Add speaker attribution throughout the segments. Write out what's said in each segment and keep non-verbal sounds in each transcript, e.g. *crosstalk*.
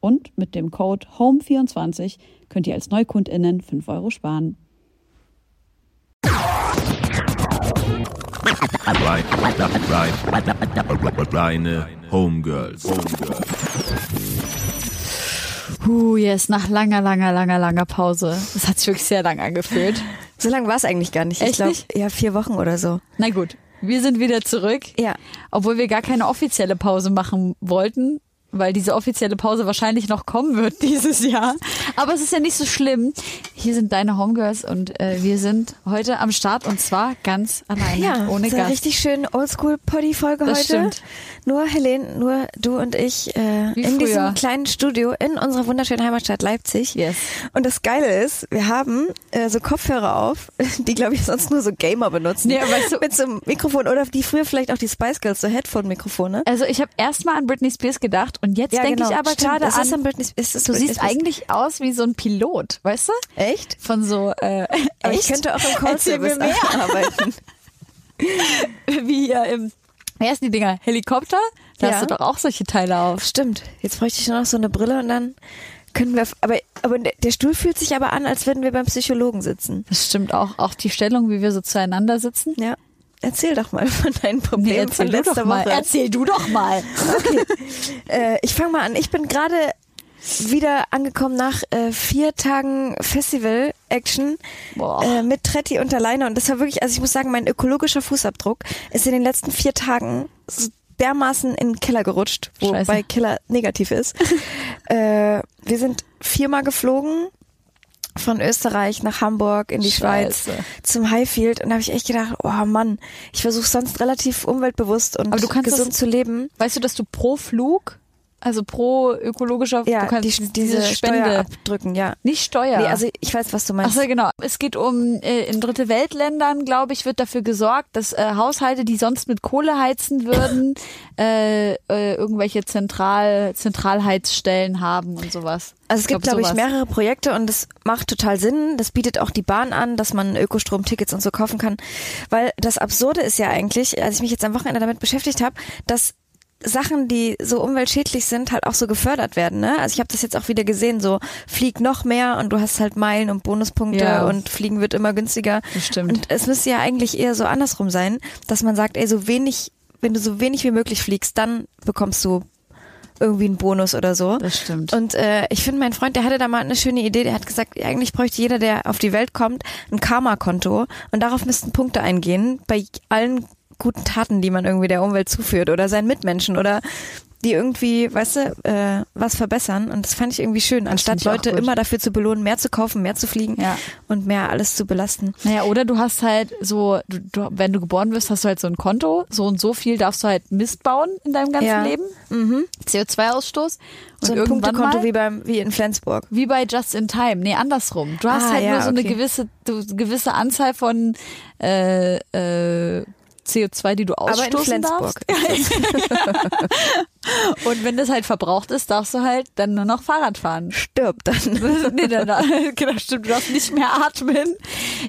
Speaker 1: Und mit dem Code HOME24 könnt ihr als NeukundInnen 5 Euro sparen.
Speaker 2: Reine Homegirls.
Speaker 3: Puh, yes, nach langer, langer, langer, langer Pause. Das hat sich wirklich sehr lang angefühlt.
Speaker 1: *laughs*
Speaker 4: So lange war es eigentlich gar nicht.
Speaker 3: Echt
Speaker 4: ich glaube,
Speaker 3: nicht?
Speaker 4: ja, vier Wochen oder so.
Speaker 3: Na gut, wir sind wieder zurück.
Speaker 4: Ja.
Speaker 3: Obwohl wir gar keine offizielle Pause machen wollten, weil diese offizielle Pause wahrscheinlich noch kommen wird *laughs* dieses Jahr. Aber es ist ja nicht so schlimm. Hier sind deine Homegirls und äh, wir sind heute am Start und zwar ganz alleine,
Speaker 4: Ja,
Speaker 3: ohne
Speaker 4: so eine
Speaker 3: Gast.
Speaker 4: richtig schön Oldschool-Poddy-Folge heute.
Speaker 3: Das stimmt.
Speaker 4: Nur Helene, nur du und ich äh,
Speaker 3: Wie
Speaker 4: in
Speaker 3: früher.
Speaker 4: diesem kleinen Studio in unserer wunderschönen Heimatstadt Leipzig.
Speaker 3: Yes.
Speaker 4: Und das Geile ist, wir haben äh, so Kopfhörer auf, *laughs* die glaube ich sonst nur so Gamer benutzen.
Speaker 3: Nee, weißt du-
Speaker 4: Mit so einem Mikrofon oder die früher vielleicht auch die Spice Girls, so Headphone-Mikrofone.
Speaker 3: Also ich habe erstmal an Britney Spears gedacht und jetzt denke ich aber
Speaker 4: genau. Stimmt,
Speaker 3: gerade
Speaker 4: es
Speaker 3: an,
Speaker 4: Ist an Britney, ist es
Speaker 3: du
Speaker 4: Britney
Speaker 3: siehst
Speaker 4: Spears?
Speaker 3: eigentlich aus wie so ein Pilot, weißt du?
Speaker 4: Echt?
Speaker 3: Von so, äh,
Speaker 4: Aber
Speaker 3: *laughs* echt?
Speaker 4: ich könnte auch im
Speaker 3: Erzähl mir
Speaker 4: Callservice
Speaker 3: mehr.
Speaker 4: *laughs* arbeiten.
Speaker 3: *laughs* wie hier im, wie heißen die Dinger? Helikopter? Da
Speaker 4: Ja.
Speaker 3: hast du doch auch solche Teile auf.
Speaker 4: Stimmt. Jetzt bräuchte ich nur noch so eine Brille und dann können wir. Aber, aber der der Stuhl fühlt sich aber an, als würden wir beim Psychologen sitzen.
Speaker 3: Das stimmt auch. Auch die Stellung, wie wir so zueinander sitzen.
Speaker 4: Ja. Erzähl doch mal von deinen Problemen
Speaker 3: Nee,
Speaker 4: von
Speaker 3: erzähl du
Speaker 4: letzter
Speaker 3: doch mal.
Speaker 4: Woche.
Speaker 3: Erzähl du doch mal.
Speaker 4: Äh, ich fange mal an. Ich bin gerade wieder angekommen nach äh, vier Tagen Festival-Action
Speaker 3: Boah.
Speaker 4: äh, mit Tretti und alleine. Und das war wirklich, also ich muss sagen, mein ökologischer Fußabdruck ist in den letzten vier Tagen so dermaßen in den Keller gerutscht, wobei
Speaker 3: Scheiße.
Speaker 4: Keller
Speaker 3: *laughs*
Speaker 4: negativ ist. äh, wir sind viermal geflogen von Österreich nach Hamburg in die
Speaker 3: Scheiße.
Speaker 4: Schweiz zum Highfield und da habe ich echt gedacht, oh Mann, ich versuche sonst relativ umweltbewusst und
Speaker 3: Aber du kannst
Speaker 4: gesund
Speaker 3: das-
Speaker 4: zu leben.
Speaker 3: Weißt du, dass du pro Flug, also pro ökologischer,
Speaker 4: Ja,
Speaker 3: du kannst
Speaker 4: die, diese Steuer abdrücken, ja.
Speaker 3: nicht Steuer.
Speaker 4: Nee, also ich weiß, was du
Speaker 3: Ach
Speaker 4: meinst.
Speaker 3: so, genau. Es geht um, äh, in dritte Weltländern, glaube ich, wird dafür gesorgt, dass äh, Haushalte, die sonst mit Kohle heizen
Speaker 4: *laughs*
Speaker 3: würden, äh, äh, irgendwelche Zentral, Zentralheizstellen haben und sowas.
Speaker 4: Also es gibt, glaube ich,
Speaker 3: sowas.
Speaker 4: mehrere Projekte und das macht total Sinn. Das bietet auch die Bahn an, dass man Ökostromtickets und so kaufen kann. Weil das Absurde ist ja eigentlich, als ich mich jetzt am Wochenende damit beschäftigt habe, dass Sachen, die so umweltschädlich sind, halt auch so gefördert werden. Ne? Also ich habe das jetzt auch wieder gesehen, so flieg noch mehr und du hast halt Meilen und Bonuspunkte
Speaker 3: Ja.
Speaker 4: und Fliegen wird immer günstiger.
Speaker 3: Das stimmt.
Speaker 4: Und es müsste ja eigentlich eher so andersrum sein, dass man sagt, ey, so wenig, wenn du so wenig wie möglich fliegst, dann bekommst du irgendwie einen Bonus oder so.
Speaker 3: Das stimmt.
Speaker 4: Und äh, ich finde, mein Freund, der hatte da mal eine schöne Idee. Der hat gesagt, eigentlich bräuchte jeder, der auf die Welt kommt, ein Karma-Konto. Und darauf müssten Punkte eingehen bei allen guten Taten, die man irgendwie der Umwelt zuführt oder seinen Mitmenschen oder die irgendwie, weißt du, äh, was verbessern. Und das fand ich irgendwie schön, anstatt
Speaker 3: ich auch
Speaker 4: Leute
Speaker 3: gut.
Speaker 4: immer dafür zu belohnen, mehr zu kaufen, mehr zu fliegen
Speaker 3: Ja.
Speaker 4: und mehr alles zu belasten.
Speaker 3: Naja, oder du hast halt so, du, du, wenn du geboren wirst, hast du halt so ein Konto, so und so viel darfst du halt Mist bauen in deinem ganzen
Speaker 4: Ja.
Speaker 3: Leben. CO2-Ausstoß. Mhm. Und
Speaker 4: So ein
Speaker 3: irgendwann
Speaker 4: Punktekonto
Speaker 3: mal,
Speaker 4: wie, beim, wie in Flensburg.
Speaker 3: wie bei Just in Time. Nee, andersrum. Du hast
Speaker 4: Ah,
Speaker 3: halt
Speaker 4: ja,
Speaker 3: nur so eine
Speaker 4: okay.
Speaker 3: gewisse, du, gewisse Anzahl von äh, äh, CO2, die du
Speaker 4: Aber
Speaker 3: ausstoßen
Speaker 4: in Flensburg. *laughs*
Speaker 3: darfst. Und wenn das halt verbraucht ist, darfst du halt dann nur noch Fahrrad fahren.
Speaker 4: Stirb dann.
Speaker 3: *laughs* nee, dann, *laughs* genau, stimmt, du darfst nicht mehr atmen.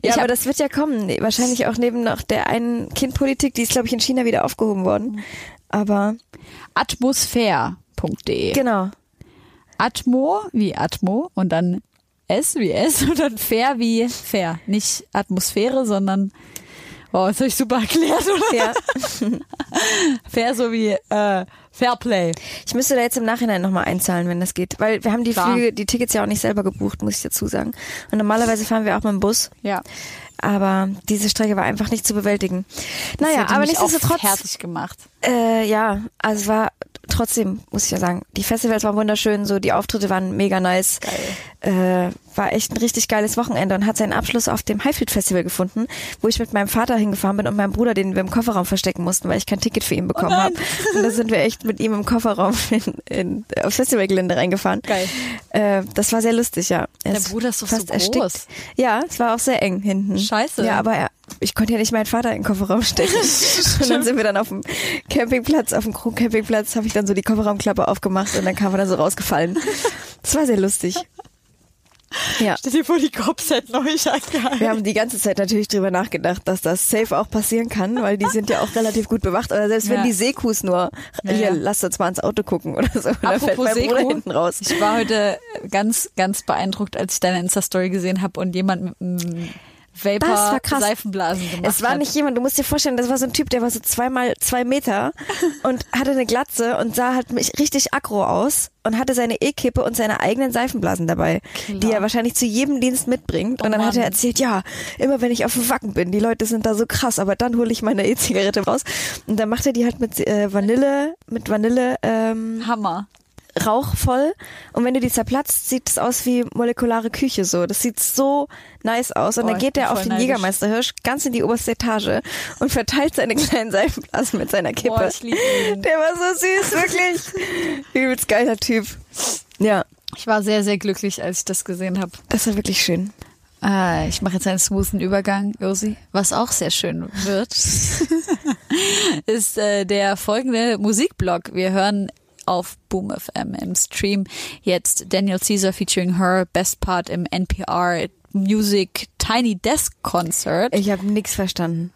Speaker 3: Ich
Speaker 4: Ja,
Speaker 3: hab-
Speaker 4: aber das wird ja kommen. Nee, Wahrscheinlich auch neben noch der einen Kindpolitik, die ist, glaube ich, in China wieder aufgehoben worden.
Speaker 3: Mhm.
Speaker 4: Aber
Speaker 3: atmosphäre.de.
Speaker 4: genau.
Speaker 3: Atmo wie Atmo und dann *laughs* S wie S und dann fair wie fair. Nicht Atmosphäre, sondern Wow, das habe ich super erklärt, oder?
Speaker 4: Ja.
Speaker 3: *laughs* Fair so wie äh, Fairplay.
Speaker 4: Ich müsste da jetzt im Nachhinein nochmal einzahlen, wenn das geht. Weil wir haben die
Speaker 3: Klar.
Speaker 4: Flüge, die Tickets ja auch nicht selber gebucht, muss ich dazu sagen. Und normalerweise fahren wir auch mit dem Bus.
Speaker 3: Ja.
Speaker 4: Aber diese Strecke war einfach nicht zu bewältigen.
Speaker 3: Das
Speaker 4: Naja,
Speaker 3: hätte
Speaker 4: aber
Speaker 3: mich auch
Speaker 4: nichtsdestotrotz,
Speaker 3: Fertig gemacht.
Speaker 4: äh, ja, also es war trotzdem, muss ich ja sagen, die Festivals waren wunderschön, so die Auftritte waren mega nice. Geil. Äh, war echt ein richtig geiles Wochenende und hat seinen Abschluss auf dem Highfield Festival gefunden, wo ich mit meinem Vater hingefahren bin und meinem Bruder, den wir im Kofferraum verstecken mussten, weil ich kein Ticket
Speaker 3: Oh
Speaker 4: für ihn bekommen habe. Und da sind wir echt mit ihm im Kofferraum *laughs* in, in, aufs Festivalgelände reingefahren.
Speaker 3: Geil.
Speaker 4: Äh, das war sehr lustig, ja. Er
Speaker 3: Der Bruder ist doch so
Speaker 4: fast erstickt.
Speaker 3: groß.
Speaker 4: Ja, es war auch sehr eng hinten.
Speaker 3: Scheiße.
Speaker 4: Ja, aber er, ich konnte ja nicht meinen Vater in den
Speaker 3: *laughs*
Speaker 4: Kofferraum stecken. und dann sind wir dann auf dem Campingplatz, auf dem Crew-Campingplatz, habe ich dann so die Kofferraumklappe aufgemacht und dann kam er da so rausgefallen. Das war sehr lustig. Ja.
Speaker 3: Stell dir vor, die Cops hätten euch angehalten.
Speaker 4: Wir haben die ganze Zeit natürlich drüber nachgedacht, dass das safe auch passieren kann, weil die sind ja auch relativ gut bewacht. Oder selbst
Speaker 3: Ja.
Speaker 4: wenn die Sekus
Speaker 3: Ja,
Speaker 4: nur,
Speaker 3: ja.
Speaker 4: hier, lasst uns mal ins Auto gucken oder so. Und dann fällt mein Bruder
Speaker 3: Seko,
Speaker 4: hinten raus.
Speaker 3: Ich war heute ganz, ganz beeindruckt, als ich deine Insta-Story gesehen habe und jemand mit einem
Speaker 4: Das war krass.
Speaker 3: Vapor-Seifenblasen gemacht
Speaker 4: Es war
Speaker 3: hat.
Speaker 4: nicht jemand, du musst dir vorstellen, das war so ein Typ, der war so zweimal
Speaker 3: *laughs*
Speaker 4: zwei Meter und hatte eine Glatze und sah halt mich richtig aggro aus und hatte seine E-Kippe und seine eigenen Seifenblasen dabei, die er wahrscheinlich zu jedem Dienst mitbringt. und dann hat er
Speaker 3: Oh Mann.
Speaker 4: erzählt, ja, immer wenn ich auf dem Wacken bin, die Leute sind da so krass, aber dann hole ich meine E-Zigarette raus. Und dann macht er die halt mit äh, Vanille, mit Vanille, ähm,
Speaker 3: Hammer.
Speaker 4: Rauch voll und wenn du die zerplatzt, sieht es aus wie molekulare Küche so. Das sieht so nice aus und
Speaker 3: Boah,
Speaker 4: dann geht
Speaker 3: ich bin
Speaker 4: er auf
Speaker 3: voll
Speaker 4: den
Speaker 3: neidisch.
Speaker 4: Jägermeisterhirsch ganz in die oberste Etage und verteilt seine kleinen Seifenblasen mit seiner Kippe.
Speaker 3: Boah, ich liebe ihn.
Speaker 4: Der war so süß, wirklich. Übelst geiler Typ. Ja,
Speaker 3: Ich war sehr, sehr glücklich, als ich das gesehen habe.
Speaker 4: das war wirklich schön.
Speaker 3: Ah, ich mache jetzt einen smoothen Übergang, Josi. Was auch sehr schön *laughs* wird, ist äh, der folgende Musikblock. Wir hören auf Boom FM im Stream jetzt Daniel Caesar featuring her Best Part im NPR Music Tiny Desk Concert.
Speaker 4: Ich habe nichts verstanden.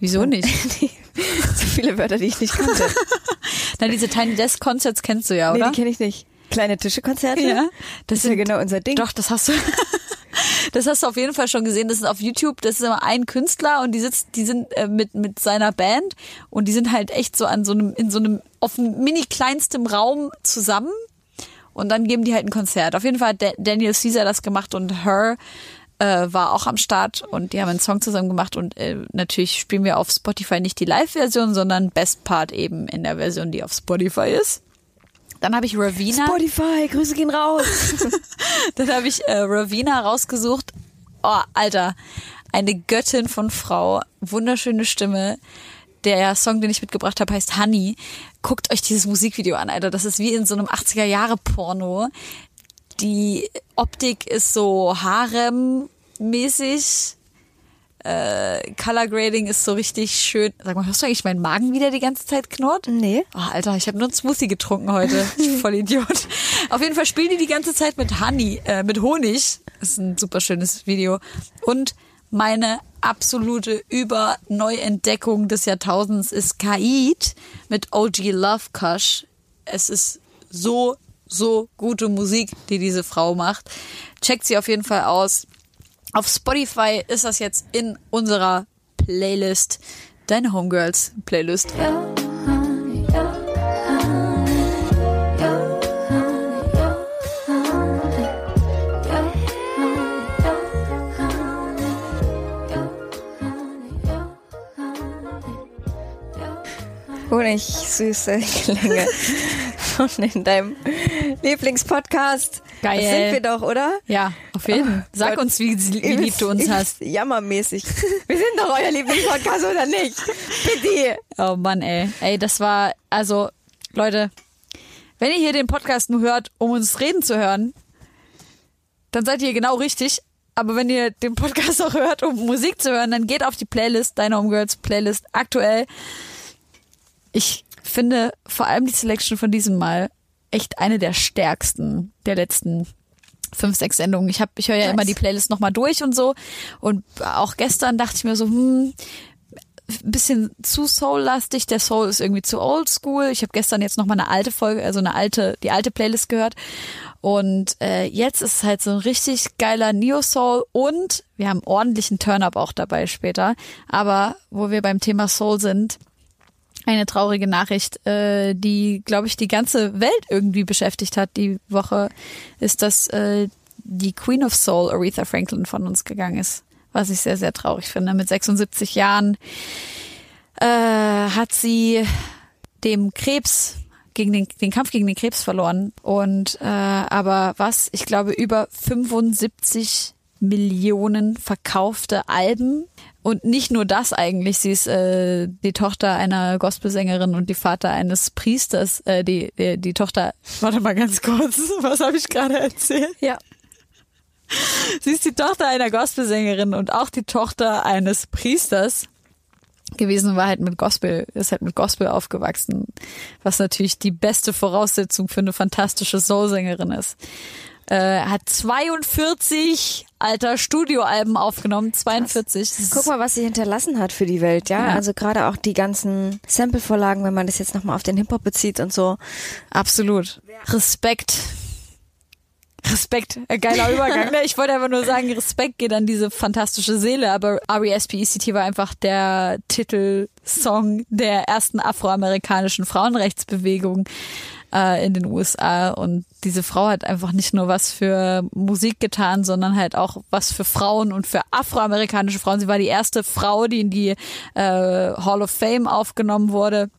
Speaker 3: Wieso nicht?
Speaker 4: so viele Wörter, die ich nicht kannte.
Speaker 3: *laughs* Na, diese Tiny Desk Concerts kennst du ja,
Speaker 4: Nee,
Speaker 3: oder?
Speaker 4: die kenne ich nicht. Kleine Tischekonzerte?
Speaker 3: ja.
Speaker 4: Das ist ja genau unser Ding.
Speaker 3: Doch, das hast du. *laughs* Das hast du auf jeden Fall schon gesehen. Das ist auf YouTube. Das ist immer ein Künstler und die sitzt, die sind äh, mit mit seiner Band und die sind halt echt so an so einem in so einem auf einem mini kleinstem Raum zusammen und dann geben die halt ein Konzert. Auf jeden Fall hat Da- Daniel Caesar das gemacht und Her äh, war auch am Start und die haben einen Song zusammen gemacht und äh, natürlich spielen wir auf Spotify nicht die Live-Version, sondern Best Part eben in der Version, die auf Spotify ist. Dann habe ich Ravina.
Speaker 4: Spotify, Grüße gehen raus.
Speaker 3: Dann habe ich äh, Ravina rausgesucht. Oh, Alter, eine Göttin von Frau, wunderschöne Stimme. Der Song, den ich mitgebracht habe, heißt Honey. Guckt euch dieses Musikvideo an, Alter. Das ist wie in so einem 80er-Jahre-Porno. Die Optik ist so harem-mäßig. Äh, Color Grading ist so richtig schön. Sag mal, hörst du eigentlich meinen Magen wieder die ganze Zeit knurrt?
Speaker 4: Nee.
Speaker 3: Oh, Alter, ich habe nur einen Smoothie getrunken heute. Ich bin voll Idiot. Auf jeden Fall spielen die die ganze Zeit mit Honey, äh, mit Honig. Das ist ein super schönes Video. Und meine absolute Überneuentdeckung des Jahrtausends ist Kaid mit OG Love Kush. Es ist so, so gute Musik, die diese Frau macht. Checkt sie auf jeden Fall aus. Auf Spotify ist das jetzt in unserer Playlist. Deine Homegirls Playlist.
Speaker 4: Honig, süße Klänge von in deinem Lieblingspodcast.
Speaker 3: Geil.
Speaker 4: Das sind wir doch, oder?
Speaker 3: Ja, auf jeden Fall. Sag
Speaker 4: Gott.
Speaker 3: uns, wie, wie
Speaker 4: Ihr
Speaker 3: lieb
Speaker 4: wisst-
Speaker 3: du uns
Speaker 4: ihr
Speaker 3: hast.
Speaker 4: wisst *laughs* Jammermäßig. Wir sind doch euer Lieblingspodcast, oder nicht? Bitte.
Speaker 3: Oh Mann, ey. Ey, das war, also, Leute, wenn ihr hier den Podcast nur hört, um uns reden zu hören, dann seid ihr genau richtig. Aber wenn ihr den Podcast *laughs* auch hört, um Musik zu hören, dann geht auf die Playlist, deine Homegirls Playlist aktuell. Ich finde vor allem die Selection von diesem Mal echt eine der stärksten der letzten fünf, sechs Sendungen. Ich, hab, ich höre ja immer die Playlist nochmal durch und so. Und auch gestern dachte ich mir so, hm, ein bisschen zu soul-lastig. Der Soul ist irgendwie zu oldschool. Ich habe gestern jetzt nochmal eine alte Folge, also eine alte, die alte Playlist gehört. Und äh, jetzt ist es halt so ein richtig geiler Neo-Soul und wir haben ordentlichen Turn-Up auch dabei später. Aber wo wir beim Thema Soul sind, eine traurige Nachricht, äh, die, glaube ich, die ganze Welt irgendwie beschäftigt hat die Woche, ist, dass äh, die Queen of Soul, Aretha Franklin, von uns gegangen ist. Was ich sehr, sehr traurig finde. Mit 76 Jahren äh, hat sie dem Krebs gegen den, den Kampf gegen den Krebs verloren. Und äh, aber was, ich glaube, über 75 Millionen verkaufte Alben. Und nicht nur das eigentlich, sie ist äh, die Tochter einer Gospelsängerin und die Vater eines Priesters, äh, die, die, die Tochter, warte mal ganz kurz, *laughs* was habe ich gerade erzählt?
Speaker 4: Ja.
Speaker 3: Sie ist die Tochter einer Gospelsängerin und auch die Tochter eines Priesters gewesen war halt mit Gospel, ist halt mit Gospel aufgewachsen, was natürlich die beste Voraussetzung für eine fantastische Soul-Sängerin ist. Äh, hat 42 alter Studioalben aufgenommen, 42. Das ist-
Speaker 4: Guck mal, was sie hinterlassen hat für die Welt, ja.
Speaker 3: Ja.
Speaker 4: Also gerade auch die ganzen Sample-Vorlagen, wenn man das jetzt nochmal auf den Hip-Hop bezieht und so.
Speaker 3: Absolut. Respekt. Respekt, Ein geiler Übergang. Ne? Ich wollte einfach nur sagen, Respekt geht an diese fantastische Seele, aber E R.E.S.P.E.C.T. war einfach der Titelsong der ersten afroamerikanischen Frauenrechtsbewegung äh, in den USA und diese Frau hat einfach nicht nur was für Musik getan, sondern halt auch was für Frauen und für afroamerikanische Frauen. Sie war die erste Frau, die in die äh, Hall of Fame aufgenommen wurde.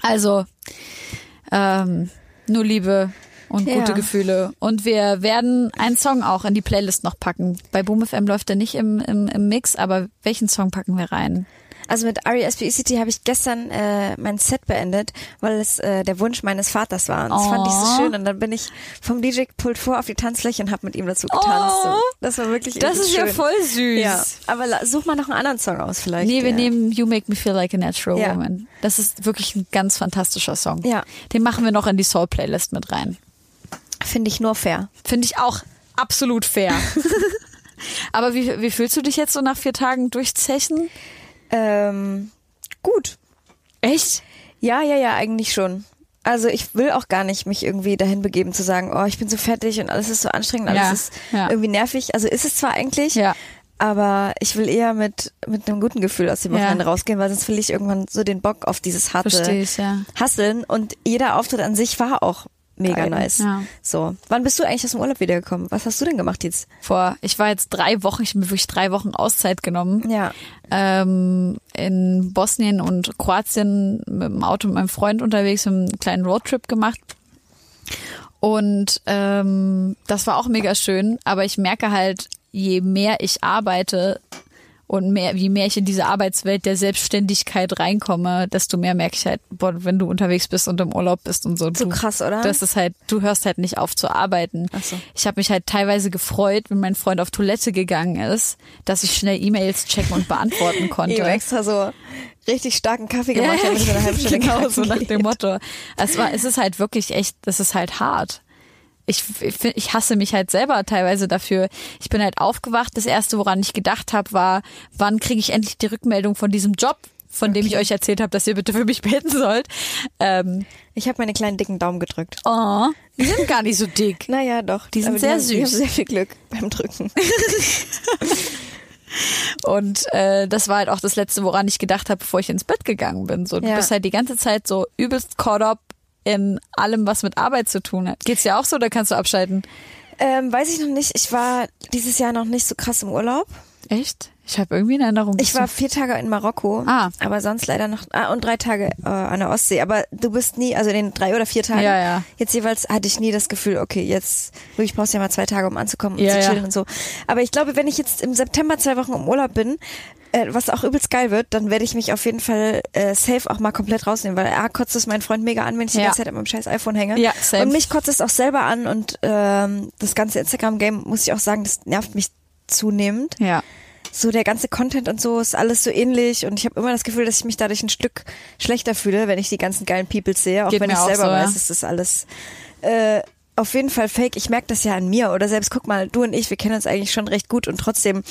Speaker 3: Also ähm, nur Liebe und
Speaker 4: Ja.
Speaker 3: gute Gefühle. Und wir werden einen Song auch in die Playlist noch packen. Bei Boom FM läuft er nicht im, im, im Mix, aber welchen Song packen wir rein?
Speaker 4: Also mit R.E.S.P.E.C.T. habe ich gestern äh, mein Set beendet, weil es äh, der Wunsch meines Vaters war. Und das fand ich so
Speaker 3: Oh.
Speaker 4: schön. Und dann bin ich vom DJ-Pult vor auf die Tanzfläche und habe mit ihm dazu getanzt.
Speaker 3: Oh.
Speaker 4: Und Das war wirklich
Speaker 3: Das
Speaker 4: übelst
Speaker 3: ist ja
Speaker 4: schön.
Speaker 3: voll süß.
Speaker 4: Ja, aber la- such mal noch einen anderen Song aus vielleicht.
Speaker 3: Nee, wir
Speaker 4: ja.
Speaker 3: nehmen You Make Me Feel Like a Natural
Speaker 4: Ja.
Speaker 3: Woman. Das ist wirklich ein ganz fantastischer Song.
Speaker 4: Ja.
Speaker 3: Den machen wir noch in die Soul-Playlist mit rein.
Speaker 4: Finde ich nur fair.
Speaker 3: Finde ich auch absolut
Speaker 4: *laughs*
Speaker 3: fair. Aber wie, wie fühlst du dich jetzt so nach vier Tagen durchzechen?
Speaker 4: Ähm, gut.
Speaker 3: Echt?
Speaker 4: Ja, ja, ja, eigentlich schon. Also ich will auch gar nicht mich irgendwie dahin begeben zu sagen, oh, ich bin so fertig und alles ist so anstrengend, alles
Speaker 3: Ja,
Speaker 4: ist
Speaker 3: ja.
Speaker 4: irgendwie nervig. Also ist es zwar eigentlich,
Speaker 3: Ja.
Speaker 4: aber ich will eher mit, mit einem guten Gefühl aus dem
Speaker 3: Ja.
Speaker 4: Wochenende rausgehen, weil sonst verliere ich irgendwann so den Bock auf dieses
Speaker 3: Verstehe
Speaker 4: harte
Speaker 3: ich, ja.
Speaker 4: Hasseln und jeder Auftritt an sich war auch mega
Speaker 3: Geil,
Speaker 4: nice.
Speaker 3: ja.
Speaker 4: So, wann bist du eigentlich aus dem Urlaub wiedergekommen? Was hast du denn gemacht jetzt?
Speaker 3: vor, ich war jetzt drei Wochen, ich habe mir wirklich drei Wochen Auszeit genommen.
Speaker 4: Ja.
Speaker 3: Ähm, in Bosnien und Kroatien mit dem Auto mit meinem Freund unterwegs, haben einen kleinen Roadtrip gemacht. Und ähm, das war auch mega schön, aber ich merke halt, je mehr ich arbeite und mehr, je mehr ich in diese Arbeitswelt der Selbstständigkeit reinkomme, desto mehr merke ich halt, boah, wenn du unterwegs bist und im Urlaub bist und so.
Speaker 4: So
Speaker 3: du,
Speaker 4: krass, oder?
Speaker 3: Das ist halt, du hörst halt nicht auf zu arbeiten.
Speaker 4: Ach so.
Speaker 3: Ich habe mich halt teilweise gefreut, wenn mein Freund auf Toilette gegangen ist, dass ich schnell E-Mails checken und
Speaker 4: *laughs*
Speaker 3: beantworten konnte.
Speaker 4: Eben extra so richtig starken Kaffee gemacht,
Speaker 3: Ja,
Speaker 4: damit ich so eine
Speaker 3: *laughs*
Speaker 4: halbe Stunde
Speaker 3: genau
Speaker 4: krank
Speaker 3: so nach
Speaker 4: geht.
Speaker 3: dem Motto. Es war, es ist halt wirklich echt, das ist halt hart. Ich, ich, find- ich hasse mich halt selber teilweise dafür. Ich bin halt aufgewacht. Das erste, woran ich gedacht habe, war, wann kriege ich endlich die Rückmeldung von diesem Job, von dem ich euch erzählt habe, dass ihr bitte für mich beten sollt. Ähm,
Speaker 4: Ich habe meine kleinen dicken Daumen gedrückt.
Speaker 3: oh, die sind gar nicht so dick.
Speaker 4: Naja, doch.
Speaker 3: Die sind
Speaker 4: Aber
Speaker 3: sehr
Speaker 4: haben, Die haben
Speaker 3: süß.
Speaker 4: sehr viel Glück
Speaker 3: *laughs*
Speaker 4: beim Drücken.
Speaker 3: Und äh, das war halt auch das Letzte, woran ich gedacht habe, bevor ich ins Bett gegangen bin. So, du
Speaker 4: Ja.
Speaker 3: bist halt die ganze Zeit so übelst caught up in allem, was mit Arbeit zu tun hat. Geht's dir auch so oder kannst du abschalten?
Speaker 4: ähm, weiß ich noch nicht. Ich war dieses Jahr noch nicht so krass im Urlaub.
Speaker 3: Echt? Ich habe irgendwie eine Erinnerung.
Speaker 4: Ich war
Speaker 3: dass
Speaker 4: vier Tage in Marokko.
Speaker 3: Ah.
Speaker 4: Aber sonst leider noch. Ah, und drei Tage äh, an der Ostsee. Aber du bist nie, also in den drei oder vier Tagen.
Speaker 3: Ja, ja.
Speaker 4: Jetzt jeweils hatte ich nie das Gefühl, okay, jetzt wirklich brauchst du ja mal zwei Tage, um anzukommen und
Speaker 3: Ja,
Speaker 4: zu
Speaker 3: ja.
Speaker 4: chillen und so. Aber ich glaube, wenn ich jetzt im September zwei Wochen im Urlaub bin, äh, was auch übelst geil wird, dann werde ich mich auf jeden Fall äh, safe auch mal komplett rausnehmen, weil A, kotzt es mein Freund mega an, wenn ich die
Speaker 3: Ja.
Speaker 4: ganze Zeit an meinem scheiß iPhone hänge.
Speaker 3: Ja, safe.
Speaker 4: Und mich kotzt es auch selber an und ähm, das ganze Instagram-Game, muss ich auch sagen, das nervt mich zunehmend
Speaker 3: Ja.
Speaker 4: so der ganze Content und so ist alles so ähnlich und ich habe immer das Gefühl, dass ich mich dadurch ein Stück schlechter fühle, wenn ich die ganzen geilen Peoples sehe, auch
Speaker 3: Geht
Speaker 4: wenn
Speaker 3: mir
Speaker 4: ich
Speaker 3: auch
Speaker 4: selber
Speaker 3: Genau, so, ja.
Speaker 4: weiß, es ist alles äh, auf jeden Fall fake. Ich merke das ja an mir oder selbst guck mal, du und ich, wir kennen uns eigentlich schon recht gut und trotzdem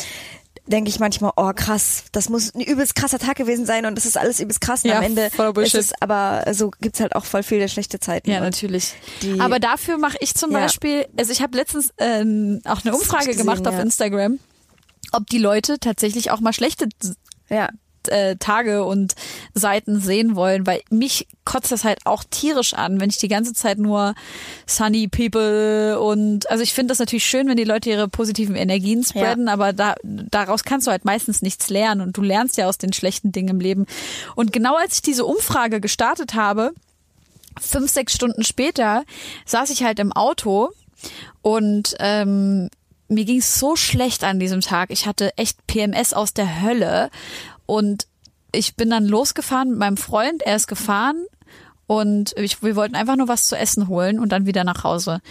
Speaker 4: denke ich manchmal, oh krass, das muss ein übelst krasser Tag gewesen sein und das ist alles übelst krass. Und
Speaker 3: Ja,
Speaker 4: am Ende
Speaker 3: voller
Speaker 4: ist
Speaker 3: Bullshit.
Speaker 4: es aber so gibt's halt auch voll viele schlechte Zeiten.
Speaker 3: Ja,
Speaker 4: und
Speaker 3: natürlich.
Speaker 4: Die,
Speaker 3: Aber dafür mache ich zum
Speaker 4: Ja.
Speaker 3: Beispiel, also ich habe letztens äh, auch eine
Speaker 4: hab ich
Speaker 3: Umfrage
Speaker 4: gesehen,
Speaker 3: gemacht auf
Speaker 4: ja.
Speaker 3: Instagram, ob die Leute tatsächlich auch mal schlechte
Speaker 4: ja,
Speaker 3: äh, Tage und Seiten sehen wollen, weil mich kotzt das halt auch tierisch an, wenn ich die ganze Zeit nur sunny people und also ich finde das natürlich schön, wenn die Leute ihre positiven Energien spreaden, aber da, daraus kannst du halt meistens nichts lernen und du lernst ja aus den schlechten Dingen im Leben. Und genau als ich diese Umfrage gestartet habe, fünf, sechs Stunden später saß ich halt im Auto und ähm, mir ging es so schlecht an diesem Tag. Ich hatte echt PMS aus der Hölle und ich bin dann losgefahren mit meinem Freund. Er ist gefahren und ich, wir wollten einfach nur was zu essen holen und dann wieder nach Hause.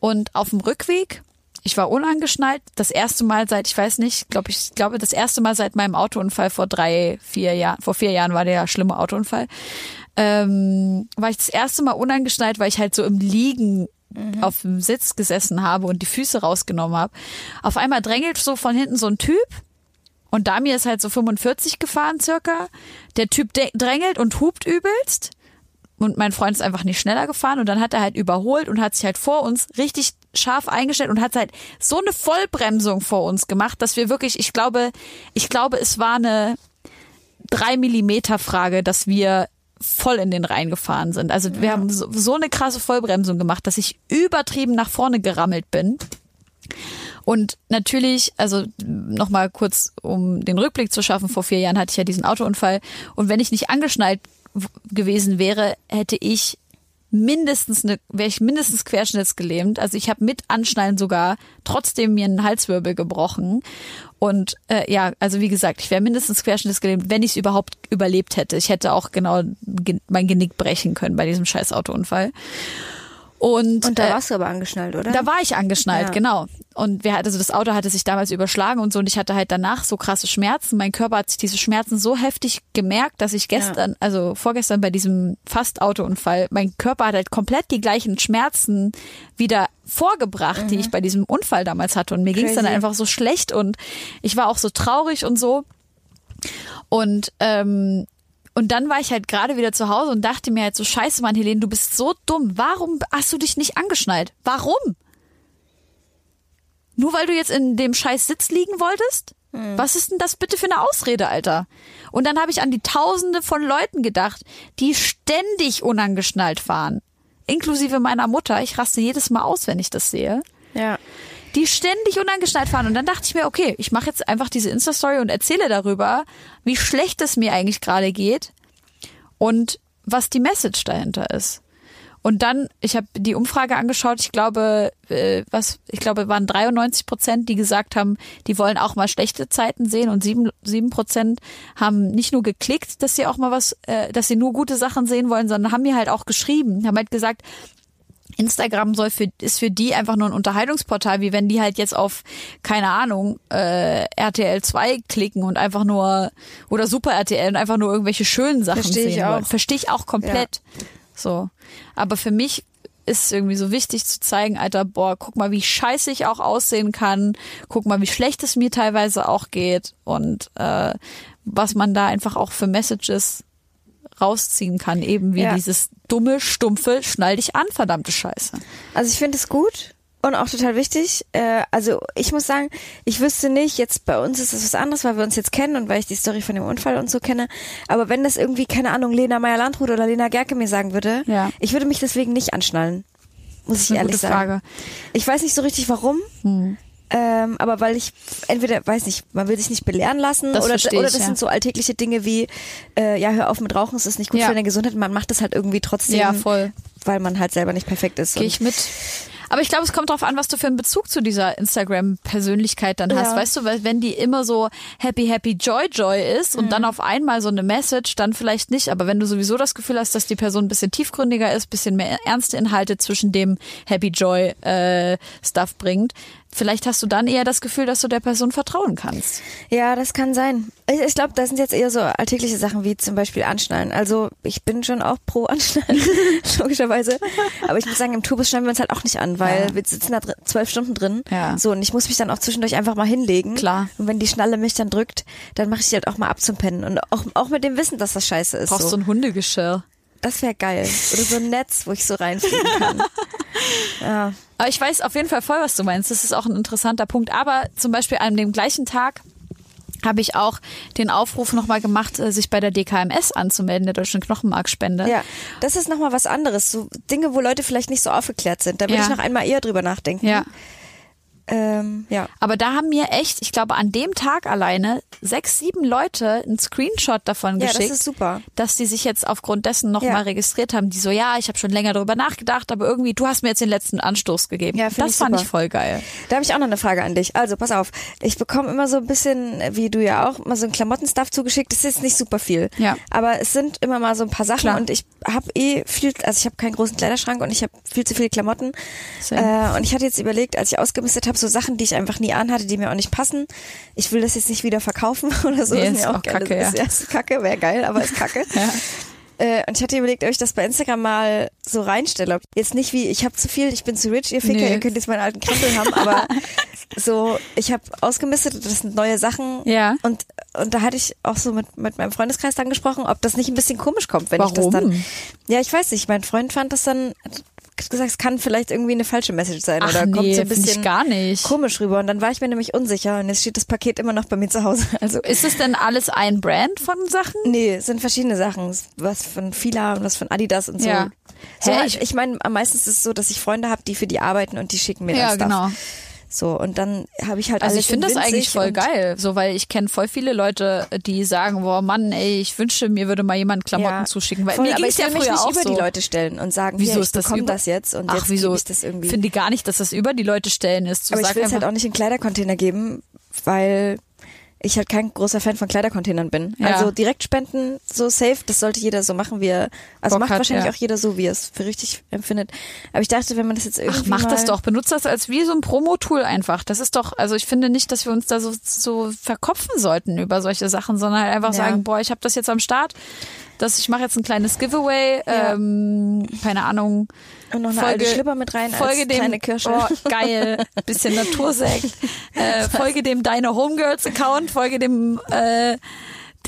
Speaker 3: Und auf dem Rückweg, ich war unangeschnallt, das erste Mal seit, ich weiß nicht, glaube ich, glaube das erste Mal seit meinem Autounfall vor drei, vier Jahren, vor vier Jahren war der schlimme Autounfall ähm, war ich das erste Mal unangeschnallt, weil ich halt so im Liegen auf dem Sitz gesessen habe und die Füße rausgenommen habe. Auf einmal drängelt so von hinten so ein Typ und da mir ist halt so 45 gefahren circa. Der Typ de- drängelt und hupt übelst und mein Freund ist einfach nicht schneller gefahren und dann hat er halt überholt und hat sich halt vor uns richtig scharf eingestellt und hat halt so eine Vollbremsung vor uns gemacht, dass wir wirklich, ich glaube, ich glaube, es war eine drei Millimeter Frage, dass wir voll in den Rhein gefahren sind. Also wir haben so, so eine krasse Vollbremsung gemacht, dass ich übertrieben nach vorne gerammelt bin. Und natürlich, also nochmal kurz, um den Rückblick zu schaffen, vor vier Jahren hatte ich ja diesen Autounfall. Und wenn ich nicht angeschnallt w- gewesen wäre, hätte ich mindestens eine, wäre ich mindestens querschnittsgelähmt. Also ich habe mit Anschnallen sogar trotzdem mir einen Halswirbel gebrochen. Und äh, ja, also wie gesagt, ich wäre mindestens querschnittsgelähmt, wenn ich es überhaupt überlebt hätte. Ich hätte auch genau gen- mein Genick brechen können bei diesem scheiß Autounfall. Und,
Speaker 4: und da
Speaker 3: äh,
Speaker 4: warst du aber angeschnallt, oder?
Speaker 3: da war ich angeschnallt,
Speaker 4: Ja.
Speaker 3: genau. Und wir, also das Auto hatte sich damals überschlagen und so und ich hatte halt danach so krasse Schmerzen. Mein Körper hat sich diese Schmerzen so heftig gemerkt, dass ich gestern, also vorgestern bei diesem fast Autounfall, mein Körper hat halt komplett die gleichen Schmerzen wieder vorgebracht,
Speaker 4: Mhm.
Speaker 3: die ich bei diesem Unfall damals hatte. Und mir ging es dann
Speaker 4: Crazy.
Speaker 3: einfach so schlecht und ich war auch so traurig und so. Und ähm, und dann war ich halt gerade wieder zu Hause und dachte mir halt so, scheiße Mann, Helene, du bist so dumm. Warum hast du dich nicht angeschnallt? Warum? Nur weil du jetzt in dem scheiß Sitz liegen wolltest? Was ist denn das bitte für eine Ausrede, Alter? Und dann habe ich an die Tausende von Leuten gedacht, die ständig unangeschnallt fahren. Inklusive meiner Mutter. Ich raste jedes Mal aus, wenn ich das sehe
Speaker 4: ja.
Speaker 3: die ständig unangeschnallt fahren. Und dann dachte ich mir, okay, ich mache jetzt einfach diese Insta-Story und erzähle darüber, wie schlecht es mir eigentlich gerade geht und was die Message dahinter ist. Und dann, ich habe die Umfrage angeschaut, ich glaube, äh, was, ich glaube, waren 93 Prozent, die gesagt haben, die wollen auch mal schlechte Zeiten sehen und sieben sieben Prozent haben nicht nur geklickt, dass sie auch mal was, äh, dass sie nur gute Sachen sehen wollen, sondern haben mir halt auch geschrieben, haben halt gesagt, Instagram soll für, ist für die einfach nur ein Unterhaltungsportal, wie wenn die halt jetzt auf, keine Ahnung, äh, RTL 2 klicken und einfach nur, oder Super RTL und einfach nur irgendwelche schönen Sachen
Speaker 4: Versteh ich
Speaker 3: sehen wollen.
Speaker 4: auch.
Speaker 3: Verstehe ich auch komplett. So. Aber für mich ist es irgendwie so wichtig zu zeigen, Alter, boah, guck mal, wie scheiße ich auch aussehen kann, guck mal, wie schlecht es mir teilweise auch geht und äh, was man da einfach auch für Messages rausziehen kann, eben wie
Speaker 4: Ja.
Speaker 3: dieses dumme, stumpfe, schnall dich an, verdammte Scheiße.
Speaker 4: Also ich finde es gut und auch total wichtig. Äh, also ich muss sagen, ich wüsste nicht, jetzt bei uns ist das was anderes, weil wir uns jetzt kennen und weil ich die Story von dem Unfall und so kenne. Aber wenn das irgendwie, keine Ahnung, Lena Meyer-Landrut oder Lena Gerke mir sagen würde,
Speaker 3: Ja.
Speaker 4: ich würde mich deswegen nicht anschnallen. Muss ich
Speaker 3: Eine
Speaker 4: ehrlich
Speaker 3: gute
Speaker 4: sagen.
Speaker 3: Frage. Hm.
Speaker 4: Ich weiß nicht so richtig warum. Ähm, aber weil ich entweder weiß nicht, man will sich nicht belehren lassen
Speaker 3: Das
Speaker 4: oder,
Speaker 3: verstehe
Speaker 4: oder
Speaker 3: ich,
Speaker 4: das
Speaker 3: ja.
Speaker 4: sind so alltägliche Dinge wie äh, ja hör auf mit Rauchen, es ist nicht gut
Speaker 3: Ja.
Speaker 4: für deine Gesundheit. Man macht das halt irgendwie trotzdem,
Speaker 3: Ja, voll.
Speaker 4: weil man halt selber nicht perfekt ist.
Speaker 3: Gehe
Speaker 4: Und-
Speaker 3: ich mit. Aber ich glaube, es kommt darauf an, was du für einen Bezug zu dieser Instagram-Persönlichkeit dann hast.
Speaker 4: Ja.
Speaker 3: Weißt du, weil wenn die immer so happy, happy, joy, joy ist
Speaker 4: Mhm.
Speaker 3: und dann auf einmal so eine Message, dann vielleicht nicht. Aber wenn du sowieso das Gefühl hast, dass die Person ein bisschen tiefgründiger ist, bisschen mehr ernste Inhalte zwischen dem happy, joy äh, Stuff bringt, Vielleicht hast du dann eher das Gefühl, dass du der Person vertrauen kannst.
Speaker 4: Ja, das kann sein. Ich, ich glaube, das sind jetzt eher so alltägliche Sachen wie zum Beispiel Anschnallen. Also ich bin schon auch
Speaker 3: *laughs*
Speaker 4: pro Anschnallen, logischerweise. Aber ich muss sagen, im Tourbus schneiden wir uns halt auch nicht an, weil
Speaker 3: Ja.
Speaker 4: wir sitzen da drin- zwölf Stunden drin.
Speaker 3: Ja.
Speaker 4: So, und ich muss mich dann auch zwischendurch einfach mal hinlegen.
Speaker 3: Klar.
Speaker 4: Und wenn die Schnalle mich dann drückt, dann mache ich die halt auch mal ab zum Pennen. Und auch, auch mit dem Wissen, dass das scheiße ist.
Speaker 3: Brauchst
Speaker 4: so.
Speaker 3: du ein Hundegeschirr.
Speaker 4: Das wäre geil. Oder so ein Netz, wo ich so reinfliegen
Speaker 3: *laughs*
Speaker 4: kann.
Speaker 3: Aber ich weiß auf jeden Fall voll, was du meinst. Das ist auch ein interessanter Punkt. Aber zum Beispiel an dem gleichen Tag habe ich auch den Aufruf nochmal gemacht, äh, sich bei der DKMS anzumelden, der Deutschen Knochenmarkspende.
Speaker 4: Ja, das ist nochmal was anderes. So Dinge, wo Leute vielleicht nicht so aufgeklärt sind. Da würde
Speaker 3: Ja.
Speaker 4: ich noch einmal eher drüber nachdenken.
Speaker 3: ja.
Speaker 4: Ähm, ja.
Speaker 3: Aber da haben mir echt, ich glaube, an dem Tag alleine sechs, sieben Leute einen Screenshot davon
Speaker 4: Ja, das
Speaker 3: geschickt.
Speaker 4: ist super.
Speaker 3: Dass die sich jetzt aufgrund dessen nochmal
Speaker 4: Ja.
Speaker 3: mal registriert haben, die so, ja, ich habe schon länger darüber nachgedacht, aber irgendwie, du hast mir jetzt den letzten Anstoß gegeben.
Speaker 4: Ja, find
Speaker 3: das
Speaker 4: ich
Speaker 3: fand
Speaker 4: super.
Speaker 3: ich voll geil.
Speaker 4: Da habe ich auch noch eine Frage an dich. Also, pass auf. Ich bekomme immer so ein bisschen, wie du ja auch, mal so ein Klamottenstuff zugeschickt. Das ist jetzt nicht super viel.
Speaker 3: Ja.
Speaker 4: Aber es sind immer mal so ein paar Sachen
Speaker 3: Klar.
Speaker 4: und ich habe eh viel, also ich habe keinen großen Kleiderschrank und ich habe viel zu viele Klamotten.
Speaker 3: Same.
Speaker 4: Äh, und ich hatte jetzt überlegt, als ich ausgemistet habe, so Sachen, die ich einfach nie anhatte, die mir auch nicht passen. Ich will das jetzt nicht wieder verkaufen *laughs* oder so.
Speaker 3: Nee,
Speaker 4: mir
Speaker 3: ist auch
Speaker 4: gerne-
Speaker 3: kacke, ja.
Speaker 4: Ist, ja, ist kacke, wäre geil, aber
Speaker 3: *laughs*
Speaker 4: ist kacke. Äh, und ich hatte überlegt, ob ich das bei Instagram mal so reinstelle. Jetzt nicht wie, ich habe zu viel, ich bin zu rich, ihr Ficker,
Speaker 3: Nö.
Speaker 4: ihr könnt jetzt meinen alten Krempel haben,
Speaker 3: *laughs*
Speaker 4: aber so, ich habe ausgemistet, das sind neue Sachen.
Speaker 3: Ja.
Speaker 4: Und, und da hatte ich auch so mit, mit meinem Freundeskreis dann gesprochen, ob das nicht ein bisschen komisch kommt, wenn ich das
Speaker 3: Warum?
Speaker 4: dann. Ja, ich weiß nicht, mein Freund fand das dann, hat gesagt, es kann vielleicht irgendwie eine falsche Message sein
Speaker 3: Ach
Speaker 4: oder
Speaker 3: nee,
Speaker 4: Genau, kommt so ein
Speaker 3: find ich
Speaker 4: bisschen
Speaker 3: gar nicht.
Speaker 4: komisch rüber. Und dann war ich mir nämlich unsicher und jetzt steht das Paket immer noch bei mir zu Hause. *laughs* Also
Speaker 3: Ist es denn alles ein Brand von Sachen?
Speaker 4: Nee, es sind verschiedene Sachen. Was von Fila und was von Adidas und so.
Speaker 3: Ja.
Speaker 4: so
Speaker 3: Hä,
Speaker 4: ich
Speaker 3: ich-
Speaker 4: ich meine, meistens ist es so, dass ich Freunde habe, die für die arbeiten und die schicken mir
Speaker 3: Ja,
Speaker 4: dann Stuff.
Speaker 3: genau.
Speaker 4: So, und dann habe ich halt
Speaker 3: Also
Speaker 4: alles
Speaker 3: ich finde
Speaker 4: in
Speaker 3: das eigentlich
Speaker 4: winzig
Speaker 3: voll
Speaker 4: und,
Speaker 3: geil, so weil ich kenne voll viele Leute, die sagen, boah Mann, ey, ich wünsche mir würde mal jemand Klamotten
Speaker 4: ja,
Speaker 3: zuschicken, weil
Speaker 4: voll,
Speaker 3: mir
Speaker 4: aber
Speaker 3: ging's
Speaker 4: ich will
Speaker 3: ja
Speaker 4: mich
Speaker 3: früher
Speaker 4: nicht
Speaker 3: auch
Speaker 4: über
Speaker 3: so.
Speaker 4: die Leute stellen und sagen,
Speaker 3: Wieso
Speaker 4: hier, ich
Speaker 3: ist das
Speaker 4: bekomme
Speaker 3: über-
Speaker 4: das jetzt und
Speaker 3: Ach,
Speaker 4: jetzt
Speaker 3: wieso?
Speaker 4: gebe ich das irgendwie.
Speaker 3: Finde gar nicht, dass das über die Leute stellen ist. Zu
Speaker 4: aber ich
Speaker 3: sagen
Speaker 4: will es halt
Speaker 3: einfach,
Speaker 4: auch nicht in Kleidercontainer geben, weil ich halt kein großer Fan von Kleidercontainern bin.
Speaker 3: Ja.
Speaker 4: Also direkt spenden, so safe, das sollte jeder so machen, wie er, also
Speaker 3: Bock
Speaker 4: macht
Speaker 3: hat,
Speaker 4: wahrscheinlich
Speaker 3: ja.
Speaker 4: auch jeder so, wie er es für richtig empfindet. Aber ich dachte, wenn man das jetzt irgendwie
Speaker 3: Ach, mach
Speaker 4: mal
Speaker 3: das doch. Benutzt das als wie so ein Promo-Tool einfach. Das ist doch, also ich finde nicht, dass wir uns da so, so verkopfen sollten über solche Sachen, sondern halt einfach
Speaker 4: Ja.
Speaker 3: sagen, boah, ich habe das jetzt am Start, dass ich mache jetzt ein kleines Giveaway,
Speaker 4: Ja.
Speaker 3: ähm, keine Ahnung.
Speaker 4: Und noch eine alte Schlipper mit rein als kleine Kirsche.
Speaker 3: Oh, geil, bisschen
Speaker 4: *laughs*
Speaker 3: Natursekt. äh, folge dem Deine Homegirls-Account, folge dem, äh,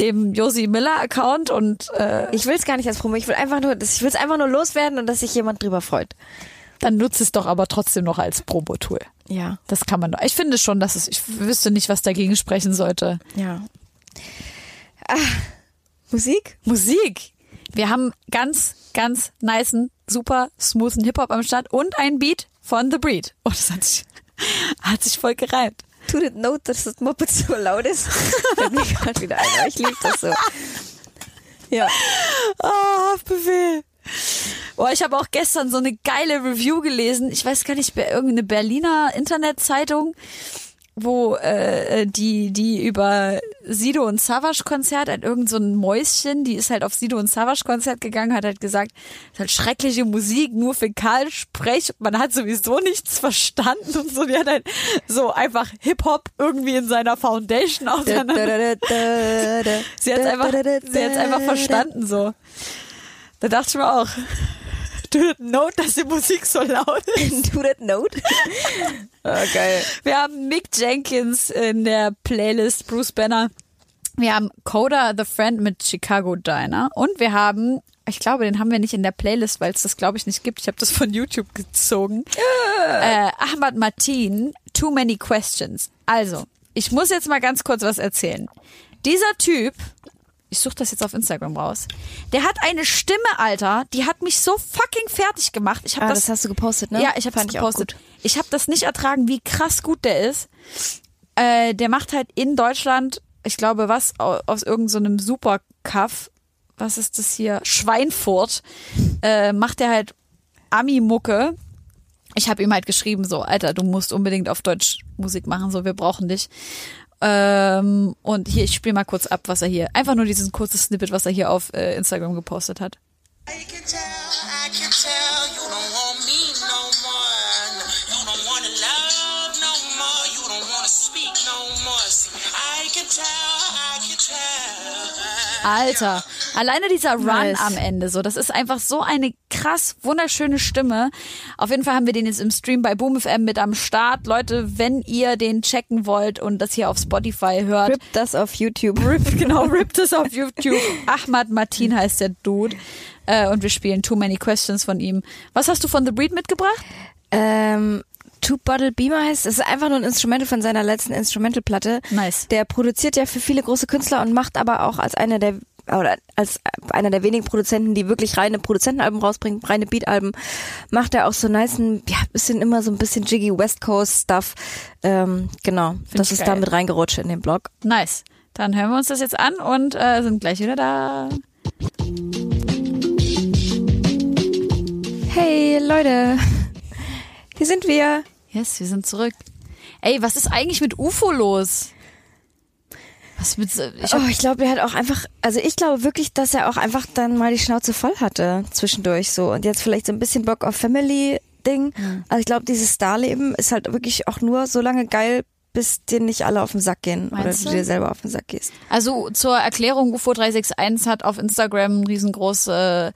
Speaker 3: dem Josi Miller-Account und äh,
Speaker 4: Ich will es gar nicht als Promo, ich will einfach nur, das- ich will es einfach nur loswerden und dass sich jemand drüber freut.
Speaker 3: dann nutze es doch aber trotzdem noch als Promo-Tool.
Speaker 4: Ja,
Speaker 3: Das kann man doch. Ich finde schon, dass es, ich wüsste nicht, was dagegen sprechen sollte.
Speaker 4: ja. Ah, Musik?
Speaker 3: Musik. Wir haben ganz, ganz nicen, super smoothen Hip-Hop am Start und einen Beat von The Breed. Oh, das hat sich, *laughs* hat sich voll gereimt.
Speaker 4: Tut it note, dass das Moped so laut
Speaker 3: *laughs*
Speaker 4: ist. Fällt mir gerade wieder ein, aber ich liebe das so. Ja.
Speaker 3: Oh, Haftbefehl. Oh, ich habe auch gestern so eine geile Review gelesen. Ich weiß gar nicht, wer- irgendeine Berliner Internetzeitung, wo äh, die die über Sido und Savage Konzert hat irgend so ein Mäuschen, die ist halt auf Sido und Savage Konzert gegangen, hat halt gesagt, es ist halt schreckliche Musik, nur Fäkalsprech, man hat sowieso nichts verstanden und so. Die hat halt so einfach Hip Hop irgendwie in seiner Foundation auseinander. ne?
Speaker 4: *laughs*
Speaker 3: Sie hat einfach, sie hat's einfach verstanden so. Da dachte ich mir auch, *laughs* du note, dass die Musik so laut ist.
Speaker 4: Do
Speaker 3: *laughs*
Speaker 4: that note.
Speaker 3: Ah,
Speaker 4: Oh, geil.
Speaker 3: Wir haben Mick Jenkins in der Playlist, Bruce Banner. Wir haben Coda the Friend mit Chicago Diner. Und wir haben, ich glaube, den haben wir nicht in der Playlist, weil es das, glaube ich, nicht gibt. Ich habe das von YouTube gezogen. Äh, Ahmad Martin, Too Many Questions. Also, ich muss jetzt mal ganz kurz was erzählen. Dieser Typ, ich suche das jetzt auf Instagram raus, der hat eine Stimme, Alter, die hat mich so fucking fertig gemacht. Ich habe
Speaker 4: Ah,
Speaker 3: das,
Speaker 4: das hast du gepostet, ne?
Speaker 3: ja, ich habe
Speaker 4: Fand
Speaker 3: es
Speaker 4: ich auch
Speaker 3: gepostet. Ich habe das nicht ertragen, wie krass gut der ist. Äh, der macht halt in Deutschland, ich glaube, was au- aus irgendeinem so einem Supercuff, was ist das hier? Schweinfurt, äh, macht er halt Ami-Mucke. Ich habe ihm halt geschrieben, so, Alter, du musst unbedingt auf Deutsch Musik machen, so, wir brauchen dich. Ähm, und hier, ich spiele mal kurz ab, was er hier, einfach nur dieses kurze Snippet, was er hier auf äh, Instagram gepostet hat.
Speaker 5: I can tell, I can tell you don't want me no more. You don't wanna love no more. I can tell.
Speaker 3: Alter, alleine dieser Run
Speaker 4: Nice.
Speaker 3: am Ende so, das ist einfach so eine krass wunderschöne Stimme. Auf jeden Fall haben wir den jetzt im Stream bei Boom FM mit am Start. Leute, wenn ihr den checken wollt und das hier auf Spotify hört,
Speaker 4: Rip das auf YouTube.
Speaker 3: Rip, *laughs* genau, Ripped ist auf YouTube. Ahmad Martin heißt der Dude. Äh, und wir spielen Too Many Questions von ihm. Was hast du von The Breed mitgebracht?
Speaker 4: Ähm, Two Bottle Beamer heißt, es ist einfach nur ein Instrumental von seiner letzten Instrumentalplatte.
Speaker 3: Nice.
Speaker 4: Der produziert ja für viele große Künstler und macht aber auch als einer der oder als einer der wenigen Produzenten, die wirklich reine Produzentenalben rausbringen, reine Beatalben, macht er auch so nice, ja, bisschen immer so ein bisschen Jiggy West Coast Stuff. Ähm, genau, das
Speaker 3: ich
Speaker 4: ist
Speaker 3: geil.
Speaker 4: damit reingerutscht in den Blog.
Speaker 3: Nice. Dann hören wir uns das jetzt an und äh, sind gleich wieder da.
Speaker 4: Hey Leute, hier sind wir.
Speaker 3: Yes, wir sind zurück. Ey, was ist eigentlich mit UFO los? Was mit, so- ich hab,
Speaker 4: oh, ich glaube, er hat auch einfach, also ich glaube wirklich, dass er auch einfach dann mal die Schnauze voll hatte zwischendurch so und jetzt vielleicht so ein bisschen Bock auf Family Ding.
Speaker 3: Mhm.
Speaker 4: Also ich glaube, dieses Starleben ist halt wirklich auch nur so lange geil, bis dir nicht alle auf den Sack gehen
Speaker 3: Meinst du?
Speaker 4: oder du dir selber auf den Sack gehst.
Speaker 3: also zur Erklärung, UFO 361 hat auf Instagram riesengroß äh,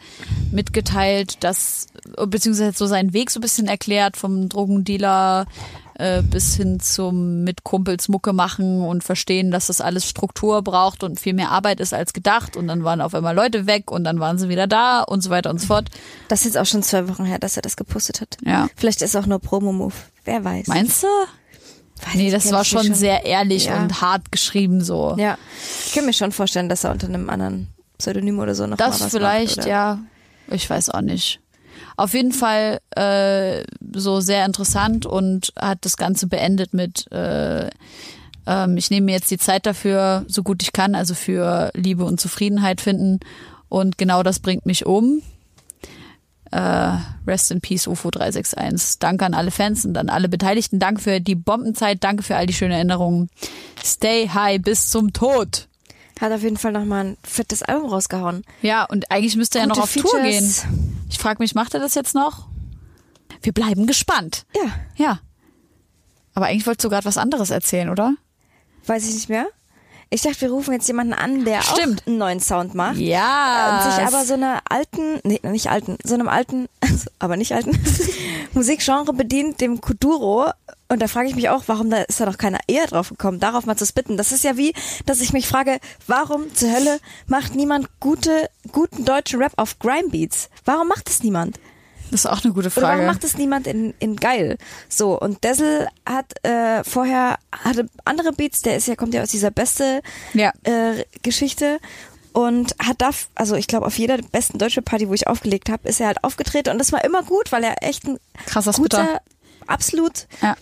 Speaker 3: mitgeteilt, dass, beziehungsweise so seinen Weg so ein bisschen erklärt, vom Drogendealer äh, bis hin zum mit Kumpels Mucke machen und verstehen, dass das alles Struktur braucht und viel mehr Arbeit ist als gedacht und dann waren auf einmal Leute weg und dann waren sie wieder da und so weiter und so fort.
Speaker 4: Das ist jetzt auch schon zwei Wochen her, dass er das gepostet hat.
Speaker 3: Ja.
Speaker 4: Vielleicht ist auch nur Promo-Move. Wer weiß.
Speaker 3: Meinst du?
Speaker 4: Weiß
Speaker 3: Nee,
Speaker 4: ich,
Speaker 3: das
Speaker 4: kenn
Speaker 3: war
Speaker 4: ich mich
Speaker 3: schon sehr ehrlich
Speaker 4: Ja.
Speaker 3: und hart geschrieben so.
Speaker 4: Ja. Ich kann mir schon vorstellen, dass er unter einem anderen Pseudonym oder so noch
Speaker 3: das
Speaker 4: mal was
Speaker 3: vielleicht,
Speaker 4: macht, oder?
Speaker 3: ja. Ich weiß auch nicht. Auf jeden Fall äh, so sehr interessant und hat das Ganze beendet mit äh, ähm, ich nehme mir jetzt die Zeit dafür, so gut ich kann, also für Liebe und Zufriedenheit finden. Und genau das bringt mich um. Äh, Rest in Peace UFO 361. Danke an alle Fans und an alle Beteiligten. Danke für die Bombenzeit. Danke für all die schönen Erinnerungen. Stay high bis zum Tod.
Speaker 4: Hat auf jeden Fall nochmal ein fettes Album rausgehauen.
Speaker 3: Ja, und eigentlich müsste er
Speaker 4: Gute
Speaker 3: noch auf Tour gehen.
Speaker 4: Features.
Speaker 3: Ich frage mich, macht er das jetzt noch? Wir bleiben gespannt.
Speaker 4: Ja.
Speaker 3: Ja. Aber eigentlich wolltest du gerade was anderes erzählen, oder?
Speaker 4: Weiß ich nicht mehr. Ich dachte, wir rufen jetzt jemanden an, der
Speaker 3: Stimmt.
Speaker 4: auch einen neuen Sound macht.
Speaker 3: Ja.
Speaker 4: Und sich aber so einer alten, nee, nicht alten, so einem alten, *laughs* aber nicht alten, *laughs* Musikgenre bedient, dem Kuduro. Und da frage ich mich auch, warum da ist da noch keiner eher drauf gekommen, darauf mal zu spitten. Das ist ja wie, dass ich mich frage, warum zur Hölle macht niemand gute, guten deutschen Rap auf Grimebeats? Warum macht das niemand?
Speaker 3: das ist auch eine gute
Speaker 4: Oder
Speaker 3: Frage.
Speaker 4: warum macht es niemand in, in geil? So, und Dessel hat äh, vorher hatte andere Beats, der ist ja, kommt ja aus dieser beste
Speaker 3: Ja.
Speaker 4: äh, Geschichte und hat da, also ich glaube, auf jeder besten deutschen Party, wo ich aufgelegt habe, ist er halt aufgetreten und das war immer gut, weil er echt ein
Speaker 3: Krasser
Speaker 4: guter,
Speaker 3: Spitter.
Speaker 4: absolut
Speaker 3: ja.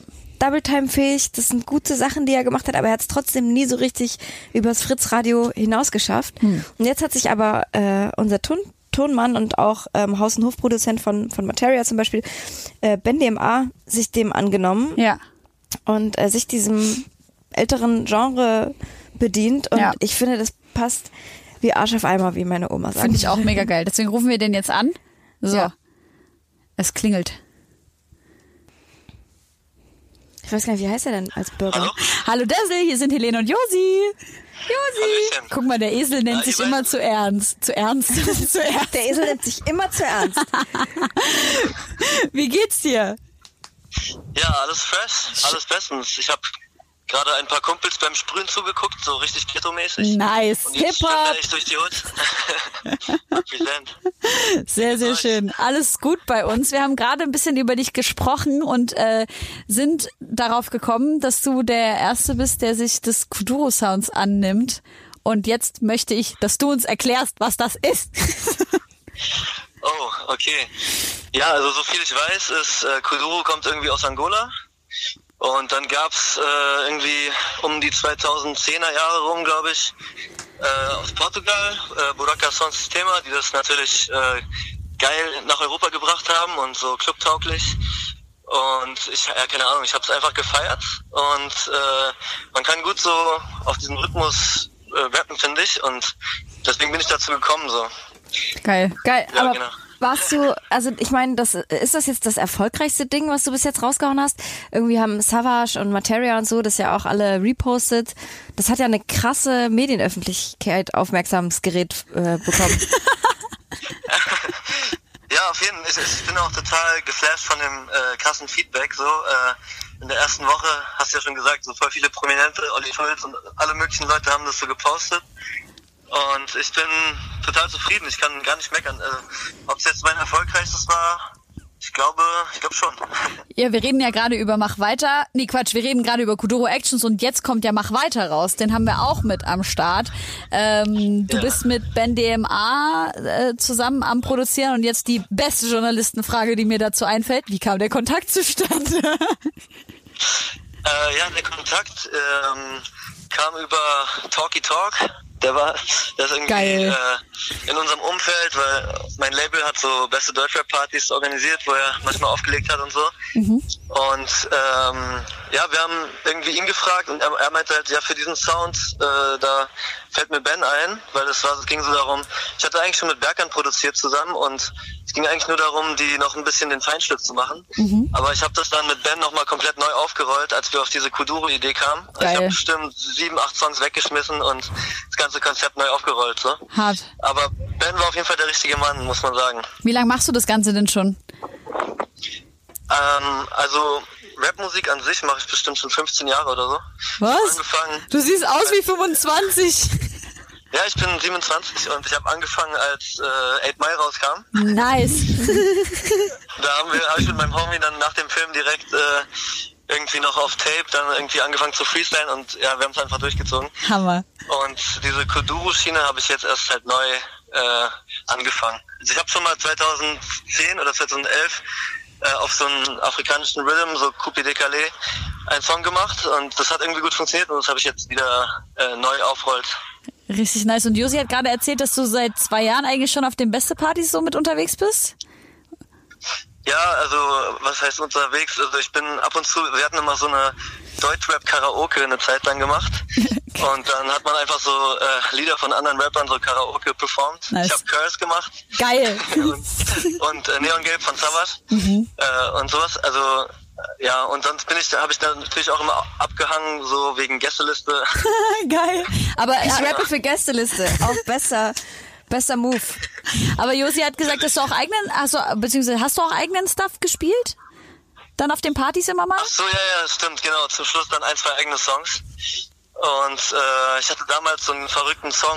Speaker 4: Double-Time-fähig, das sind gute Sachen, die er gemacht hat, aber er hat es trotzdem nie so richtig übers Fritz-Radio hinausgeschafft.
Speaker 3: Hm.
Speaker 4: Und jetzt hat sich aber äh, unser Ton Tonmann und auch ähm, Haus- und Hofproduzent von, von Materia zum Beispiel, äh, Ben DMA, sich dem angenommen
Speaker 3: ja.
Speaker 4: und äh, sich diesem älteren Genre bedient. Und
Speaker 3: Ja.
Speaker 4: ich finde, das passt wie Arsch auf Eimer, wie meine Oma sagt.
Speaker 3: Finde ich auch mega geil. Deswegen rufen wir den jetzt an. So.
Speaker 4: Ja.
Speaker 3: Es klingelt.
Speaker 4: Ich weiß gar nicht, wie heißt er denn als Bürger?
Speaker 3: Hallo Dessel, hier sind Helene und Josi. Josi.
Speaker 5: Hallöchen.
Speaker 3: Guck mal, der Esel nennt sich immer zu ernst. Zu *laughs* ernst. zu ernst.
Speaker 4: Der Esel nimmt sich immer zu ernst.
Speaker 3: Wie geht's dir?
Speaker 6: Ja, alles fresh, alles bestens. Ich habe gerade ein paar Kumpels beim Sprühen zugeguckt, so richtig ghetto-mäßig.
Speaker 3: Nice.
Speaker 6: Und jetzt
Speaker 3: Hip-Hop.
Speaker 6: schlendere ich durch die Hut. *laughs* Represent.
Speaker 3: Sehr, sehr schön. Alles gut bei uns. Wir haben gerade ein bisschen über dich gesprochen und äh, sind darauf gekommen, dass du der Erste bist, der sich des Kuduro-Sounds annimmt. Und jetzt möchte ich, dass du uns erklärst, was das ist. *laughs*
Speaker 6: Oh, okay. Ja, also so viel ich weiß, ist äh, Kuduro kommt irgendwie aus Angola. Und dann gab's äh, irgendwie um die 2010er Jahre rum, glaube ich, äh, aus Portugal, äh, Buraca Son Sistema, die das natürlich äh, geil nach Europa gebracht haben und so clubtauglich. Und ich, ja, keine Ahnung, ich habe es einfach gefeiert. Und äh, man kann gut so auf diesen Rhythmus äh, rappen, finde ich. Und deswegen bin ich dazu gekommen so.
Speaker 3: Geil.
Speaker 4: *laughs* Geil,
Speaker 6: Ja,
Speaker 4: aber
Speaker 6: genau.
Speaker 4: Warst du, also ich meine, das ist das jetzt das erfolgreichste Ding, was du bis jetzt rausgehauen hast? Irgendwie haben Savage und Materia und so das ja auch alle repostet. Das hat ja eine krasse Medienöffentlichkeit aufmerksames Gerät äh, bekommen.
Speaker 6: Ja, auf jeden Fall. Ich, ich bin auch total geflasht von dem äh, krassen Feedback. So äh, in der ersten Woche hast du ja schon gesagt, so voll viele Prominente, Olli Schulz und alle möglichen Leute haben das so gepostet. Und ich bin total zufrieden. Ich kann gar nicht meckern. Also, Ob es jetzt mein erfolgreichstes war, ich glaube, ich glaube schon. *laughs*
Speaker 3: Ja, wir reden ja gerade über Mach weiter. Nee, Quatsch, wir reden gerade über Kudoro Actions und jetzt kommt ja Mach weiter raus. Den haben wir auch mit am Start. Ähm, du
Speaker 6: Ja.
Speaker 3: bist mit Ben DMA äh, zusammen am Produzieren und jetzt die beste Journalistenfrage, die mir dazu einfällt. Wie kam der Kontakt zustande? *laughs*
Speaker 6: Äh, ja, der Kontakt ähm, kam über Talky Talk. Der war, der ist irgendwie
Speaker 3: Geil.
Speaker 6: Äh, in unserem Umfeld, weil mein Label hat so beste Deutschrap-Partys organisiert, wo er manchmal aufgelegt hat und so. Und ähm, ja, wir haben irgendwie ihn gefragt und er, er meinte halt, ja, für diesen Sound, äh, da fällt mir Ben ein, weil das war, es ging so darum, ich hatte eigentlich schon mit Berkan produziert zusammen und es ging eigentlich nur darum, die noch ein bisschen den Feinschliff zu machen. Aber ich habe das dann mit Ben nochmal komplett neu aufgerollt, als wir auf diese Kuduro-Idee kamen. Ich
Speaker 3: Geil.
Speaker 6: habe bestimmt sieben, acht Songs weggeschmissen und das ganze Konzept neu aufgerollt. So.
Speaker 3: Hart.
Speaker 6: Aber Ben war auf jeden Fall der richtige Mann, muss man sagen.
Speaker 3: Wie lange machst du das Ganze denn schon?
Speaker 6: Ähm, also Rapmusik an sich mache ich bestimmt schon 15 Jahre oder so.
Speaker 3: Was?
Speaker 6: Angefangen,
Speaker 3: Du siehst aus wie 25.
Speaker 6: ja, ich bin 27 und ich habe angefangen, als äh, 8 Mile rauskam.
Speaker 3: Nice.
Speaker 6: Da haben wir, habe ich mit meinem Homie dann nach dem Film direkt äh, irgendwie noch auf Tape dann irgendwie angefangen zu freestylen und ja, wir haben es einfach durchgezogen.
Speaker 3: Hammer.
Speaker 6: Und diese Koduro-Schiene habe ich jetzt erst halt neu äh, angefangen. Also ich habe schon mal 2010 oder 2011 äh, auf so einen afrikanischen Rhythm, so Coupe de Calais, einen Song gemacht und das hat irgendwie gut funktioniert und das habe ich jetzt wieder äh, neu aufrollt.
Speaker 3: Richtig nice. Und Josi hat gerade erzählt, dass du seit zwei Jahren eigentlich schon auf den beste Partys so mit unterwegs bist.
Speaker 6: Ja, also was heißt unterwegs? Also ich bin ab und zu, wir hatten immer so eine Deutschrap-Karaoke eine Zeit lang gemacht. Und dann hat man einfach so äh, Lieder von anderen Rappern so Karaoke performt.
Speaker 3: Nice.
Speaker 6: Ich habe Curse gemacht.
Speaker 3: Geil.
Speaker 6: und, *laughs* und äh, Neongelb von Savas äh, und sowas. Also äh, ja, und sonst bin ich, habe ich dann natürlich auch immer abgehangen, so wegen Gästeliste.
Speaker 3: *laughs* Geil. Aber, äh,
Speaker 4: Ich rappe für Gästeliste. Auch besser, besser Move.
Speaker 3: aber Josi hat gesagt, dass du auch eigenen, also, beziehungsweise hast du auch eigenen Stuff gespielt? Dann auf den Partys immer mal?
Speaker 6: Ach so, ja, ja, stimmt, genau. Zum Schluss dann ein, zwei eigene Songs. Und äh, ich hatte damals so einen verrückten Song,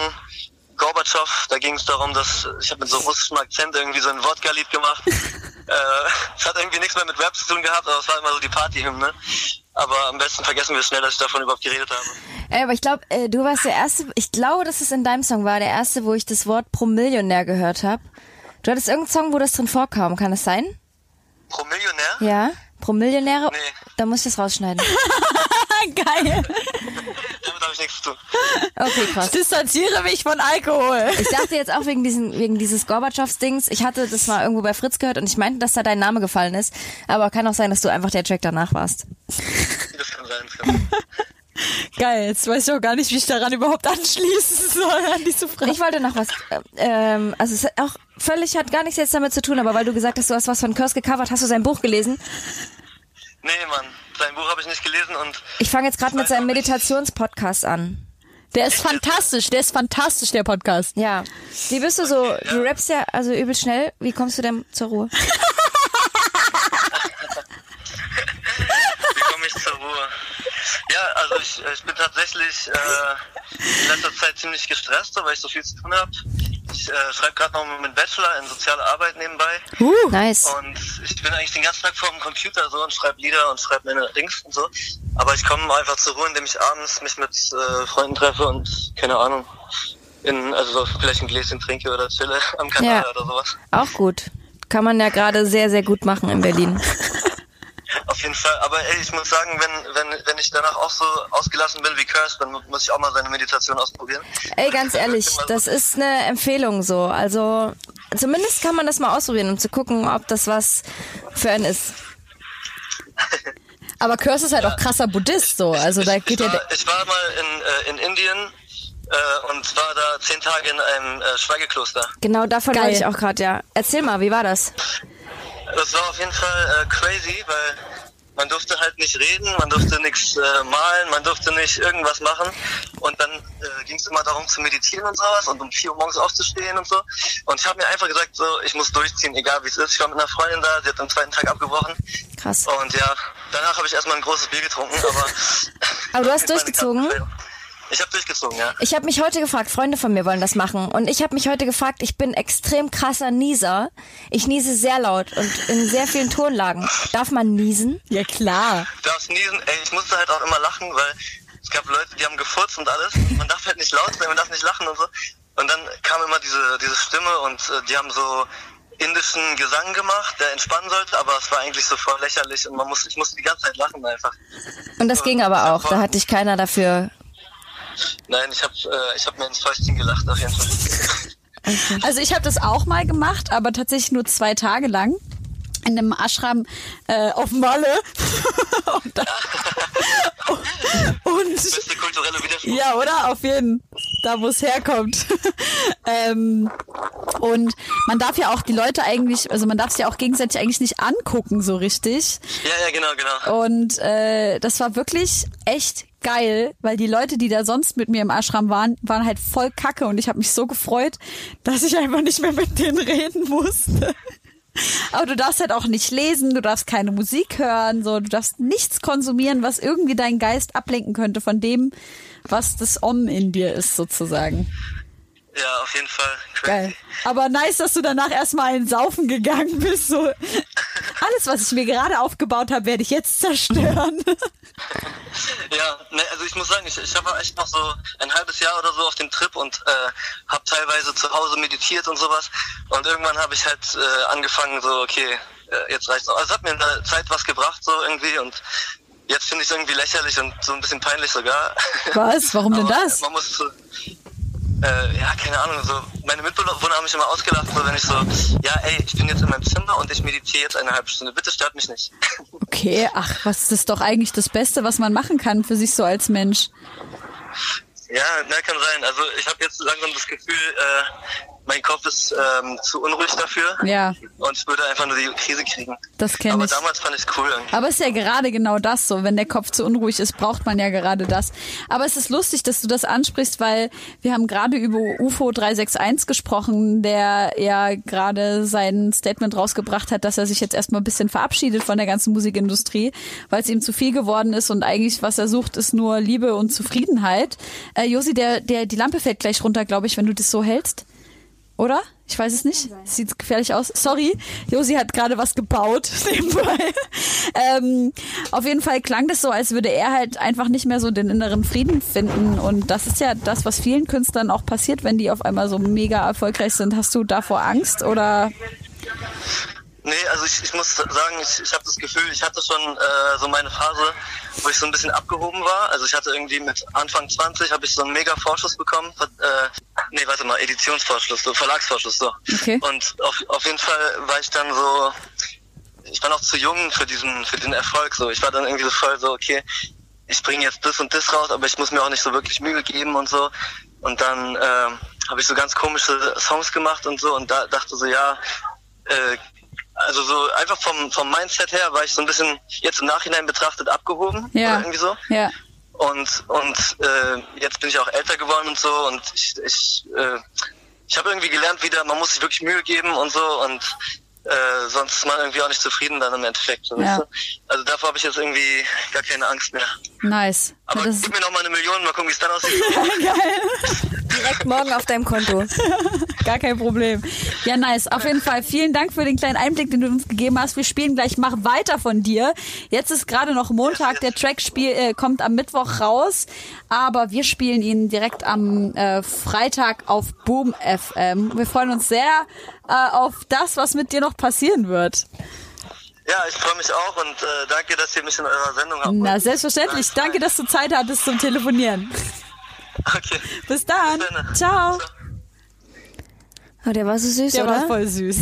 Speaker 6: Gorbatschow, da ging es darum, dass ich habe mit so russischem Akzent irgendwie so ein Wodka-Lied gemacht. äh, Es hat irgendwie nichts mehr mit Rap zu tun gehabt, aber es war immer so die Partyhymne. Aber am besten vergessen wir schnell, dass ich davon überhaupt geredet habe.
Speaker 4: Ey, aber ich glaube, äh, du warst der erste, ich glaube, dass es in deinem Song war, der erste, wo ich das Wort Promillionär gehört habe. Du hattest irgendeinen Song, wo das drin vorkam, kann das sein?
Speaker 6: Pro Millionär?
Speaker 4: Ja? Promillionäre?
Speaker 6: Nee.
Speaker 4: Da muss ich das rausschneiden.
Speaker 3: Geil.
Speaker 6: Damit habe ich nichts zu tun.
Speaker 4: Okay,
Speaker 3: Ich *laughs*
Speaker 4: krass.
Speaker 3: distanziere mich von Alkohol.
Speaker 4: Ich dachte jetzt auch wegen, diesen, wegen dieses Gorbatschows-Dings, ich hatte das mal irgendwo bei Fritz gehört und ich meinte, dass da dein Name gefallen ist. Aber kann auch sein, dass du einfach der Track danach warst.
Speaker 6: Das kann sein. Das kann sein.
Speaker 3: Geil. Jetzt weiß ich auch gar nicht, wie ich daran überhaupt anschließen soll, an diese Frage.
Speaker 4: Ich wollte noch was, äh, ähm, also es hat auch völlig hat gar nichts jetzt damit zu tun, aber weil du gesagt hast, du hast was von Curse gecovert, hast du sein Buch gelesen?
Speaker 6: Nee, Mann. Sein Buch habe ich nicht gelesen und
Speaker 4: Ich fange jetzt gerade mit seinem Meditationspodcast an.
Speaker 3: Der ist fantastisch. Der ist fantastisch, der Podcast.
Speaker 4: Ja. Wie bist du so? Du rappst ja also übel schnell. Wie kommst du denn zur Ruhe?
Speaker 6: wie komme ich zur Ruhe? Ja, also ich, ich bin tatsächlich äh, in letzter Zeit ziemlich gestresst, so, weil ich so viel zu tun habe. Ich äh, schreibe gerade noch mit Bachelor in soziale Arbeit nebenbei Oh,
Speaker 4: Nice.
Speaker 6: und ich bin eigentlich den ganzen Tag vor dem Computer so und schreibe Lieder und schreibe meine Dings und so. Aber ich komme einfach zur Ruhe, indem ich abends mich mit äh, Freunden treffe und keine Ahnung, in, also so vielleicht ein Gläschen trinke oder chille am Kanal
Speaker 4: Ja.
Speaker 6: oder sowas.
Speaker 4: Auch gut. Kann man ja gerade sehr, sehr gut machen in Berlin.
Speaker 6: *laughs* Auf jeden Fall, aber ey, ich muss sagen, wenn, wenn, wenn ich danach auch so ausgelassen bin wie Curse, dann muss ich auch mal seine Meditation ausprobieren.
Speaker 4: Ey, ganz ehrlich, das ist eine Empfehlung so. Also zumindest kann man das mal ausprobieren, um zu gucken, ob das was für einen ist.
Speaker 3: Aber Curse ist halt auch krasser Buddhist, so. Also da
Speaker 6: ich,
Speaker 3: geht
Speaker 6: ich
Speaker 3: ja
Speaker 6: war,
Speaker 3: der,
Speaker 6: Ich war mal in, äh, in Indien äh, und war da zehn Tage in einem äh, Schweigekloster.
Speaker 4: Genau davon
Speaker 3: Geil.
Speaker 4: wollte ich auch gerade, ja. Erzähl mal, wie war das?
Speaker 6: Das war auf jeden Fall äh, crazy, weil man durfte halt nicht reden, man durfte nichts äh, malen, man durfte nicht irgendwas machen. Und dann äh, ging es immer darum zu meditieren und sowas und um 4 Uhr morgens aufzustehen und so. Und ich habe mir einfach gesagt, so, ich muss durchziehen, egal wie es ist. Ich war mit einer Freundin da, sie hat am zweiten Tag abgebrochen.
Speaker 4: Krass.
Speaker 6: Und ja, danach habe ich erstmal ein großes Bier getrunken, aber.
Speaker 4: *laughs*
Speaker 6: *laughs*
Speaker 4: Aber du hast
Speaker 6: Ich meine,
Speaker 4: durchgezogen?
Speaker 6: Ich habe durchgezogen, ja.
Speaker 4: Ich habe mich heute gefragt, Freunde von mir wollen das machen. Und ich habe mich heute gefragt, ich bin extrem krasser Nieser. Ich niese sehr laut und in sehr vielen Tonlagen. Darf man niesen?
Speaker 3: Ja, klar.
Speaker 6: darfst niesen. Ey, ich musste halt auch immer lachen, weil es gab Leute, die haben gefurzt und alles. Man darf halt nicht laut sein, man darf nicht lachen und so. Und dann kam immer diese, diese Stimme und äh, die haben so indischen Gesang gemacht, der entspannen sollte, aber es war eigentlich so voll lächerlich und man musste, ich musste die ganze Zeit lachen einfach.
Speaker 4: Und das ging aber auch. Da hat dich keiner dafür.
Speaker 6: Nein, ich habe äh, ich hab mir ins Fäustchen gelacht auf jeden Fall.
Speaker 3: Also ich habe das auch mal gemacht, aber tatsächlich nur zwei Tage lang in einem Ashram äh, auf Malle. *laughs* und, da, und
Speaker 6: Beste kulturelle Widerspruch.
Speaker 3: Ja, oder? Auf jeden. Da, wo es herkommt. *laughs* ähm, und man darf ja auch die Leute eigentlich, also man darf sie ja auch gegenseitig eigentlich nicht angucken so richtig.
Speaker 6: Ja, ja, genau, genau.
Speaker 3: Und äh, das war wirklich echt geil, weil die Leute, die da sonst mit mir im Ashram waren, waren halt voll kacke und ich habe mich so gefreut, dass ich einfach nicht mehr mit denen reden musste. Aber du darfst halt auch nicht lesen, du darfst keine Musik hören, so du darfst nichts konsumieren, was irgendwie deinen Geist ablenken könnte von dem, was das Om in dir ist sozusagen.
Speaker 6: Ja, auf jeden Fall. Crazy.
Speaker 3: Geil. Aber nice, dass du danach erstmal einen Saufen gegangen bist. So. Alles, was ich mir gerade aufgebaut habe, werde ich jetzt zerstören.
Speaker 6: Ja, ne, also ich muss sagen, ich, ich habe echt noch so ein halbes Jahr oder so auf dem Trip und äh, habe teilweise zu Hause meditiert und sowas. Und irgendwann habe ich halt äh, angefangen, so, okay, äh, jetzt reicht's noch. Also es hat mir in der Zeit was gebracht, so irgendwie. Und jetzt finde ich es irgendwie lächerlich und so ein bisschen peinlich sogar. *laughs*
Speaker 3: Was? Warum denn
Speaker 6: Aber
Speaker 3: das?
Speaker 6: Man muss so, äh, ja, keine Ahnung, so, meine Mitbewohner haben mich immer ausgelacht, so, wenn ich so, ja, ey, ich bin jetzt in meinem Zimmer und ich meditiere jetzt eine halbe Stunde, bitte stört mich nicht. *laughs*
Speaker 3: Okay, ach, was das ist doch eigentlich das Beste, was man machen kann für sich so als Mensch.
Speaker 6: Ja, na, kann sein. Also ich habe jetzt langsam das Gefühl, äh, mein Kopf ist ähm, zu unruhig dafür.
Speaker 3: Ja.
Speaker 6: Und ich würde einfach nur die Krise kriegen.
Speaker 3: Das kenn
Speaker 6: Aber
Speaker 3: ich.
Speaker 6: damals fand ich cool irgendwie.
Speaker 3: Aber es ist ja gerade genau das so. Wenn der Kopf zu unruhig ist, braucht man ja gerade das. Aber es ist lustig, dass du das ansprichst, weil wir haben gerade über UFO 361 gesprochen, der ja gerade sein Statement rausgebracht hat, dass er sich jetzt erstmal ein bisschen verabschiedet von der ganzen Musikindustrie, weil es ihm zu viel geworden ist und eigentlich, was er sucht, ist nur Liebe und Zufriedenheit. Äh, Josi, der, der, die Lampe fällt gleich runter, glaube ich, wenn du das so hältst. Oder? Ich weiß es nicht. Sieht gefährlich aus. Sorry, Josi hat gerade was gebaut *laughs* nebenbei. ähm, auf jeden Fall klang das so, als würde er halt einfach nicht mehr so den inneren Frieden finden. Und das ist ja das, was vielen Künstlern auch passiert, wenn die auf einmal so mega erfolgreich sind. Hast du davor Angst oder?
Speaker 6: Nee, also ich, ich muss sagen, ich, ich habe das Gefühl, ich hatte schon äh, so meine Phase, wo ich so ein bisschen abgehoben war. Also ich hatte irgendwie mit Anfang 20 habe ich so einen mega Vorschuss bekommen. Ver- Äh, nee, warte mal, Editionsvorschuss, so Verlagsvorschuss, so.
Speaker 3: Okay.
Speaker 6: Und auf, auf jeden Fall war ich dann so, ich war noch zu jung für diesen, für diesen Erfolg. So, ich war dann irgendwie so voll so, okay, ich bringe jetzt das und das raus, aber ich muss mir auch nicht so wirklich Mühe geben und so. Und dann ähm, habe ich so ganz komische Songs gemacht und so und da dachte so, ja, äh, also so einfach vom, vom Mindset her war ich so ein bisschen jetzt im Nachhinein betrachtet abgehoben oder irgendwie so.
Speaker 3: Ja.
Speaker 6: Und, und äh, jetzt bin ich auch älter geworden und so und ich, ich, äh, ich habe irgendwie gelernt wieder, man muss sich wirklich Mühe geben und so und äh, sonst ist man irgendwie auch nicht zufrieden dann im Endeffekt. so,
Speaker 3: Ja.
Speaker 6: Weißt du? Also davor habe ich jetzt irgendwie gar keine Angst mehr.
Speaker 3: Nice.
Speaker 6: Aber
Speaker 3: Ja, das
Speaker 6: gib mir noch mal eine Million, mal gucken, wie es dann aussieht.
Speaker 3: *laughs*
Speaker 4: Direkt morgen auf deinem Konto.
Speaker 3: Gar kein Problem. Ja, nice. Auf jeden Fall vielen Dank für den kleinen Einblick, den du uns gegeben hast. Wir spielen gleich Mach weiter von dir. Jetzt ist gerade noch Montag. Der Track spiel, äh, kommt am Mittwoch raus. Aber wir spielen ihn direkt am äh, Freitag auf Boom FM. Wir freuen uns sehr äh, auf das, was mit dir noch passieren wird.
Speaker 6: ja, ich freue mich auch und äh, danke, dass ihr mich in eurer Sendung habt.
Speaker 3: Na, selbstverständlich. Danke, dass du Zeit hattest zum Telefonieren.
Speaker 6: *laughs* Okay.
Speaker 3: Bis dann.
Speaker 6: dann.
Speaker 3: Ciao.
Speaker 4: Oh, der war so süß,
Speaker 3: Der war
Speaker 4: oder?
Speaker 3: voll süß.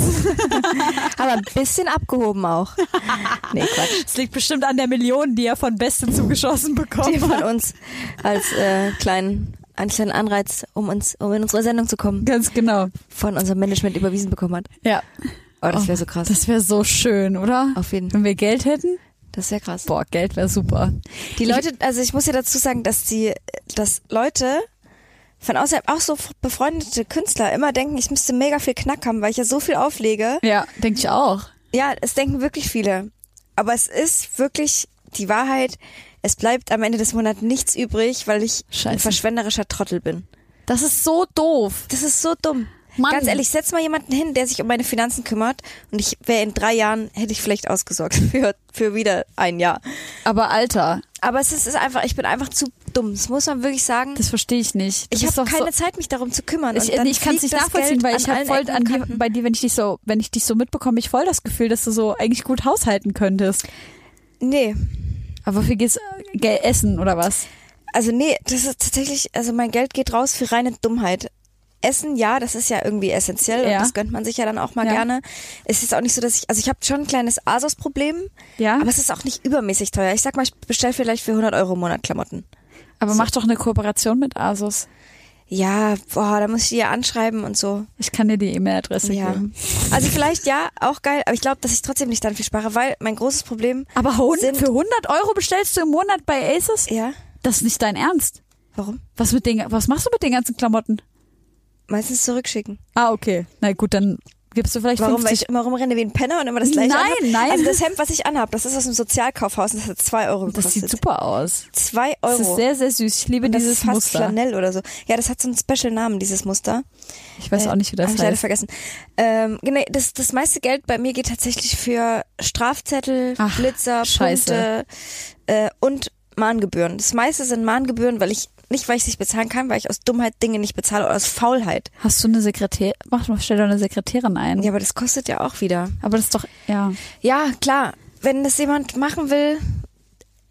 Speaker 3: *laughs*
Speaker 4: Aber ein bisschen abgehoben auch. Nee, Quatsch.
Speaker 3: Es liegt bestimmt an der Million, die er von Beste zugeschossen bekommt.
Speaker 4: Die von uns als äh, kleinen einen kleinen Anreiz, um uns, um in unsere Sendung zu kommen,
Speaker 3: Ganz genau.
Speaker 4: von unserem Management überwiesen bekommen hat.
Speaker 3: Ja.
Speaker 4: Oh, das wäre so krass.
Speaker 3: Das wäre so schön, oder?
Speaker 4: Auf jeden Fall.
Speaker 3: Wenn wir Geld hätten?
Speaker 4: Das wäre krass.
Speaker 3: Boah, Geld wäre super.
Speaker 4: Die Leute, also ich muss ja dazu sagen, dass die, dass Leute von außerhalb auch so befreundete Künstler immer denken, ich müsste mega viel Knack haben, weil ich ja so viel auflege.
Speaker 3: Ja, denke ich auch.
Speaker 4: Ja, es denken wirklich viele. Aber es ist wirklich die Wahrheit. Es bleibt am Ende des Monats nichts übrig, weil ich ein
Speaker 3: Scheiße.
Speaker 4: verschwenderischer Trottel bin.
Speaker 3: Das ist so doof.
Speaker 4: Das ist so dumm.
Speaker 3: Mann.
Speaker 4: Ganz ehrlich, setz mal jemanden hin, der sich um meine Finanzen kümmert und ich wäre in drei Jahren, hätte ich vielleicht ausgesorgt *laughs* für, für wieder ein Jahr.
Speaker 3: Aber Alter,
Speaker 4: Aber es ist, ist einfach, ich bin einfach zu dumm. Das muss man wirklich sagen.
Speaker 3: das verstehe ich nicht. Du
Speaker 4: ich
Speaker 3: bist
Speaker 4: habe
Speaker 3: doch
Speaker 4: keine
Speaker 3: so,
Speaker 4: Zeit, mich darum zu kümmern.
Speaker 3: ich,
Speaker 4: und dann
Speaker 3: ich kann es nicht
Speaker 4: fliegt das
Speaker 3: nachvollziehen,
Speaker 4: Geld
Speaker 3: weil ich
Speaker 4: an
Speaker 3: habe
Speaker 4: allen
Speaker 3: voll
Speaker 4: Ecken
Speaker 3: an
Speaker 4: und
Speaker 3: dir,
Speaker 4: Kanten.
Speaker 3: bei dir, wenn ich dich so, wenn ich dich so mitbekomme, ich voll das Gefühl, dass du so eigentlich gut haushalten könntest.
Speaker 4: Nee,
Speaker 3: Aber wofür geht's äh, Geld essen oder was?
Speaker 4: also nee, das ist tatsächlich, also mein Geld geht raus für reine Dummheit. Essen, ja, das ist ja irgendwie essentiell
Speaker 3: Ja.
Speaker 4: und das gönnt man sich ja dann auch mal
Speaker 3: Ja.
Speaker 4: gerne. Es ist auch nicht so, dass ich, also ich habe schon ein kleines ASOS-Problem,
Speaker 3: Ja.
Speaker 4: aber es ist auch nicht übermäßig teuer. Ich sag mal, ich bestell vielleicht für 100 Euro im Monat Klamotten.
Speaker 3: Aber mach doch eine Kooperation mit Asus.
Speaker 4: Ja, boah, da muss ich die ja anschreiben und so.
Speaker 3: Ich kann dir die E-Mail-Adresse
Speaker 4: Ja.
Speaker 3: geben.
Speaker 4: Also vielleicht ja, auch geil, aber ich glaube, dass ich trotzdem nicht dann viel spare, weil mein großes Problem,
Speaker 3: Aber Hund,
Speaker 4: Sind-
Speaker 3: für 100 Euro bestellst du im Monat bei Asus?
Speaker 4: ja,
Speaker 3: Das ist nicht dein Ernst.
Speaker 4: warum?
Speaker 3: Was, mit den, was machst du mit den ganzen Klamotten?
Speaker 4: Meistens zurückschicken.
Speaker 3: Ah, okay. Na gut, dann gibst du vielleicht
Speaker 4: Warum? Weil
Speaker 3: 50.
Speaker 4: ich immer rumrenne wie ein Penner und immer das gleiche
Speaker 3: Nein,
Speaker 4: anhab?
Speaker 3: nein.
Speaker 4: Also das Hemd, was ich anhab, das ist aus dem Sozialkaufhaus und das hat zwei Euro
Speaker 3: das
Speaker 4: gekostet.
Speaker 3: sieht super aus.
Speaker 4: Zwei Euro.
Speaker 3: Das ist sehr, sehr süß. Ich liebe
Speaker 4: und das
Speaker 3: dieses
Speaker 4: ist fast
Speaker 3: Muster.
Speaker 4: Flanell oder so. Ja, das hat so einen special Namen, dieses Muster. Äh,
Speaker 3: Ich weiß auch nicht, wie das
Speaker 4: Hab ich leider
Speaker 3: heißt.
Speaker 4: vergessen. Ähm, genau, das, das meiste Geld bei mir geht tatsächlich für Strafzettel,
Speaker 3: Ach,
Speaker 4: Blitzer,
Speaker 3: scheiße.
Speaker 4: Punkte äh, und Mahngebühren. Das meiste sind Mahngebühren, weil ich nicht, weil ich es nicht bezahlen kann, weil ich aus Dummheit Dinge nicht bezahle oder aus Faulheit.
Speaker 3: Hast du eine Sekretärin? Mach mal, stell doch eine Sekretärin ein.
Speaker 4: Ja, aber das kostet ja auch wieder.
Speaker 3: Aber das ist doch, ja.
Speaker 4: Ja, klar. Wenn das jemand machen will,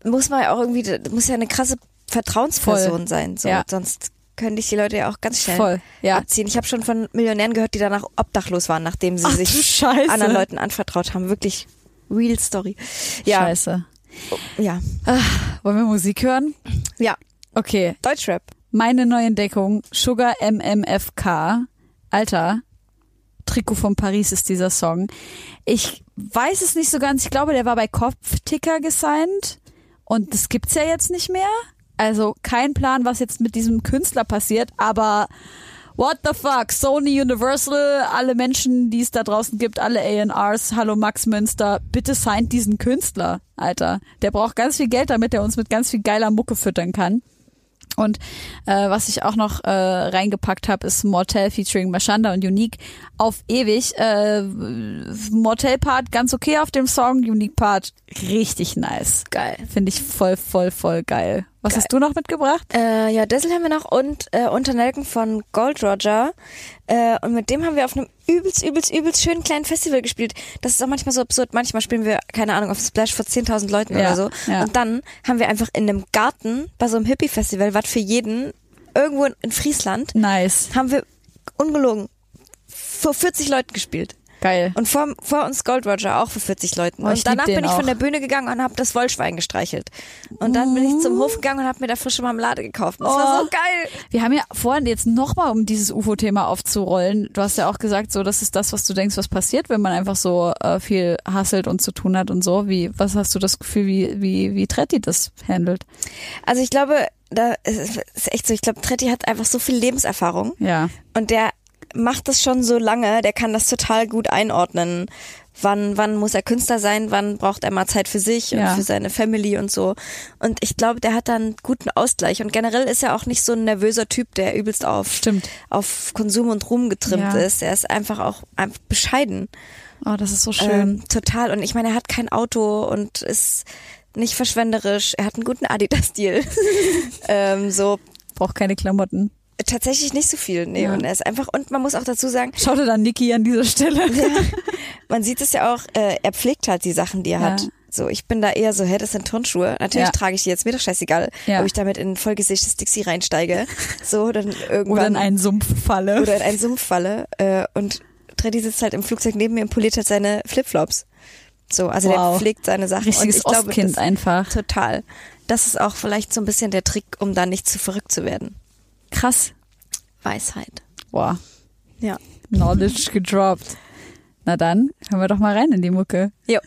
Speaker 4: muss man ja auch irgendwie, das muss ja eine krasse Vertrauensperson
Speaker 3: Voll.
Speaker 4: sein. So.
Speaker 3: Ja.
Speaker 4: Sonst könnte ich die Leute ja auch ganz schnell
Speaker 3: Voll, ja.
Speaker 4: abziehen. Ich habe schon von Millionären gehört, die danach obdachlos waren, nachdem sie
Speaker 3: Ach, du
Speaker 4: sich
Speaker 3: Scheiße.
Speaker 4: anderen Leuten anvertraut haben. Wirklich real story. Ja,
Speaker 3: Scheiße.
Speaker 4: ja,
Speaker 3: Wollen wir Musik hören?
Speaker 4: ja.
Speaker 3: Okay.
Speaker 4: Deutschrap.
Speaker 3: Meine neue Entdeckung, Sugar MMFK. Alter, Trikot von Paris ist dieser Song. Ich weiß es nicht so ganz. Ich glaube, der war bei Kopfticker gesigned. Und das gibt's ja jetzt nicht mehr. Also kein Plan, was jetzt mit diesem Künstler passiert, aber what the fuck? Sony Universal, alle Menschen, die es da draußen gibt, alle ANRs, hallo Max Münster, bitte signed diesen Künstler, Alter. Der braucht ganz viel Geld, damit er uns mit ganz viel geiler Mucke füttern kann. Und äh, was ich auch noch äh, reingepackt habe, ist Mortel featuring Mashanda und Unique auf ewig. Äh, Mortel-Part ganz okay auf dem Song, Unique-Part richtig nice.
Speaker 4: Geil.
Speaker 3: Finde ich voll, voll, voll geil. Was hast du noch mitgebracht?
Speaker 4: Äh, ja, Dessel haben wir noch und äh, unter Nelken von Gold Roger. Äh, und mit dem haben wir auf einem übelst, übelst, übelst schönen kleinen Festival gespielt. Das ist auch manchmal so absurd. Manchmal spielen wir, keine Ahnung, auf Splash vor 10.000 Leuten
Speaker 3: Ja,
Speaker 4: oder so.
Speaker 3: ja.
Speaker 4: Und dann haben wir einfach in einem Garten bei so einem Hippie-Festival, was für jeden, irgendwo in, in Friesland,
Speaker 3: Nice.
Speaker 4: haben wir ungelogen vor 40 Leuten gespielt.
Speaker 3: Geil.
Speaker 4: Und vor, vor uns Gold Roger auch vor 40 Leuten.
Speaker 3: Oh, ich
Speaker 4: und danach
Speaker 3: lieb den
Speaker 4: bin ich
Speaker 3: auch.
Speaker 4: von der Bühne gegangen und habe das Wollschwein gestreichelt. Und dann bin ich zum Hof gegangen und habe mir da frische Marmelade gekauft. Das war so geil.
Speaker 3: Wir haben ja vorhin jetzt nochmal, um dieses UFO-Thema aufzurollen, du hast ja auch gesagt, so, das ist das, was du denkst, was passiert, wenn man einfach so äh, viel hasselt und zu tun hat und so. Wie, was hast du das Gefühl, wie, wie, wie Tretti das handelt?
Speaker 4: Also ich glaube, da es ist echt so, ich glaube, Tretti hat einfach so viel Lebenserfahrung
Speaker 3: Ja.
Speaker 4: und der macht das schon so lange, der kann das total gut einordnen. Wann, wann muss er Künstler sein, wann braucht er mal Zeit für sich und
Speaker 3: Ja.
Speaker 4: für seine Family und so. Und ich glaube, der hat da einen guten Ausgleich. Und generell ist er auch nicht so ein nervöser Typ, der übelst auf,
Speaker 3: Stimmt.
Speaker 4: auf Konsum und Ruhm getrimmt
Speaker 3: Ja.
Speaker 4: ist. Er ist einfach auch einfach bescheiden.
Speaker 3: Oh, das ist so schön.
Speaker 4: Ähm, total. Und ich meine, er hat kein Auto und ist nicht verschwenderisch. Er hat einen guten
Speaker 3: *laughs*
Speaker 4: Adidas-Stil. ähm, so
Speaker 3: Braucht keine Klamotten.
Speaker 4: tatsächlich nicht so viel. Nee,
Speaker 3: Ja.
Speaker 4: und er ist einfach, und man muss auch dazu sagen,
Speaker 3: Schaut dir dann Niki an dieser Stelle. *laughs*
Speaker 4: *laughs* man sieht es ja auch, äh, er pflegt halt die Sachen, die er
Speaker 3: Ja.
Speaker 4: hat. So, ich bin da eher so, hä, das sind Turnschuhe. Natürlich
Speaker 3: Ja.
Speaker 4: trage ich die jetzt, mir doch scheißegal,
Speaker 3: Ja.
Speaker 4: ob ich damit in ein vollgesichtes Dixie reinsteige. So, dann irgendwann.
Speaker 3: Oder in einen Sumpf falle.
Speaker 4: *laughs* oder in einen Sumpf falle. Äh, und Treddy sitzt halt im Flugzeug neben mir und poliert halt seine Flipflops. So, also der
Speaker 3: Wow.
Speaker 4: pflegt seine Sachen. und
Speaker 3: Richtiges
Speaker 4: ich glaube,
Speaker 3: Ostkind
Speaker 4: das,
Speaker 3: einfach.
Speaker 4: Total. Das ist auch vielleicht so ein bisschen der Trick, um da nicht zu verrückt zu werden.
Speaker 3: Krass.
Speaker 4: Weisheit.
Speaker 3: Boah,
Speaker 4: Ja.
Speaker 3: Knowledge gedroppt. Na dann, hören wir doch mal rein in die Mucke.
Speaker 4: Jo.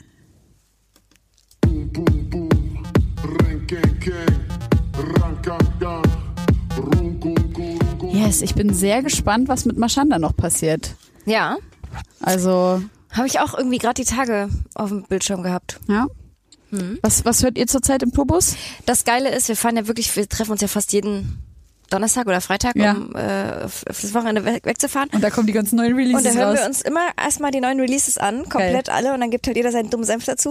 Speaker 3: Yes, ich bin sehr gespannt, was mit Maschanda noch passiert.
Speaker 4: Ja.
Speaker 3: Also,
Speaker 4: Habe ich auch irgendwie gerade die Tage auf dem Bildschirm gehabt.
Speaker 3: ja. Was, was hört ihr zurzeit im Probus?
Speaker 4: Das Geile ist, wir fahren ja wirklich, wir treffen uns ja fast jeden Donnerstag oder Freitag,
Speaker 3: Ja.
Speaker 4: um äh, f- fürs Wochenende weg, wegzufahren.
Speaker 3: Und da kommen die ganzen neuen
Speaker 4: Und
Speaker 3: Releases
Speaker 4: da hören
Speaker 3: raus.
Speaker 4: wir uns immer erstmal die neuen Releases an, komplett alle, und dann gibt halt jeder seinen dummen Senf
Speaker 3: *laughs*
Speaker 4: dazu.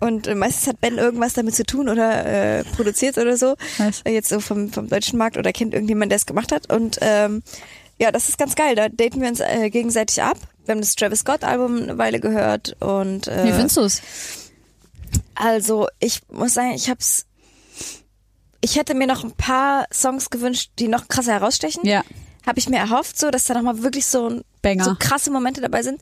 Speaker 4: und äh, meistens hat Ben irgendwas damit zu tun oder äh, produziert oder so.
Speaker 3: Nice.
Speaker 4: Äh, Jetzt so vom, vom deutschen Markt oder kennt irgendjemand, der es gemacht hat. Und ähm, ja, das ist ganz geil. Da daten wir uns äh, gegenseitig ab. Wir haben das Travis Scott Album eine Weile gehört und äh,
Speaker 3: Wie findest du es?
Speaker 4: also ich muss sagen, ich hab's. Ich hätte mir noch ein paar Songs gewünscht, die noch krasser herausstechen.
Speaker 3: Ja.
Speaker 4: Habe ich mir erhofft, so dass da nochmal wirklich so, ein-
Speaker 3: Banger.
Speaker 4: so krasse Momente dabei sind.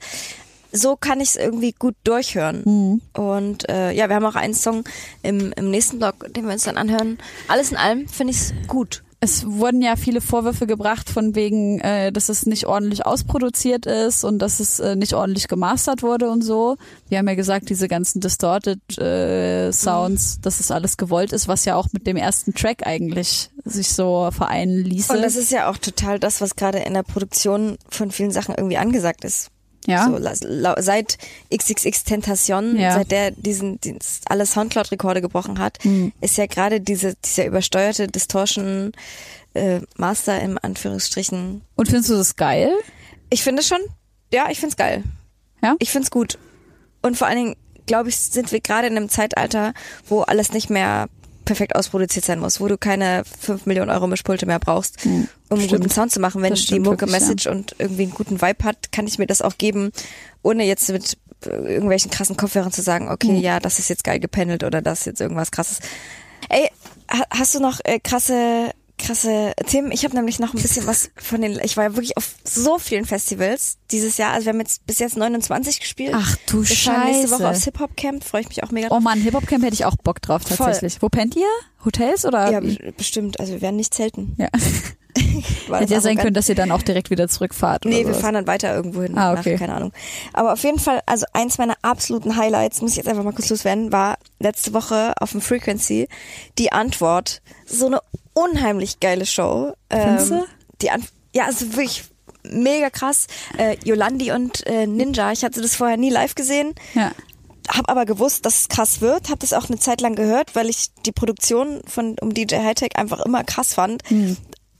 Speaker 4: So kann ich es irgendwie gut durchhören.
Speaker 3: Mhm.
Speaker 4: Und äh, ja, wir haben auch einen Song im, im nächsten Blog, den wir uns dann anhören. Alles in allem finde ich es gut.
Speaker 3: Es wurden ja viele Vorwürfe gebracht von wegen, äh, dass es nicht ordentlich ausproduziert ist und dass es äh, nicht ordentlich gemastert wurde und so. Wir haben ja gesagt, diese ganzen distorted äh,
Speaker 4: Mhm.
Speaker 3: Sounds, dass es alles gewollt ist, was ja auch mit dem ersten Track eigentlich sich so vereinen ließe.
Speaker 4: Und das ist ja auch total das, was gerade in der Produktion von vielen Sachen irgendwie angesagt ist.
Speaker 3: ja.
Speaker 4: So, la- lau- seit XXX Tentation,
Speaker 3: Ja.
Speaker 4: seit der diesen, dies- alle Soundcloud-Rekorde gebrochen hat,
Speaker 3: Hm.
Speaker 4: ist ja gerade diese, dieser übersteuerte Distortion äh, Master im Anführungsstrichen.
Speaker 3: und findest du das geil?
Speaker 4: Ich finde es schon, ja, ich finde es geil.
Speaker 3: Ja?
Speaker 4: Ich finde es gut. Und vor allen Dingen, glaube ich, sind wir gerade in einem Zeitalter, wo alles nicht mehr perfekt ausproduziert sein muss, wo du keine 5 Millionen Euro Mischpulte mehr brauchst, um einen guten Sound zu machen. Wenn
Speaker 3: Hm, Das
Speaker 4: die
Speaker 3: stimmt
Speaker 4: Mucke
Speaker 3: wirklich,
Speaker 4: Message und irgendwie einen guten Vibe hat, kann ich mir das auch geben, ohne jetzt mit äh, irgendwelchen krassen Kopfhörern zu sagen,
Speaker 3: Hm.
Speaker 4: okay, ja, das ist jetzt geil gependelt oder das ist jetzt irgendwas krasses. Ey, ha- hast du noch äh, krasse krasse Themen? Ich habe nämlich noch ein bisschen was von den ich war ja wirklich auf so vielen Festivals dieses Jahr, also wir haben jetzt bis jetzt 29 gespielt.
Speaker 3: Ach du
Speaker 4: wir fahren nächste
Speaker 3: Scheiße.
Speaker 4: Woche aufs Hip Hop Camp, freue ich mich auch mega.
Speaker 3: Oh
Speaker 4: drauf.
Speaker 3: man, Hip-Hop-Camp hätte ich auch Bock drauf tatsächlich. Wo pennt ihr? Hotels oder?
Speaker 4: ja,
Speaker 3: wie?
Speaker 4: b- bestimmt, also wir werden nicht zelten. *laughs*
Speaker 3: ja.
Speaker 4: War
Speaker 3: Hätte ja
Speaker 4: das
Speaker 3: sein
Speaker 4: arrogant?
Speaker 3: können, dass ihr dann auch direkt wieder zurückfahrt.
Speaker 4: Nee,
Speaker 3: oder
Speaker 4: wir
Speaker 3: sowas.
Speaker 4: fahren dann weiter irgendwo hin.
Speaker 3: Ah,
Speaker 4: nach,
Speaker 3: okay.
Speaker 4: keine Ahnung. Aber auf jeden Fall, also eins meiner absoluten Highlights, muss ich jetzt einfach mal kurz loswerden, war letzte Woche auf dem Frequency die Antwort. So eine unheimlich geile Show. Ähm,
Speaker 3: Findest du?
Speaker 4: Die Ant ja, also wirklich mega krass. Äh, Yolandi und äh, Ninja, ich hatte das vorher nie live gesehen.
Speaker 3: Ja.
Speaker 4: Hab aber gewusst, dass es krass wird, hab das auch eine Zeit lang gehört, weil ich die Produktion von um DJ Hightech einfach immer krass fand.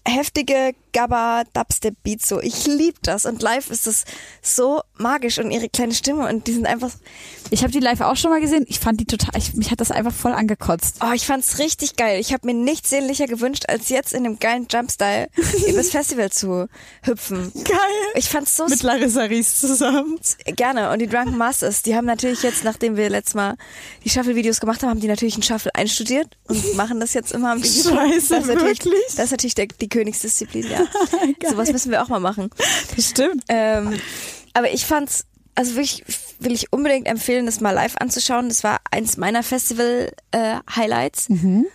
Speaker 4: Heftige Gabba Dubstep Beats so, ich lieb das und live ist es so magisch und ihre kleine Stimme und die sind einfach
Speaker 3: Ich habe die live auch schon mal gesehen. Ich fand die total, ich, mich hat das einfach voll angekotzt.
Speaker 4: Oh, ich fand's richtig geil. Ich habe mir nichts sehnlicher gewünscht, als jetzt in dem geilen Jumpstyle übers Festival zu hüpfen. Geil. Ich fand's so Mit Larissa Ries zusammen. Gerne. Und
Speaker 3: *laughs*
Speaker 4: die Drunken Masters, die haben natürlich jetzt, nachdem wir letztes Mal die Shuffle-Videos gemacht haben, haben die natürlich einen Shuffle einstudiert
Speaker 3: *laughs*
Speaker 4: und machen das jetzt immer am Video.
Speaker 3: Scheiße,
Speaker 4: das ist natürlich,
Speaker 3: wirklich?
Speaker 4: Das ist natürlich der, die
Speaker 3: *laughs*
Speaker 4: Königsdisziplin, ja. Sowas müssen wir auch mal machen.
Speaker 3: Stimmt.
Speaker 4: Ähm, aber ich fand's, also wirklich will ich unbedingt empfehlen, das mal live anzuschauen. Das war eins meiner Festival-Highlights.
Speaker 3: Mhm.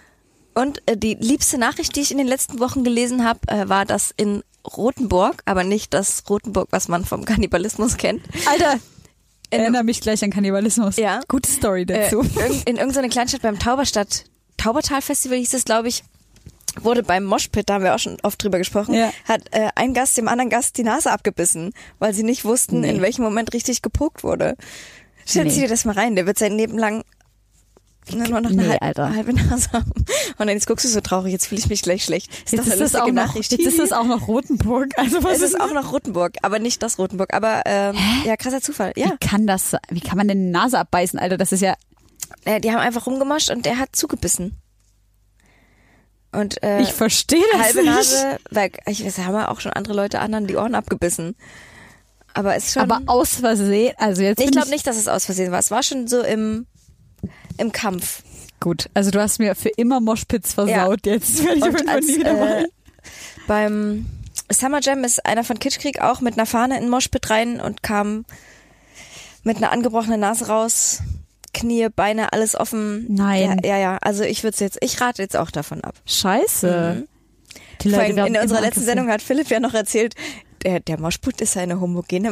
Speaker 4: Und äh, die liebste Nachricht, die ich in den letzten Wochen gelesen habe, äh, war, dass in Rothenburg, aber nicht das Rothenburg, was man vom Kannibalismus kennt,
Speaker 3: Alter,
Speaker 4: in einem
Speaker 3: erinnere mich gleich an Kannibalismus.
Speaker 4: Ja.
Speaker 3: Gute Story dazu.
Speaker 4: Äh,
Speaker 3: *laughs*
Speaker 4: irg- in irgendeiner Kleinstadt beim Tauberstadt, Taubertal-Festival hieß es, glaube ich, wurde beim Moshpit, da haben wir auch schon oft drüber gesprochen,
Speaker 3: Ja.
Speaker 4: hat äh, ein Gast dem anderen Gast die Nase abgebissen, weil sie nicht wussten, in welchem Moment richtig gepokt wurde. Stell
Speaker 3: Nee.
Speaker 4: dir das mal rein, der wird sein Leben lang ne, nur noch eine
Speaker 3: Nee,
Speaker 4: halb-
Speaker 3: Alter.
Speaker 4: halbe Nase haben. Und dann jetzt guckst du so traurig, jetzt fühle ich mich gleich schlecht. Ist
Speaker 3: jetzt,
Speaker 4: das
Speaker 3: ist
Speaker 4: eine
Speaker 3: das
Speaker 4: lustige
Speaker 3: auch noch,
Speaker 4: Nachricht?
Speaker 3: jetzt ist
Speaker 4: *laughs*
Speaker 3: das auch noch Rotenburg. Also was
Speaker 4: es ist
Speaker 3: ist
Speaker 4: auch noch Rotenburg, aber nicht das Rotenburg. Aber ähm, ja, krasser Zufall. Ja.
Speaker 3: Wie kann das sein? Wie kann man denn die Nase abbeißen, Alter? Das ist ja.
Speaker 4: Äh, die haben einfach rumgemoscht und der hat zugebissen. Und äh,
Speaker 3: ich verstehe das
Speaker 4: halbe
Speaker 3: nicht.
Speaker 4: Nase weg. Ich weiß, haben ja auch schon andere Leute anderen die Ohren abgebissen. Aber ist schon.
Speaker 3: Aber aus Versehen, also jetzt.
Speaker 4: ich
Speaker 3: bin
Speaker 4: glaube nicht, dass es aus Versehen war. Es war schon so im, im Kampf.
Speaker 3: Gut, also du hast mir für immer Moshpits versaut jetzt. Werde ich auf jeden Fall nie wieder
Speaker 4: äh,
Speaker 3: machen.
Speaker 4: beim Summer Jam ist einer von Kitschkrieg auch mit einer Fahne in den Moshpit rein und kam mit einer angebrochenen Nase raus. Knie, Beine, alles offen.
Speaker 3: Nein.
Speaker 4: Ja, ja, ja. Also ich würde jetzt, ich rate jetzt auch davon ab.
Speaker 3: Scheiße. Die
Speaker 4: Vor
Speaker 3: Leute
Speaker 4: allem
Speaker 3: werden
Speaker 4: in unserer
Speaker 3: immer
Speaker 4: letzten
Speaker 3: aggressiver.
Speaker 4: Sendung hat Philipp ja noch erzählt, der, der Moschput ist eine homogene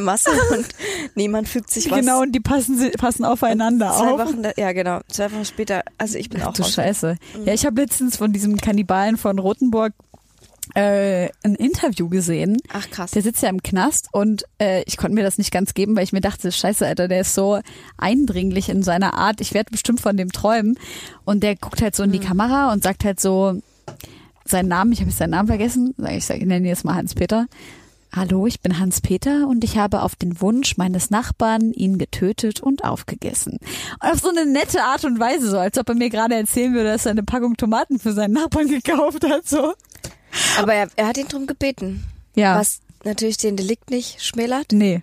Speaker 3: *laughs*
Speaker 4: Masse und niemand fügt sich was.
Speaker 1: Genau, und die passen, si- passen aufeinander
Speaker 4: Zwei
Speaker 1: auf.
Speaker 4: Wochen, da- ja genau, zwei Wochen später, also ich bin
Speaker 3: Ach
Speaker 4: auch Mhm.
Speaker 3: du
Speaker 4: raus.
Speaker 3: Scheiße. Ja, ich habe letztens von diesem Kannibalen von Rothenburg äh, ein Interview gesehen.
Speaker 4: Ach, krass.
Speaker 3: Der sitzt ja im Knast und äh, ich konnte mir das nicht ganz geben, weil ich mir dachte, scheiße, Alter, der ist so eindringlich in seiner Art. Ich werde bestimmt von dem träumen. Und der guckt halt so
Speaker 4: Mhm.
Speaker 3: in die Kamera und sagt halt so seinen Namen, ich habe jetzt seinen Namen vergessen, Sag ich sag, ich nenne ihn jetzt mal Hans-Peter. Hallo, ich bin Hans-Peter und ich habe auf den Wunsch meines Nachbarn ihn getötet und aufgegessen. Und auf so eine nette Art und Weise, so als ob er mir gerade erzählen würde, dass er eine Packung Tomaten für seinen Nachbarn gekauft hat. So.
Speaker 4: Aber er, er hat ihn drum gebeten,
Speaker 3: Ja.
Speaker 4: was natürlich den Delikt nicht schmälert,
Speaker 3: Nee.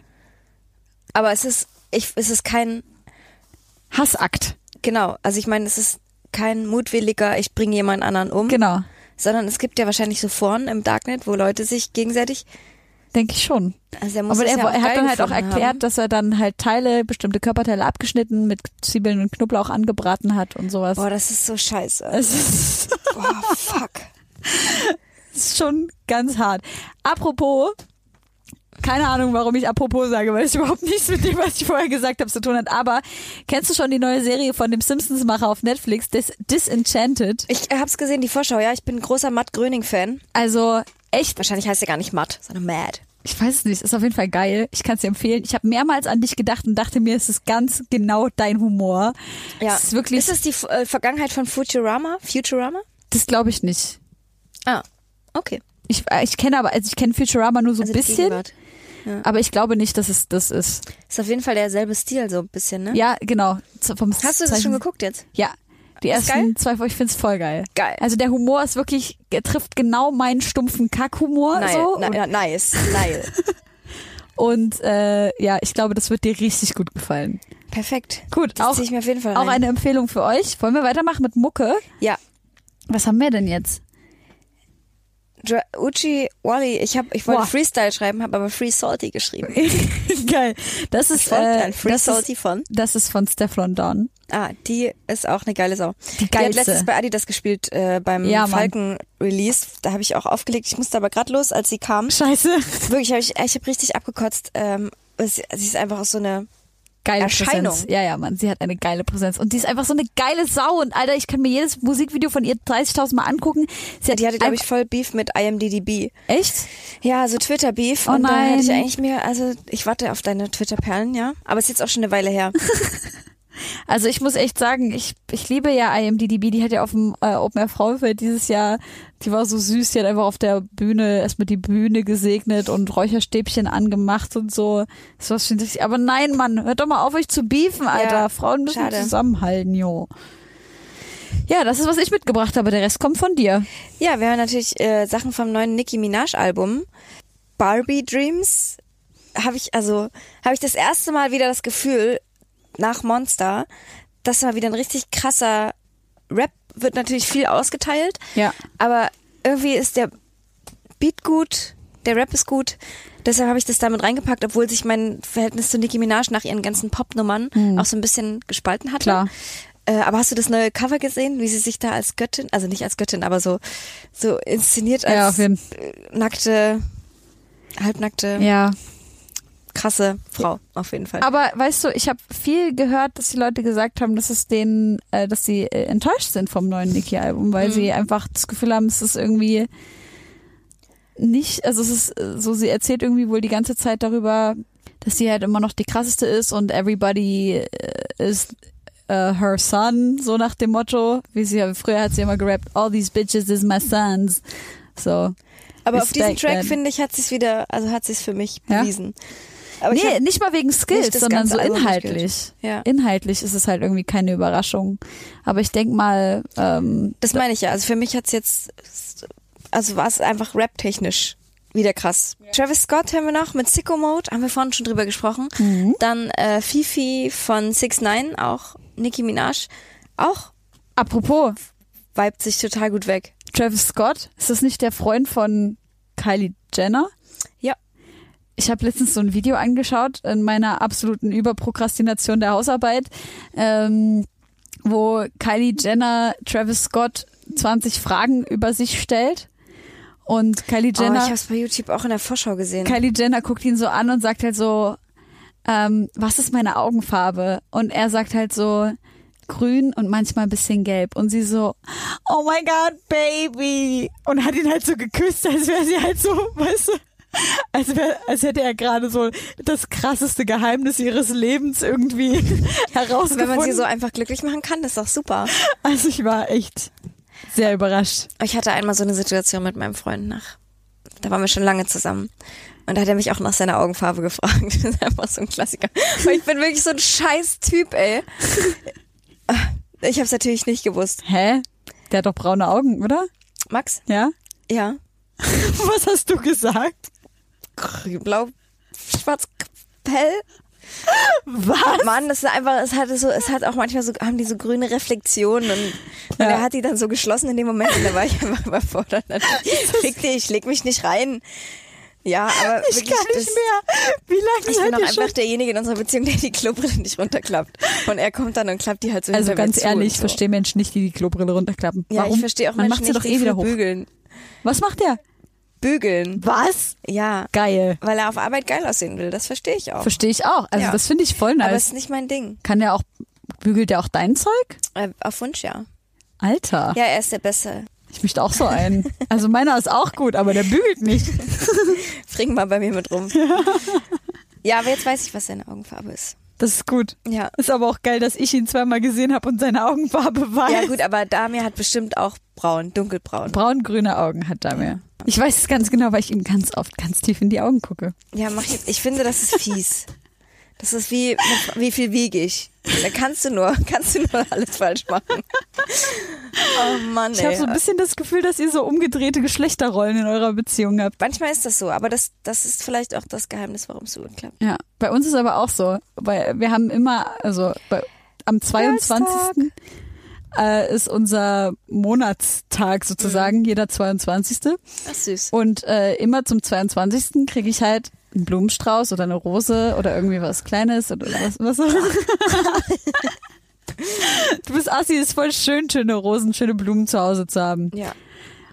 Speaker 4: aber es ist, ich, es ist kein,
Speaker 3: Hassakt.
Speaker 4: genau, also ich meine, es ist kein mutwilliger, ich bringe jemand anderen um,
Speaker 3: Genau.
Speaker 4: sondern es gibt ja wahrscheinlich so Foren im Darknet, wo Leute sich gegenseitig,
Speaker 3: Denke ich schon.
Speaker 4: also er muss
Speaker 3: Aber
Speaker 4: es
Speaker 3: er,
Speaker 4: ja auch
Speaker 3: er hat
Speaker 4: geil
Speaker 3: dann halt auch
Speaker 4: gefunden
Speaker 3: erklärt,
Speaker 4: haben.
Speaker 3: dass er dann halt Teile, bestimmte Körperteile abgeschnitten, mit Zwiebeln und Knoblauch angebraten hat und sowas. *laughs*
Speaker 4: Boah, das ist so scheiße.
Speaker 3: Es ist,
Speaker 4: Boah, fuck.
Speaker 3: es ist schon ganz hart. Apropos, keine Ahnung, warum ich apropos sage, weil es *laughs* überhaupt nichts mit dem, was ich vorher gesagt habe, zu tun hat. Aber kennst du schon die neue Serie von dem Simpsons-Macher auf Netflix, Dis Disenchanted?
Speaker 4: Ich hab's gesehen, die Vorschau, ja, ich bin großer Matt Gröning-Fan.
Speaker 3: Also echt
Speaker 4: Wahrscheinlich heißt er gar nicht Matt, sondern Mad.
Speaker 3: Ich weiß es nicht, ist auf jeden Fall geil. Ich kann es dir empfehlen. Ich habe mehrmals an dich gedacht und dachte mir, es ist ganz genau dein Humor.
Speaker 4: Ja.
Speaker 3: Es ist wirklich,
Speaker 4: Ist das die äh, Vergangenheit von Futurama? Futurama?
Speaker 3: das glaube ich nicht.
Speaker 4: Ah, okay.
Speaker 3: Ich, ich kenne aber, also ich kenne Futurama nur so ein
Speaker 4: Also die
Speaker 3: bisschen,
Speaker 4: Gegenwart.
Speaker 3: aber ich glaube nicht, dass es das ist.
Speaker 4: Ist auf jeden Fall derselbe Stil, so ein bisschen, ne?
Speaker 3: Ja, genau. Z- Vom
Speaker 4: Hast du das
Speaker 3: Zeichen-
Speaker 4: schon geguckt jetzt?
Speaker 3: Ja. Die
Speaker 4: Ist
Speaker 3: ersten
Speaker 4: geil?
Speaker 3: zwei, ich find's voll geil.
Speaker 4: Geil.
Speaker 3: Also der Humor ist wirklich, er trifft genau meinen stumpfen Kackhumor
Speaker 4: Nein,
Speaker 3: Oh, so.
Speaker 4: na, na, nice,
Speaker 3: *laughs*
Speaker 4: nice.
Speaker 3: Und äh, ja, ich glaube, das wird dir richtig gut gefallen.
Speaker 4: Perfekt.
Speaker 3: Gut,
Speaker 4: das
Speaker 3: auch,
Speaker 4: zieh ich mir auf jeden Fall
Speaker 3: auch
Speaker 4: rein.
Speaker 3: eine Empfehlung für euch. Wollen wir weitermachen mit Mucke?
Speaker 4: Ja,
Speaker 3: Was haben wir denn jetzt?
Speaker 4: Dra Uchi Wally, ich hab, ich wollte
Speaker 3: Boah.
Speaker 4: Freestyle schreiben, habe aber Free Salty geschrieben.
Speaker 3: *laughs* Geil. Das ist,
Speaker 4: Ich wollte
Speaker 3: äh,
Speaker 4: ein Free
Speaker 3: das,
Speaker 4: Salty
Speaker 3: ist
Speaker 4: von.
Speaker 3: das ist von Stefan Dawn.
Speaker 4: Ah, die ist auch eine geile Sau.
Speaker 3: Die
Speaker 4: Die hat
Speaker 3: geilste.
Speaker 4: letztens bei Adidas gespielt, äh, beim
Speaker 3: Ja, Mann.
Speaker 4: Falken-Release. Da habe ich auch aufgelegt. Ich musste aber grad los, als sie kam.
Speaker 3: Scheiße.
Speaker 4: Wirklich, hab ich, ich habe richtig abgekotzt. Ähm, es- sie ist einfach auch so eine
Speaker 3: Geile
Speaker 4: Erscheinung.
Speaker 3: Präsenz. Ja, ja, Mann, sie hat eine geile Präsenz. Und die ist einfach so eine geile Sau. Und Alter, ich kann mir jedes Musikvideo von ihr 30.000 Mal angucken. Sie hat
Speaker 4: Die hatte, glaube
Speaker 3: ein-
Speaker 4: ich, voll Beef mit IMDDB.
Speaker 3: Echt?
Speaker 4: Ja, so Twitter-Beef.
Speaker 3: Oh
Speaker 4: und da hätte ich
Speaker 3: nein.
Speaker 4: eigentlich mir, also ich warte auf deine Twitter-Perlen, ja. Aber es ist jetzt auch schon eine Weile her.
Speaker 3: Also ich muss echt sagen, ich, ich liebe ja IMDb. Die hat ja auf dem äh, Open Air Frauenfeld dieses Jahr, die war so süß, die hat einfach auf der Bühne erstmal die Bühne gesegnet und Räucherstäbchen angemacht und so. Das war schon richtig. Aber nein, Mann, hört doch mal auf, euch zu beefen, Alter. Frauen müssen
Speaker 4: schade.
Speaker 3: zusammenhalten, jo. Ja, das ist, was ich mitgebracht habe. Der Rest kommt von dir.
Speaker 4: ja, wir haben natürlich äh, Sachen vom neuen Nicki Minaj-Album. Barbie Dreams habe ich, also habe ich das erste Mal wieder das Gefühl, nach Monster, dass mal wieder ein richtig krasser Rap wird natürlich viel ausgeteilt.
Speaker 3: Ja.
Speaker 4: Aber irgendwie ist der Beat gut, der Rap ist gut. Deshalb habe ich das damit reingepackt, obwohl sich mein Verhältnis zu Nicki Minaj nach ihren ganzen Popnummern auch so ein bisschen gespalten hatte.
Speaker 3: Hm. Klar.
Speaker 4: Äh, aber hast du das neue Cover gesehen, wie sie sich da als Göttin, also nicht als Göttin, aber so, so inszeniert als
Speaker 3: Ja, auf jeden
Speaker 4: äh, nackte, halbnackte,
Speaker 3: Ja.
Speaker 4: krasse Frau, auf jeden Fall.
Speaker 3: Aber weißt du, ich habe viel gehört, dass die Leute gesagt haben, dass es denen, äh, dass sie äh, enttäuscht sind vom neuen Nicki-Album, weil
Speaker 4: Mhm.
Speaker 3: sie einfach das Gefühl haben, es ist irgendwie nicht, also es ist äh, so, sie erzählt irgendwie wohl die ganze Zeit darüber, dass sie halt immer noch die krasseste ist und everybody äh, is äh, her son, so nach dem Motto, wie sie früher hat sie immer gerappt, all these bitches is my sons. So.
Speaker 4: Aber auf diesem
Speaker 3: Respekt,
Speaker 4: Track,
Speaker 3: Ben.
Speaker 4: finde ich, hat sie es wieder, also hat sie es für mich
Speaker 3: Ja?
Speaker 4: bewiesen. Aber ich
Speaker 3: nee,
Speaker 4: hab-
Speaker 3: nicht mal wegen Skills,
Speaker 4: das
Speaker 3: sondern
Speaker 4: ganze
Speaker 3: so
Speaker 4: Album
Speaker 3: inhaltlich.
Speaker 4: durchgehört. Ja.
Speaker 3: Inhaltlich ist es halt irgendwie keine Überraschung. Aber ich denk mal, ähm,
Speaker 4: Das meine ich ja. Also für mich hat's jetzt, also war es einfach rap-technisch wieder krass. Travis Scott haben wir noch mit Sicko Mode, haben wir vorhin schon drüber gesprochen. Dann äh, Fifi von 6 9 auch Nicki Minaj, auch
Speaker 3: apropos
Speaker 4: weibt sich total gut weg.
Speaker 3: Travis Scott, ist das nicht der Freund von Kylie Jenner?
Speaker 4: Ja.
Speaker 3: Ich habe letztens so ein Video angeschaut in meiner absoluten Überprokrastination der Hausarbeit, ähm, wo Kylie Jenner Travis Scott 20 Fragen über sich stellt. Und Kylie
Speaker 4: Oh, ich
Speaker 3: Jenner,
Speaker 4: hab's bei YouTube auch in der Vorschau gesehen.
Speaker 3: Kylie Jenner guckt ihn so an und sagt halt so, ähm, was ist meine Augenfarbe? Und er sagt halt so, grün und manchmal ein bisschen gelb. Und sie so, oh my god, baby. Und hat ihn halt so geküsst, als wäre sie halt so, *laughs* weißt du, als, wär, als hätte er gerade so das krasseste Geheimnis ihres Lebens irgendwie *laughs* herausgefunden.
Speaker 4: Wenn man sie so einfach glücklich machen kann, ist doch super.
Speaker 3: also ich war echt sehr überrascht.
Speaker 4: Ich hatte einmal so eine Situation mit meinem Freund nach. Da waren wir schon lange zusammen. Und da hat er mich auch nach seiner Augenfarbe gefragt. *laughs* Das ist einfach so ein Klassiker. Weil ich bin wirklich so ein scheiß Typ, ey. Ich hab's natürlich nicht gewusst.
Speaker 3: Hä? Der hat doch braune Augen, oder?
Speaker 4: Max?
Speaker 3: Ja? *laughs*
Speaker 4: Ja.
Speaker 3: Was hast du gesagt?
Speaker 4: Blau, schwarz, hell.
Speaker 3: Was?
Speaker 4: Mann, das ist einfach, es hatte so, es hat auch manchmal so, haben die so grüne Reflexionen und, und er hat die dann so geschlossen in dem Moment und da war ich *laughs* einfach überfordert. Natürlich, Fick dich, leg mich nicht rein. Ja, aber
Speaker 3: Ich
Speaker 4: wirklich,
Speaker 3: kann
Speaker 4: das,
Speaker 3: nicht mehr. Wie
Speaker 4: Ich
Speaker 3: lange
Speaker 4: bin
Speaker 3: seid
Speaker 4: auch
Speaker 3: ihr schon?
Speaker 4: einfach derjenige in unserer Beziehung, der die Klobrille nicht runterklappt. Und er kommt dann und klappt die halt so
Speaker 3: Also
Speaker 4: hinter mir
Speaker 3: ganz
Speaker 4: zu
Speaker 3: ehrlich,
Speaker 4: und
Speaker 3: ich
Speaker 4: so.
Speaker 3: verstehe Menschen nicht, die die Klobrille runterklappen.
Speaker 4: Ja,
Speaker 3: Warum?
Speaker 4: ich verstehe auch
Speaker 3: Man macht
Speaker 4: Menschen
Speaker 3: sie
Speaker 4: nicht,
Speaker 3: doch
Speaker 4: die
Speaker 3: eh wieder hoch.
Speaker 4: bügeln.
Speaker 3: Was macht der?
Speaker 4: Bügeln.
Speaker 3: Was?
Speaker 4: Ja,
Speaker 3: Geil.
Speaker 4: weil er auf Arbeit geil aussehen will, das verstehe ich auch.
Speaker 3: Verstehe ich auch. Also
Speaker 4: Ja.
Speaker 3: das finde ich voll
Speaker 4: Aber es
Speaker 3: nice.
Speaker 4: ist nicht mein Ding.
Speaker 3: Kann der auch, bügelt der auch dein Zeug?
Speaker 4: Äh, auf Wunsch, ja.
Speaker 3: Alter,
Speaker 4: Ja, er ist der Beste.
Speaker 3: ich möchte auch so einen. Also meiner ist auch gut, aber der bügelt nicht.
Speaker 4: Fring mal bei mir
Speaker 3: *laughs*
Speaker 4: mit rum. Ja, aber jetzt weiß ich, was seine Augenfarbe ist.
Speaker 3: Das ist gut.
Speaker 4: Ja.
Speaker 3: Ist aber auch geil, dass ich ihn zweimal gesehen habe und seine Augenfarbe weiß.
Speaker 4: Ja gut, aber Damir hat bestimmt auch braun, dunkelbraun.
Speaker 3: Braun-grüne Augen hat Damir. Ich weiß es ganz genau, weil ich ihm ganz oft ganz tief in die Augen gucke.
Speaker 4: Ja, mach ich. Ich finde, das ist fies. Das ist wie, wie viel wiege ich? Da kannst du nur, *laughs* kannst du nur alles falsch machen. Oh Mann,
Speaker 3: Ich habe
Speaker 4: ey.
Speaker 3: so ein bisschen das Gefühl, dass ihr so umgedrehte Geschlechterrollen in eurer Beziehung habt.
Speaker 4: Manchmal ist das so, aber das, das ist vielleicht auch das Geheimnis, warum es so gut klappt.
Speaker 3: Ja, bei uns ist aber auch so, weil wir haben immer, also bei, am 22. Äh, ist unser Monatstag sozusagen, jeder 22.
Speaker 4: Ach, süß.
Speaker 3: Und äh, immer zum 22. kriege ich halt einen Blumenstrauß oder eine Rose oder irgendwie was Kleines oder was, was auch immer. *laughs* Du bist assi, ist voll schön, schöne Rosen, schöne Blumen zu Hause zu haben.
Speaker 4: Ja.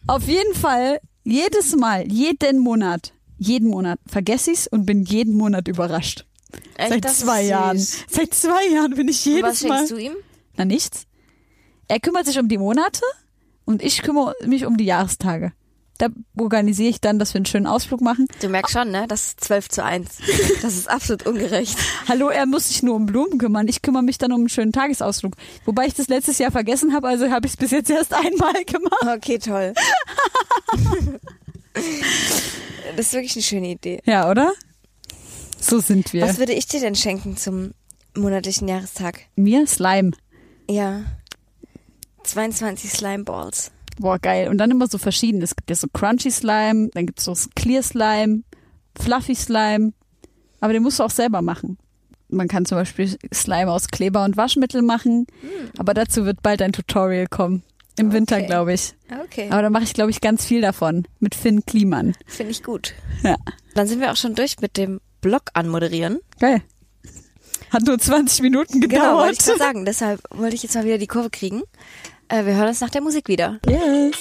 Speaker 3: Auf jeden Fall, jedes Mal, jeden Monat, jeden Monat vergesse ich's und bin jeden Monat überrascht.
Speaker 4: Echt,
Speaker 3: Seit
Speaker 4: das ist
Speaker 3: zwei
Speaker 4: süß.
Speaker 3: Jahren. Seit zwei Jahren bin ich
Speaker 4: Und
Speaker 3: jedes
Speaker 4: Was
Speaker 3: Mal.
Speaker 4: schenkst du ihm?
Speaker 3: Na nichts. Er kümmert sich um die Monate und ich kümmere mich um die Jahrestage. Da organisiere ich dann, dass wir einen schönen Ausflug machen.
Speaker 4: Du merkst schon, ne? Das ist 12 zu 1. Das ist absolut ungerecht.
Speaker 3: Hallo, er muss sich nur um Blumen kümmern. Ich kümmere mich dann um einen schönen Tagesausflug. Wobei ich das letztes Jahr vergessen habe, also habe ich es bis jetzt erst *laughs* einmal gemacht.
Speaker 4: *laughs* Okay, toll. Das ist wirklich eine schöne Idee.
Speaker 3: Ja, oder? So sind wir.
Speaker 4: Was würde ich dir denn schenken zum monatlichen Jahrestag?
Speaker 3: Mir Slime.
Speaker 4: Ja. 22 Slime Balls.
Speaker 3: Boah, geil. Und dann immer so verschieden. Es gibt ja so Crunchy Slime, dann gibt's so Clear Slime, Fluffy Slime. Aber den musst du auch selber machen. Man kann zum Beispiel Slime aus Kleber und Waschmittel machen.
Speaker 4: Hm.
Speaker 3: Aber dazu wird bald ein Tutorial kommen. Im Winter, glaube ich.
Speaker 4: Okay.
Speaker 3: Aber da mache ich, glaube ich, ganz viel davon. Mit Finn Kliman.
Speaker 4: Finde ich gut.
Speaker 3: Ja.
Speaker 4: Dann sind wir auch schon durch mit dem Blog anmoderieren.
Speaker 3: Geil. Hat nur 20 Minuten
Speaker 4: Genau, wollte ich
Speaker 3: gedauert.
Speaker 4: gerade sagen. Deshalb wollte ich jetzt mal wieder die Kurve kriegen. Äh, wir hören uns nach der Musik wieder.
Speaker 3: yes.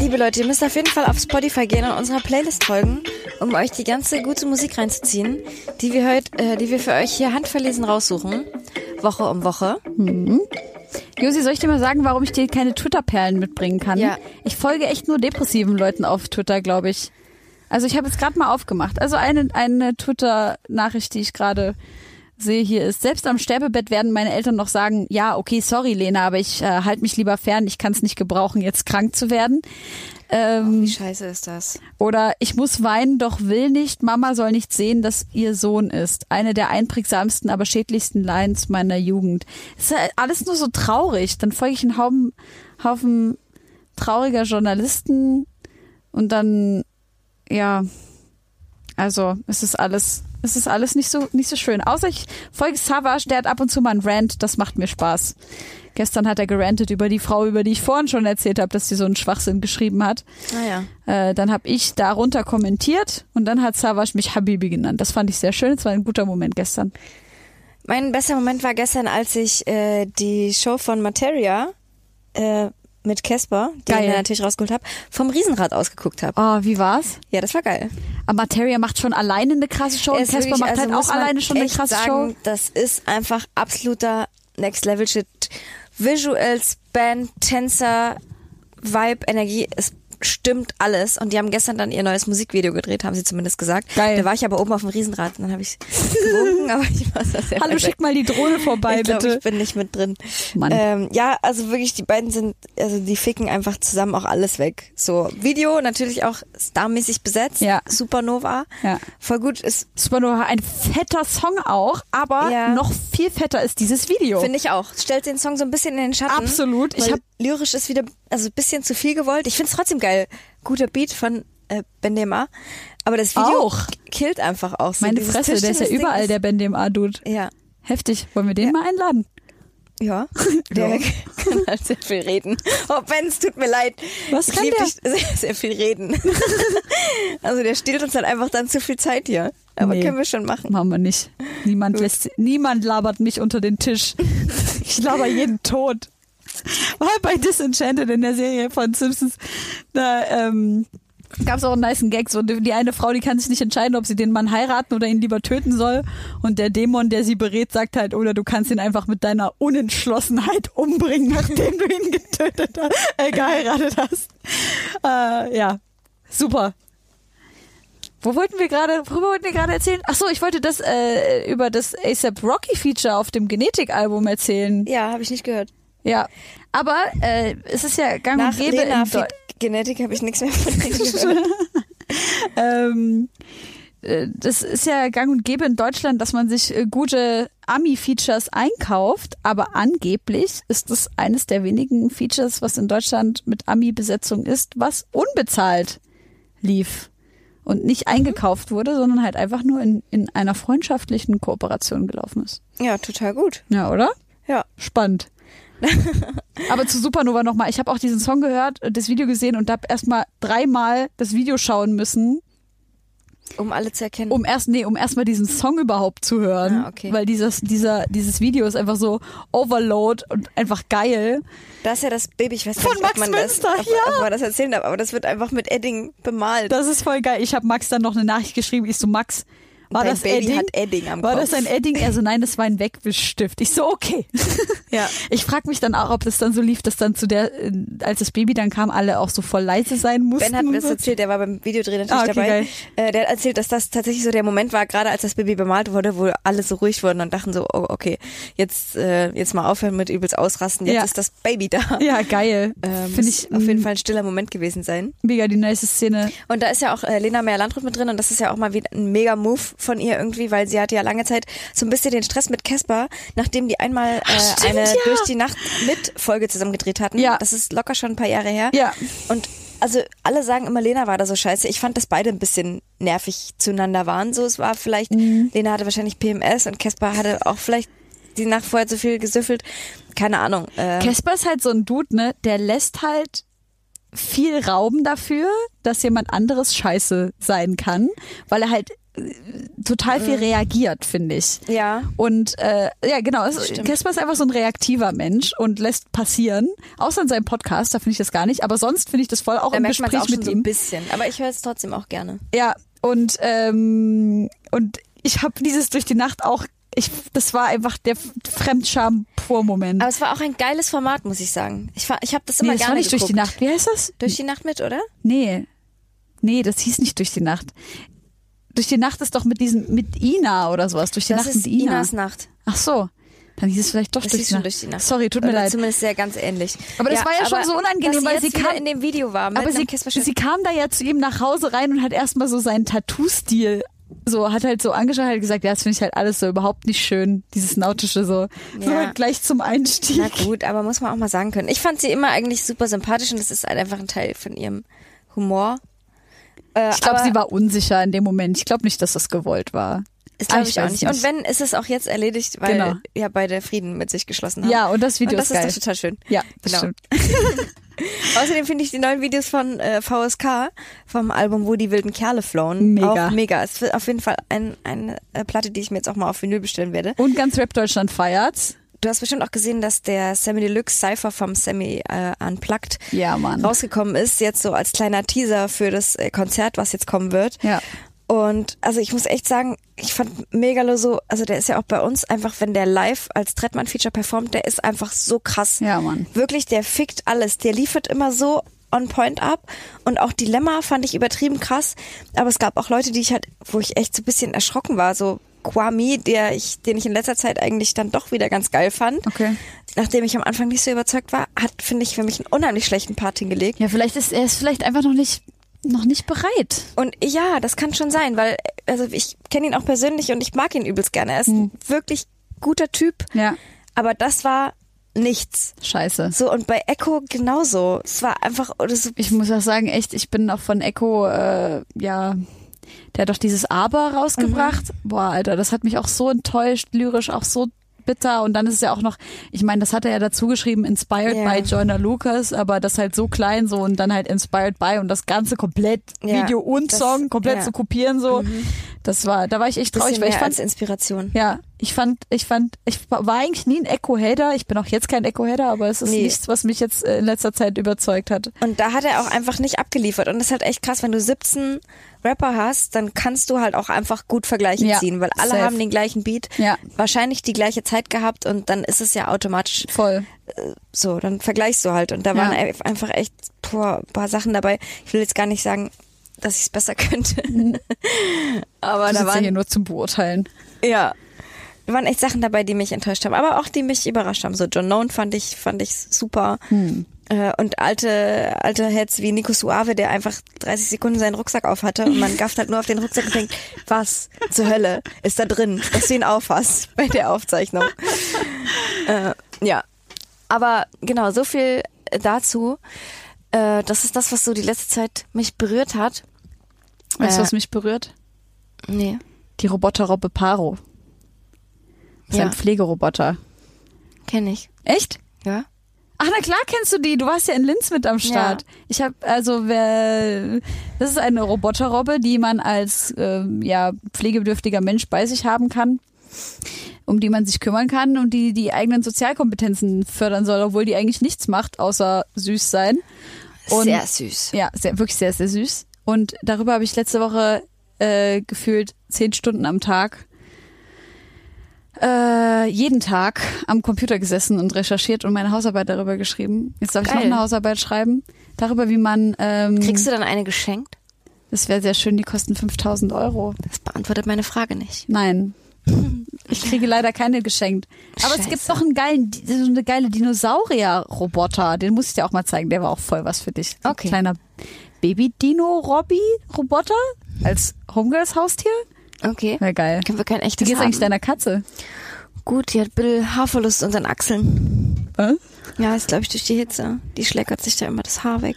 Speaker 4: Liebe Leute, ihr müsst auf jeden Fall auf Spotify gehen und unserer Playlist folgen, um euch die ganze gute Musik reinzuziehen, die wir heute, äh, die wir für euch hier handverlesen raussuchen. Woche um Woche.
Speaker 3: Josi, soll ich dir mal sagen, warum ich dir keine Twitter-Perlen mitbringen kann?
Speaker 4: Ja.
Speaker 3: Ich folge echt nur depressiven Leuten auf Twitter, glaube ich. Also ich habe jetzt gerade mal aufgemacht. Also eine, eine Twitter-Nachricht, die ich gerade sehe hier ist, selbst am Sterbebett werden meine Eltern noch sagen, ja, okay, sorry Lena, aber ich äh, halte mich lieber fern, ich kann es nicht gebrauchen, jetzt krank zu werden.
Speaker 4: Wie scheiße ist das?
Speaker 3: Oder ich muss weinen, doch will nicht, Mama soll nicht sehen, dass ihr Sohn ist. Eine der einprägsamsten, aber schädlichsten Lines meiner Jugend. Ist ja alles nur so traurig. Dann folge ich einen Haufen, Haufen trauriger Journalisten und dann, ja, Also es ist alles, es ist alles nicht so, nicht so schön. Außer ich folge Savage, der hat ab und zu mal einen Rant, das macht mir Spaß. Gestern hat er gerantet über die Frau, über die ich vorhin schon erzählt habe, dass sie so einen Schwachsinn geschrieben hat.
Speaker 4: Naja.
Speaker 3: Äh, dann habe ich darunter kommentiert und dann hat Savage mich Habibi genannt. Das fand ich sehr schön. Es war ein guter Moment gestern.
Speaker 4: Mein bester Moment war gestern, als ich äh, die Show von Materia äh, mit Casper, die
Speaker 3: Geil.
Speaker 4: ich mir natürlich rausgeholt habe, vom Riesenrad ausgeguckt habe.
Speaker 3: Oh, wie war's?
Speaker 4: Ja, das war geil.
Speaker 3: Aber Materia macht schon alleine eine krasse Show und
Speaker 4: Es ist
Speaker 3: Casper
Speaker 4: wirklich-
Speaker 3: macht halt
Speaker 4: also muss
Speaker 3: auch
Speaker 4: man
Speaker 3: alleine schon eine
Speaker 4: echt
Speaker 3: krasse
Speaker 4: sagen, äh,
Speaker 3: Show.
Speaker 4: Das ist einfach absoluter Next Level Shit. Visuals, Band, Tänzer, Vibe, Energie, es stimmt alles. Und die haben gestern dann ihr neues Musikvideo gedreht, haben sie zumindest gesagt.
Speaker 3: Geil.
Speaker 4: Da war ich aber oben auf dem Riesenrad und dann habe ich gewunken, *laughs* aber ich war sehr sehr
Speaker 3: Hallo,
Speaker 4: weit weg.
Speaker 3: schick mal die Drohne vorbei,
Speaker 4: äh, *laughs* ich glaub,
Speaker 3: bitte.
Speaker 4: Ich bin nicht mit drin.
Speaker 3: Mann.
Speaker 4: Ähm, ja, also wirklich, die beiden sind, also die ficken einfach zusammen auch alles weg. So, Video natürlich auch starmäßig besetzt.
Speaker 3: Ja.
Speaker 4: Supernova.
Speaker 3: Ja.
Speaker 4: Voll gut. Ist,
Speaker 3: Supernova, ein fetter Song auch, aber
Speaker 4: Ja.
Speaker 3: noch viel fetter ist dieses Video.
Speaker 4: finde ich auch. Stellt den Song so ein bisschen in den Schatten.
Speaker 3: Absolut. Ich
Speaker 4: Weil
Speaker 3: hab-
Speaker 4: lyrisch ist wieder, also ein bisschen zu viel gewollt. Ich finde es trotzdem geil. Guter Beat von äh, Bendema. Aber das Video
Speaker 3: Auch.
Speaker 4: k- killt einfach auch. So
Speaker 3: Meine
Speaker 4: dieses
Speaker 3: Fresse, der ist ja
Speaker 4: Tischtennis-Ding
Speaker 3: überall,
Speaker 4: ist-
Speaker 3: der Ben dem A-Dude.
Speaker 4: Ja.
Speaker 3: Heftig. Wollen wir den mal einladen? *laughs*
Speaker 4: Ja, der kann halt sehr viel reden. Oh, Ben, es tut mir leid.
Speaker 3: Was
Speaker 4: ich
Speaker 3: kann
Speaker 4: lieb
Speaker 3: der?
Speaker 4: Dich sehr, sehr
Speaker 3: *laughs*
Speaker 4: viel reden. also der stiehlt uns halt einfach dann zu viel Zeit hier. Aber
Speaker 3: Nee.
Speaker 4: können wir schon machen.
Speaker 3: Machen wir nicht. Niemand lässt, niemand labert mich unter den Tisch. Ich laber jeden tot. War bei Disenchanted in der Serie von Simpsons. Da ähm, gab es auch einen niceen Gag. So, die eine Frau, die kann sich nicht entscheiden, ob sie den Mann heiraten oder ihn lieber töten soll. Und der Dämon, der sie berät, sagt halt, oder du kannst ihn einfach mit deiner Unentschlossenheit umbringen, nachdem du ihn getötet hast, äh, geheiratet hast. Äh, ja, super. Wo wollten wir gerade, worüber wollten wir gerade erzählen? Ach so, ich wollte das äh, über das ASAP Rocky Feature auf dem Genetik-Album erzählen.
Speaker 4: Ja, habe ich nicht gehört.
Speaker 3: Ja, aber äh, es ist ja gang
Speaker 4: Nach
Speaker 3: und gäbe
Speaker 4: Lena
Speaker 3: in Deu-
Speaker 4: Feed Genetik habe ich nichts mehr von denen gehört.
Speaker 3: ähm, äh, das ist ja gang und gäbe in Deutschland, dass man sich äh, gute Ami-Features einkauft, aber angeblich ist es eines der wenigen Features, was in Deutschland mit Ami-Besetzung ist, was unbezahlt lief und nicht eingekauft wurde, sondern halt einfach nur in, in einer freundschaftlichen Kooperation gelaufen ist.
Speaker 4: Ja, total gut.
Speaker 3: Ja, oder?
Speaker 4: Ja.
Speaker 3: Spannend. Aber zu Supernova nochmal. Ich habe auch diesen Song gehört, äh, das Video gesehen und habe erstmal dreimal das Video schauen müssen,
Speaker 4: Um alle zu erkennen.
Speaker 3: um erst nee, um erstmal diesen Song überhaupt zu hören,
Speaker 4: Ah, okay.
Speaker 3: weil dieses dieser dieses Video ist einfach so Overload und einfach geil.
Speaker 4: Das ist ja das Baby, ich weiß
Speaker 3: Von
Speaker 4: nicht,
Speaker 3: Max
Speaker 4: ob man
Speaker 3: Münster,
Speaker 4: das, ob,
Speaker 3: ja.
Speaker 4: ob man das erzählen darf, aber das wird einfach mit Edding bemalt.
Speaker 3: Das ist voll geil. Ich habe Max dann noch eine Nachricht geschrieben. Ich so Max, war
Speaker 4: Dein
Speaker 3: das
Speaker 4: Baby
Speaker 3: Edding?
Speaker 4: hat Edding am
Speaker 3: war
Speaker 4: Kopf.
Speaker 3: das ein Edding? Er so nein, das war ein Wegwischstift. Ich so okay.
Speaker 4: *laughs* ja.
Speaker 3: Ich frage mich dann auch, ob das dann so lief, dass dann zu der, äh, als das Baby dann kam, alle auch so voll leise sein mussten.
Speaker 4: Ben hat
Speaker 3: und
Speaker 4: mir das
Speaker 3: so.
Speaker 4: erzählt, der war beim Videodreh natürlich
Speaker 3: Ah, okay,
Speaker 4: dabei.
Speaker 3: geil.
Speaker 4: Äh, der hat erzählt, dass das tatsächlich so der Moment war, gerade als das Baby bemalt wurde, wo alle so ruhig wurden und dachten so, oh, okay, jetzt, äh, jetzt mal aufhören mit übelst ausrasten, jetzt
Speaker 3: Ja.
Speaker 4: ist das Baby
Speaker 3: *laughs*
Speaker 4: da.
Speaker 3: Ja, geil.
Speaker 4: Ähm,
Speaker 3: Finde
Speaker 4: muss
Speaker 3: ich
Speaker 4: auf jeden
Speaker 3: mh,
Speaker 4: Fall ein stiller Moment gewesen sein.
Speaker 3: mega die nice Szene.
Speaker 4: Und da ist ja auch äh, Lena Meyer-Landrut mit drin und das ist ja auch mal wieder ein mega Move von ihr irgendwie, weil sie hatte ja lange Zeit so ein bisschen den Stress mit Casper, nachdem die einmal äh,
Speaker 3: stimmt,
Speaker 4: eine
Speaker 3: ja.
Speaker 4: durch die Nacht mit Folge zusammen gedreht hatten.
Speaker 3: Ja.
Speaker 4: Das ist locker schon ein paar Jahre her.
Speaker 3: Ja.
Speaker 4: Und also alle sagen immer, Lena war da so scheiße. Ich fand, dass beide ein bisschen nervig zueinander waren. So, es war vielleicht, Lena hatte wahrscheinlich PMS und Casper hatte auch vielleicht die Nacht vorher zu viel gesüffelt. Keine Ahnung. Äh,
Speaker 3: Casper ist halt so ein Dude, ne? Der lässt halt viel Raum dafür, dass jemand anderes scheiße sein kann, weil er halt äh, total
Speaker 4: Mhm.
Speaker 3: viel reagiert, finde ich.
Speaker 4: ja.
Speaker 3: Und äh, ja, genau. Es,
Speaker 4: Stimmt.
Speaker 3: Casper ist einfach so ein reaktiver Mensch und lässt passieren. Außer in seinem Podcast, da finde ich das gar nicht. Aber sonst finde ich das voll auch
Speaker 4: Da
Speaker 3: im
Speaker 4: merkt man
Speaker 3: Gespräch
Speaker 4: auch schon
Speaker 3: mit
Speaker 4: so
Speaker 3: ihm.
Speaker 4: ein bisschen. Aber ich höre es trotzdem auch gerne.
Speaker 3: Ja, und, ähm, und ich habe dieses durch die Nacht auch, ich, das war einfach der Fremdscham-Pur-Moment.
Speaker 4: Aber es war auch ein geiles Format, muss ich sagen. Ich, fa- ich habe das immer
Speaker 3: Nee, das war
Speaker 4: gerne
Speaker 3: nicht durch die
Speaker 4: geguckt.
Speaker 3: Nacht. Wie heißt das?
Speaker 4: Durch die Nacht mit, oder?
Speaker 3: Nee. Nee, das hieß nicht durch die Nacht. Durch die Nacht ist doch mit diesem, mit Ina oder sowas. Durch die
Speaker 4: das
Speaker 3: Nacht
Speaker 4: ist
Speaker 3: mit Ina.
Speaker 4: Inas Nacht.
Speaker 3: Ach so. Dann hieß es vielleicht doch
Speaker 4: Das
Speaker 3: durch,
Speaker 4: hieß
Speaker 3: die
Speaker 4: schon
Speaker 3: Nacht.
Speaker 4: durch die Nacht.
Speaker 3: Sorry, tut mir
Speaker 4: oder
Speaker 3: leid.
Speaker 4: Zumindest sehr ganz ähnlich.
Speaker 3: Aber das war ja schon
Speaker 4: aber
Speaker 3: so unangenehm,
Speaker 4: dass
Speaker 3: weil
Speaker 4: jetzt
Speaker 3: sie
Speaker 4: wieder
Speaker 3: kam-
Speaker 4: in dem Video war. mit
Speaker 3: Aber
Speaker 4: einem
Speaker 3: sie,
Speaker 4: Kissenverschnitt.
Speaker 3: sie kam da ja zu ihm nach Hause rein und hat erstmal so seinen Tattoo-Stil so, hat halt so angeschaut, hat gesagt, ja, das finde ich halt alles so überhaupt nicht schön, dieses Nautische so. So
Speaker 4: Ja.
Speaker 3: halt gleich zum Einstieg.
Speaker 4: Na gut, aber muss man auch mal sagen können. Ich fand sie immer eigentlich super sympathisch und das ist halt einfach ein Teil von ihrem Humor. Äh,
Speaker 3: Ich glaube,
Speaker 4: aber
Speaker 3: sie war unsicher in dem Moment. Ich glaube nicht, dass das gewollt war.
Speaker 4: ist,
Speaker 3: Ah,
Speaker 4: glaube
Speaker 3: ich
Speaker 4: ich, auch
Speaker 3: weiß
Speaker 4: nicht.
Speaker 3: nicht.
Speaker 4: Und wenn, ist es auch jetzt erledigt, weil
Speaker 3: Genau.
Speaker 4: ja beide Frieden mit sich geschlossen haben.
Speaker 3: Ja, und das Video
Speaker 4: und das
Speaker 3: ist geil.
Speaker 4: doch total schön.
Speaker 3: Ja, das
Speaker 4: Genau.
Speaker 3: stimmt.
Speaker 4: Außerdem finde ich die neuen Videos von äh, VSK vom Album Wo die wilden Kerle flown
Speaker 3: Mega.
Speaker 4: auch mega. Es wird auf jeden Fall ein, eine äh, Platte, die ich mir jetzt auch mal auf Vinyl bestellen werde.
Speaker 3: Und ganz Rap Deutschland feiert's.
Speaker 4: Du hast bestimmt auch gesehen, dass der Sammy Deluxe Cypher vom Sammy äh, Unplugged
Speaker 3: Ja, Mann.
Speaker 4: rausgekommen ist, jetzt so als kleiner Teaser für das äh, Konzert, was jetzt kommen wird.
Speaker 3: Ja.
Speaker 4: Und also ich muss echt sagen, ich fand Megalo so, also der ist ja auch bei uns einfach, wenn der live als Trettmann-Feature performt, der ist einfach so krass.
Speaker 3: Ja, Mann.
Speaker 4: Wirklich, der fickt alles. Der liefert immer so on point ab. Und auch Dilemma fand ich übertrieben krass. Aber es gab auch Leute, die ich halt, wo ich echt so ein bisschen erschrocken war. So Kwame, der ich, den ich in letzter Zeit eigentlich dann doch wieder ganz geil fand.
Speaker 3: Okay.
Speaker 4: Nachdem ich am Anfang nicht so überzeugt war, hat, finde ich, für mich einen unheimlich schlechten Part hingelegt.
Speaker 3: Ja, vielleicht ist er ist vielleicht einfach noch nicht, noch nicht bereit.
Speaker 4: Und ja, das kann schon sein, weil also ich kenne ihn auch persönlich und ich mag ihn übelst gerne. Er ist ein wirklich guter Typ,
Speaker 3: Hm. Ja.
Speaker 4: aber das war nichts.
Speaker 3: Scheiße.
Speaker 4: So und bei Echo genauso. Es war einfach oder so
Speaker 3: Ich muss auch sagen, echt, ich bin auch von Echo, äh, ja, der hat doch dieses Aber rausgebracht.
Speaker 4: Mhm.
Speaker 3: Boah, Alter, das hat mich auch so enttäuscht, lyrisch auch so bitter. Und dann ist es ja auch noch, ich meine, das hat er ja dazu geschrieben, inspired
Speaker 4: Ja.
Speaker 3: by Joyner Lucas, aber das halt so klein so und dann halt inspired by und das Ganze komplett,
Speaker 4: Ja,
Speaker 3: Video und
Speaker 4: das-
Speaker 3: Song, komplett
Speaker 4: ja. Mhm.
Speaker 3: zu kopieren so. Das war, da war ich echt traurig,
Speaker 4: bisschen
Speaker 3: weil ich
Speaker 4: mehr
Speaker 3: fand,
Speaker 4: als Inspiration.
Speaker 3: ja, ich fand, ich fand, ich war eigentlich nie ein Echo-Hater. Ich bin auch jetzt kein Echo-Hater, aber es ist
Speaker 4: Nee.
Speaker 3: nichts, was mich jetzt äh, in letzter Zeit überzeugt hat.
Speaker 4: Und da hat er auch einfach nicht abgeliefert. Und das ist halt echt krass, wenn du 17 Rapper hast, dann kannst du halt auch einfach gut Vergleiche
Speaker 3: Ja,
Speaker 4: ziehen, weil alle
Speaker 3: safe.
Speaker 4: haben den gleichen Beat,
Speaker 3: Ja.
Speaker 4: wahrscheinlich die gleiche Zeit gehabt und dann ist es ja automatisch
Speaker 3: Voll.
Speaker 4: so, dann vergleichst du halt. Und da waren
Speaker 3: Ja.
Speaker 4: ein- einfach echt boah, ein paar Sachen dabei. Ich will jetzt gar nicht sagen, dass ich es besser *laughs* könnte.
Speaker 3: Mhm.
Speaker 4: Aber
Speaker 3: Du
Speaker 4: da
Speaker 3: sitzt ja hier
Speaker 4: waren,
Speaker 3: nur zum Beurteilen.
Speaker 4: ja, da waren echt Sachen dabei, die mich enttäuscht haben. Aber auch die mich überrascht haben. So John Noan fand ich, fand ich super. Äh, Und alte, alte Heads wie Nico Suave, der einfach 30 Sekunden seinen Rucksack aufhatte und man gafft halt nur auf den Rucksack und denkt, was zur Hölle ist da drin, dass du ihn aufhast *laughs* bei der Aufzeichnung. Äh, Ja. Aber genau, so viel dazu. Äh, das ist das, was so die letzte Zeit mich berührt hat.
Speaker 3: Weißt du,
Speaker 4: Äh.
Speaker 3: was mich berührt?
Speaker 4: Nee.
Speaker 3: Die Roboterrobbe Paro. Das ist
Speaker 4: Ja.
Speaker 3: ein Pflegeroboter.
Speaker 4: Kenne ich.
Speaker 3: Echt?
Speaker 4: Ja.
Speaker 3: Ach, na klar kennst du die. Du warst ja in Linz mit am Start. Ich habe also, wer, das ist eine Roboterrobbe, die man als ähm, ja, pflegebedürftiger Mensch bei sich haben kann, um die man sich kümmern kann und die die eigenen Sozialkompetenzen fördern soll, obwohl die eigentlich nichts macht, außer süß sein. Und-
Speaker 4: Sehr süß.
Speaker 3: Ja, sehr, wirklich sehr, sehr süß. Und darüber habe ich letzte Woche äh, gefühlt zehn Stunden am Tag, äh, jeden Tag am Computer gesessen und recherchiert und meine Hausarbeit darüber geschrieben. Jetzt darf ich noch
Speaker 4: Geil.
Speaker 3: eine Hausarbeit schreiben. Darüber, wie man, ähm,
Speaker 4: Kriegst du dann eine geschenkt?
Speaker 3: das wäre sehr schön, die kosten 5000 Euro.
Speaker 4: Das beantwortet meine Frage nicht. *laughs*
Speaker 3: Nein. Ich kriege leider keine geschenkt. Aber es gibt
Speaker 4: Scheiße.
Speaker 3: noch einen geilen, so eine geile Dinosaurier-Roboter. Den muss ich dir auch mal zeigen. Der war auch voll was für dich. So ein
Speaker 4: Okay.
Speaker 3: Kleiner Baby-Dino-Robby-Roboter als Homegirls-Haustier.
Speaker 4: Okay.
Speaker 3: Wäre geil.
Speaker 4: Können wir kein
Speaker 3: Wie
Speaker 4: echtes
Speaker 3: geht's
Speaker 4: haben.
Speaker 3: eigentlich deiner Katze?
Speaker 4: Gut, die hat ein bisschen Haarverlust unter den Achseln.
Speaker 3: Was?
Speaker 4: Ja, ist glaube ich durch die Hitze. Die schleckert sich da immer das
Speaker 3: *laughs*
Speaker 4: Haar weg.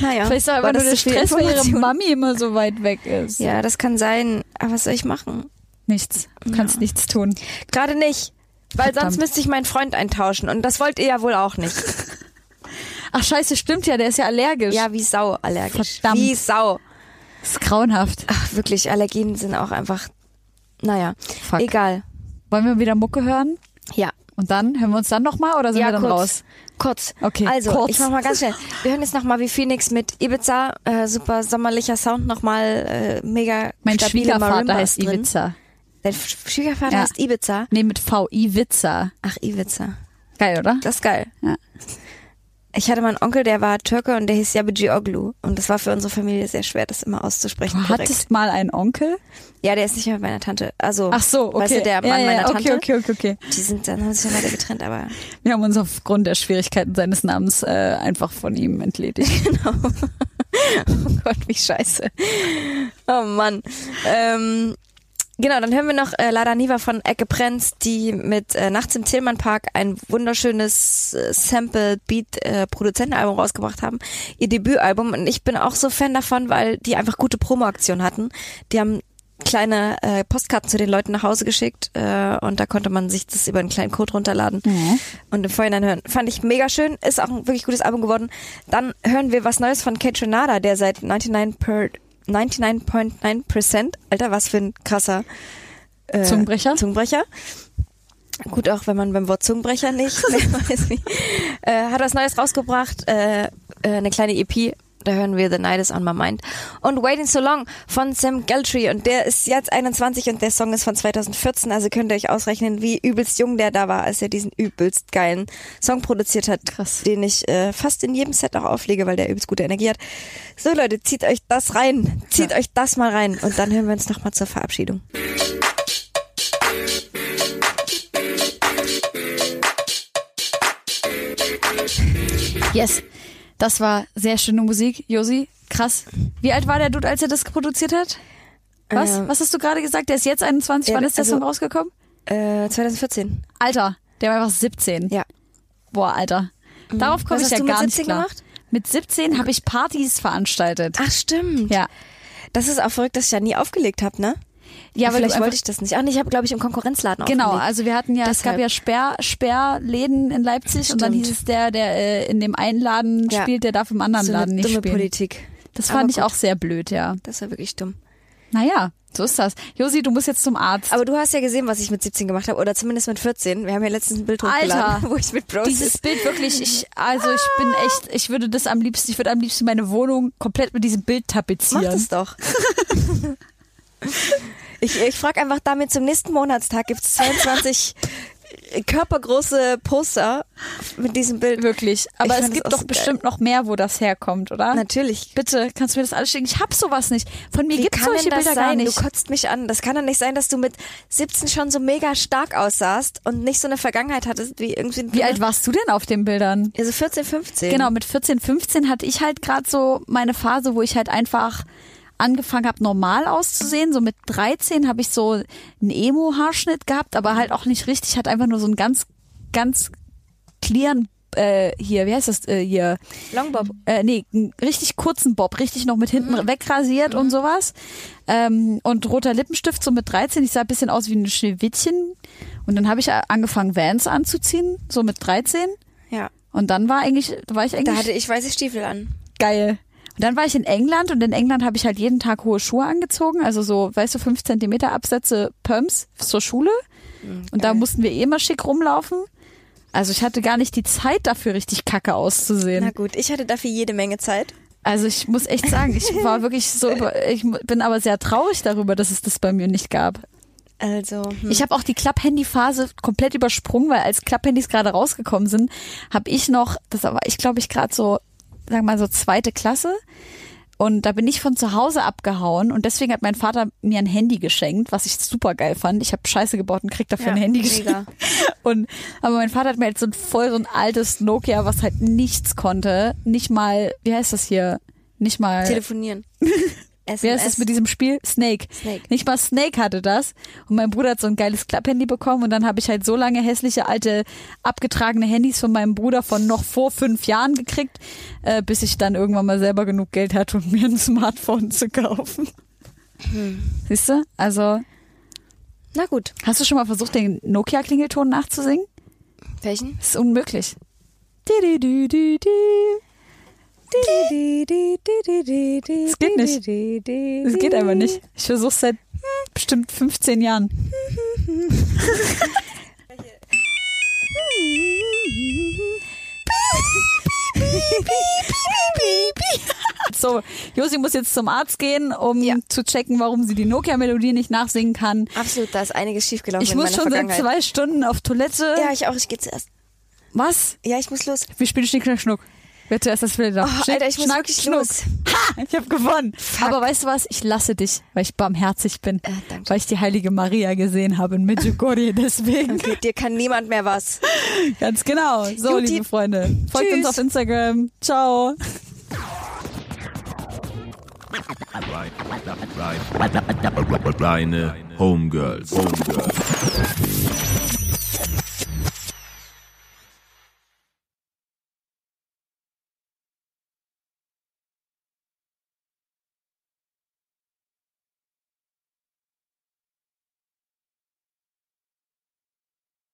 Speaker 4: naja.
Speaker 3: Vielleicht ist aber
Speaker 4: war
Speaker 3: nur
Speaker 4: das
Speaker 3: der
Speaker 4: zu viel
Speaker 3: Stress, weil ihre
Speaker 4: Information?
Speaker 3: Mami immer so weit weg ist.
Speaker 4: Ja, das kann sein. Aber was soll ich machen?
Speaker 3: Nichts. Du kannst nichts tun.
Speaker 4: Gerade nicht. Weil
Speaker 3: Verdammt.
Speaker 4: sonst müsste ich meinen Freund eintauschen. Und das wollt ihr ja wohl auch nicht.
Speaker 3: Ach scheiße, stimmt ja. Der ist ja allergisch.
Speaker 4: Ja, wie Sau allergisch.
Speaker 3: Verdammt.
Speaker 4: Wie Sau.
Speaker 3: Das ist grauenhaft.
Speaker 4: Ach, wirklich, Allergien sind auch einfach. Naja,
Speaker 3: Fuck.
Speaker 4: egal.
Speaker 3: Wollen wir wieder Mucke hören?
Speaker 4: Ja.
Speaker 3: Und dann? Hören wir uns dann nochmal oder sind
Speaker 4: ja,
Speaker 3: wir dann
Speaker 4: kurz.
Speaker 3: raus?
Speaker 4: Kurz.
Speaker 3: Okay,
Speaker 4: Also,
Speaker 3: kurz.
Speaker 4: ich mach mal ganz schnell. Wir hören jetzt nochmal wie Phoenix mit Ibiza. Äh, super sommerlicher Sound nochmal. Äh, mega.
Speaker 3: Mein
Speaker 4: stabile
Speaker 3: Schwiegervater
Speaker 4: Marimbas
Speaker 3: heißt
Speaker 4: drin.
Speaker 3: Ivica.
Speaker 4: Dein Sch- Schwiegervater
Speaker 3: Ja.
Speaker 4: heißt Ibiza.
Speaker 3: Nee, mit V. Ivica.
Speaker 4: Ach, Ibiza.
Speaker 3: Geil, oder?
Speaker 4: Das ist geil.
Speaker 3: Ja.
Speaker 4: Ich hatte mal einen Onkel, der war Türke und der hieß Yabuji Oglu. Und das war für unsere Familie sehr schwer, das immer auszusprechen.
Speaker 3: Du
Speaker 4: korrekt.
Speaker 3: hattest mal einen Onkel?
Speaker 4: Ja, der ist nicht mehr mit meiner Tante. Also,
Speaker 3: Ach so, okay.
Speaker 4: weißt du, der Mann
Speaker 3: ja, ja,
Speaker 4: meiner
Speaker 3: okay,
Speaker 4: Tante.
Speaker 3: Okay, okay, okay.
Speaker 4: Die sind dann haben sich dann weiter
Speaker 3: *laughs*
Speaker 4: getrennt, aber
Speaker 3: Wir haben uns aufgrund der Schwierigkeiten seines Namens äh, einfach von ihm entledigt.
Speaker 4: oh Gott, wie scheiße. Oh Mann. Ähm, Genau, dann hören wir noch äh, Lada Niva von Ecke Prenz, die mit äh, Nachts im Tillmann Park ein wunderschönes äh, Sample-Beat-Produzentenalbum rausgebracht haben. Ihr Debütalbum. Und ich bin auch so Fan davon, weil die einfach gute Promo-Aktionen hatten. Die haben kleine äh, Postkarten zu den Leuten nach Hause geschickt äh, und da konnte man sich das über einen kleinen Code runterladen und im Vorhinein hören. Fand ich mega schön, ist auch ein wirklich gutes Album geworden. Dann hören wir was Neues von Kate Renada, der seit 99 per 99.9%, Alter, was für ein krasser äh,
Speaker 3: Zungenbrecher?
Speaker 4: Zungenbrecher. Gut, auch wenn man beim Wort Zungenbrecher *laughs* nicht mehr weiß wie. Äh, hat was Neues rausgebracht, äh, äh, eine kleine EP. Da hören wir The Night is on My Mind. Und Waiting So Long von Sam Geltry. Und der ist jetzt 21 und der Song ist von 2014. Also könnt ihr euch ausrechnen, wie übelst jung der da war, als er diesen übelst geilen Song produziert hat.
Speaker 3: Krass.
Speaker 4: Den ich äh, fast in jedem Set auch auflege, weil der übelst gute Energie hat. So Leute, zieht euch das rein. Zieht euch das mal rein. Und dann hören wir uns nochmal zur Verabschiedung.
Speaker 3: *laughs* Yes. Das war sehr schöne Musik, Josi. Krass. Wie alt war der Dude, als er das produziert hat? Was?
Speaker 4: Ähm.
Speaker 3: Was hast du gerade gesagt? Der ist jetzt 21.
Speaker 4: Ja,
Speaker 3: Wann ist der
Speaker 4: also-
Speaker 3: Song rausgekommen?
Speaker 4: Äh, 2014.
Speaker 3: Alter, der war einfach 17.
Speaker 4: Ja.
Speaker 3: Boah, Alter. Darauf komme
Speaker 4: Was
Speaker 3: ich
Speaker 4: hast
Speaker 3: ja
Speaker 4: du mit
Speaker 3: gar nicht
Speaker 4: 17
Speaker 3: klar.
Speaker 4: gemacht?
Speaker 3: Mit 17 habe ich Partys veranstaltet.
Speaker 4: Ach stimmt.
Speaker 3: Ja.
Speaker 4: Das ist auch verrückt, dass ich ja nie aufgelegt habe, ne?
Speaker 3: Ja, weil du
Speaker 4: vielleicht
Speaker 3: einfach-
Speaker 4: wollte ich das nicht. Ach nee, ich habe glaube ich im Konkurrenzladen
Speaker 3: Genau,
Speaker 4: aufgelegt.
Speaker 3: also wir hatten ja, es gab
Speaker 4: Deshalb.
Speaker 3: ja Sperr, Sperrläden in Leipzig und dann
Speaker 4: Stimmt.
Speaker 3: hieß es der, der äh, in dem einen Laden
Speaker 4: Ja.
Speaker 3: spielt, der darf im anderen
Speaker 4: so eine
Speaker 3: Laden nicht
Speaker 4: dumme
Speaker 3: spielen.
Speaker 4: Politik.
Speaker 3: Das
Speaker 4: Aber
Speaker 3: fand ich
Speaker 4: gut.
Speaker 3: auch sehr blöd, ja.
Speaker 4: Das war wirklich dumm.
Speaker 3: Naja, so ist das. Josi, du musst jetzt zum Arzt.
Speaker 4: Aber du hast ja gesehen, was ich mit 17 gemacht habe oder zumindest mit 14. Wir haben ja letztens ein Bild
Speaker 3: Alter,
Speaker 4: hochgeladen, *laughs* wo ich mit Bros
Speaker 3: dieses Bild wirklich, ich, also ich bin
Speaker 4: Ah.
Speaker 3: echt, ich würde das am liebsten, ich würde am liebsten meine Wohnung komplett mit diesem Bild
Speaker 4: Mach
Speaker 3: tapezieren. *laughs*
Speaker 4: das doch. ich ich frage einfach damit zum nächsten Monatstag gibt
Speaker 3: *laughs*
Speaker 4: es 22 körpergroße Poster mit diesem Bild.
Speaker 3: Wirklich. Aber
Speaker 4: fand
Speaker 3: es
Speaker 4: das
Speaker 3: gibt
Speaker 4: auch
Speaker 3: doch
Speaker 4: so geil.
Speaker 3: bestimmt noch mehr, wo das herkommt, oder?
Speaker 4: Natürlich.
Speaker 3: Bitte, kannst du mir das alles schicken? Ich hab sowas nicht. Von mir
Speaker 4: Wie
Speaker 3: gibt's
Speaker 4: kann
Speaker 3: solche
Speaker 4: denn das
Speaker 3: Bilder
Speaker 4: sein?
Speaker 3: gar nicht.
Speaker 4: Du kotzt mich an. Das kann doch nicht sein, dass du mit 17 schon so mega stark aussahst und nicht so eine Vergangenheit hattest wie irgendwie.
Speaker 3: Wie alt warst du denn auf den Bildern?
Speaker 4: Also 14, 15.
Speaker 3: Genau, mit 14, 15 hatte ich halt gerade so meine Phase, wo ich halt einfach angefangen habe, normal auszusehen. So mit 13 habe ich so einen Emo-Haarschnitt gehabt, aber halt auch nicht richtig. Hat einfach nur so einen ganz, ganz clearen, äh, hier, wie heißt das, äh, hier,
Speaker 4: Longbob.
Speaker 3: äh, nee, einen richtig kurzen Bob, richtig noch mit hinten wegrasiert und sowas. Ähm, und roter Lippenstift so mit 13. Ich sah ein bisschen aus wie ein Schneewittchen. Und dann habe ich äh, angefangen, Vans anzuziehen, so mit 13.
Speaker 4: Ja.
Speaker 3: Und dann war eigentlich, war ich
Speaker 4: Da
Speaker 3: eigentlich
Speaker 4: hatte ich weiße Stiefel an.
Speaker 3: geil. Und dann war ich in England und in England habe ich halt jeden Tag hohe Schuhe angezogen, also so, weißt du, fünf Zentimeter Absätze Pumps zur Schule.
Speaker 4: Mhm,
Speaker 3: Und da mussten wir eh immer schick rumlaufen. Also ich hatte gar nicht die Zeit dafür, richtig kacke auszusehen.
Speaker 4: Na gut, ich hatte dafür jede Menge Zeit.
Speaker 3: Also ich muss echt sagen, ich
Speaker 4: *laughs*
Speaker 3: war wirklich so, über- ich mu- bin aber sehr traurig darüber, dass es das bei mir nicht gab.
Speaker 4: Also. Hm.
Speaker 3: Ich habe auch die Klapphandy-Phase komplett übersprungen, weil als Klapphandys gerade rausgekommen sind, habe ich noch, das war ich glaube ich gerade so, sagen wir mal so zweite Klasse. Und da bin ich von zu Hause abgehauen und deswegen hat mein Vater mir ein Handy geschenkt, was ich super geil fand. Ich habe Scheiße gebaut und krieg dafür
Speaker 4: Ja,
Speaker 3: ein Handy
Speaker 4: mega.
Speaker 3: geschenkt. *laughs* Und, aber mein Vater hat mir jetzt so ein voll so ein altes Nokia, was halt nichts konnte. Nicht mal, wie heißt das hier? Nicht mal.
Speaker 4: Telefonieren.
Speaker 3: *laughs*
Speaker 4: SMS.
Speaker 3: Wer ist das mit diesem Spiel? Snake.
Speaker 4: Snake.
Speaker 3: Nicht mal Snake hatte das. Und mein Bruder hat so ein geiles Klapphandy bekommen und dann habe ich halt so lange hässliche alte abgetragene Handys von meinem Bruder von noch vor fünf Jahren gekriegt, äh, bis ich dann irgendwann mal selber genug Geld hatte, um mir ein Smartphone zu kaufen. Hm. Siehst du? Also,
Speaker 4: Na gut.
Speaker 3: hast du schon mal versucht, den Nokia-Klingelton nachzusingen?
Speaker 4: Welchen?
Speaker 3: Das ist unmöglich. Di, di, di, di, di.
Speaker 4: Das
Speaker 3: geht nicht.
Speaker 4: Das
Speaker 3: Das geht einfach nicht. Ich versuch's seit bestimmt 15 Jahren. So, Josi muss jetzt zum Arzt gehen, um
Speaker 4: Ja.
Speaker 3: zu checken, warum sie die Nokia-Melodie nicht nachsingen kann.
Speaker 4: Absolut, da ist einiges schiefgelaufen
Speaker 3: ich
Speaker 4: in
Speaker 3: muss
Speaker 4: meiner
Speaker 3: schon seit
Speaker 4: Vergangenheit.
Speaker 3: zwei Stunden auf Toilette.
Speaker 4: ja, ich auch, ich gehe zuerst.
Speaker 3: Was?
Speaker 4: Ja, ich muss los.
Speaker 3: Wir spielen Schnick, Schnack, Schnuck. Wer zuerst das Fell darf.
Speaker 4: Oh,
Speaker 3: Schnick,
Speaker 4: Alter, ich muss
Speaker 3: Schnack,
Speaker 4: wirklich
Speaker 3: Schnuck.
Speaker 4: los.
Speaker 3: Ha! Ich habe gewonnen. Aber weißt du was? Ich lasse dich, weil ich barmherzig bin.
Speaker 4: Äh, danke.
Speaker 3: weil ich die heilige Maria gesehen habe in Medjugorje. *laughs* Deswegen.
Speaker 4: Mit dir kann niemand mehr was.
Speaker 3: Ganz genau. So,
Speaker 4: Juti.
Speaker 3: liebe Freunde. Folgt
Speaker 4: Tschüss.
Speaker 3: uns auf Instagram. Ciao.
Speaker 2: Kleine Homegirls. Homegirls.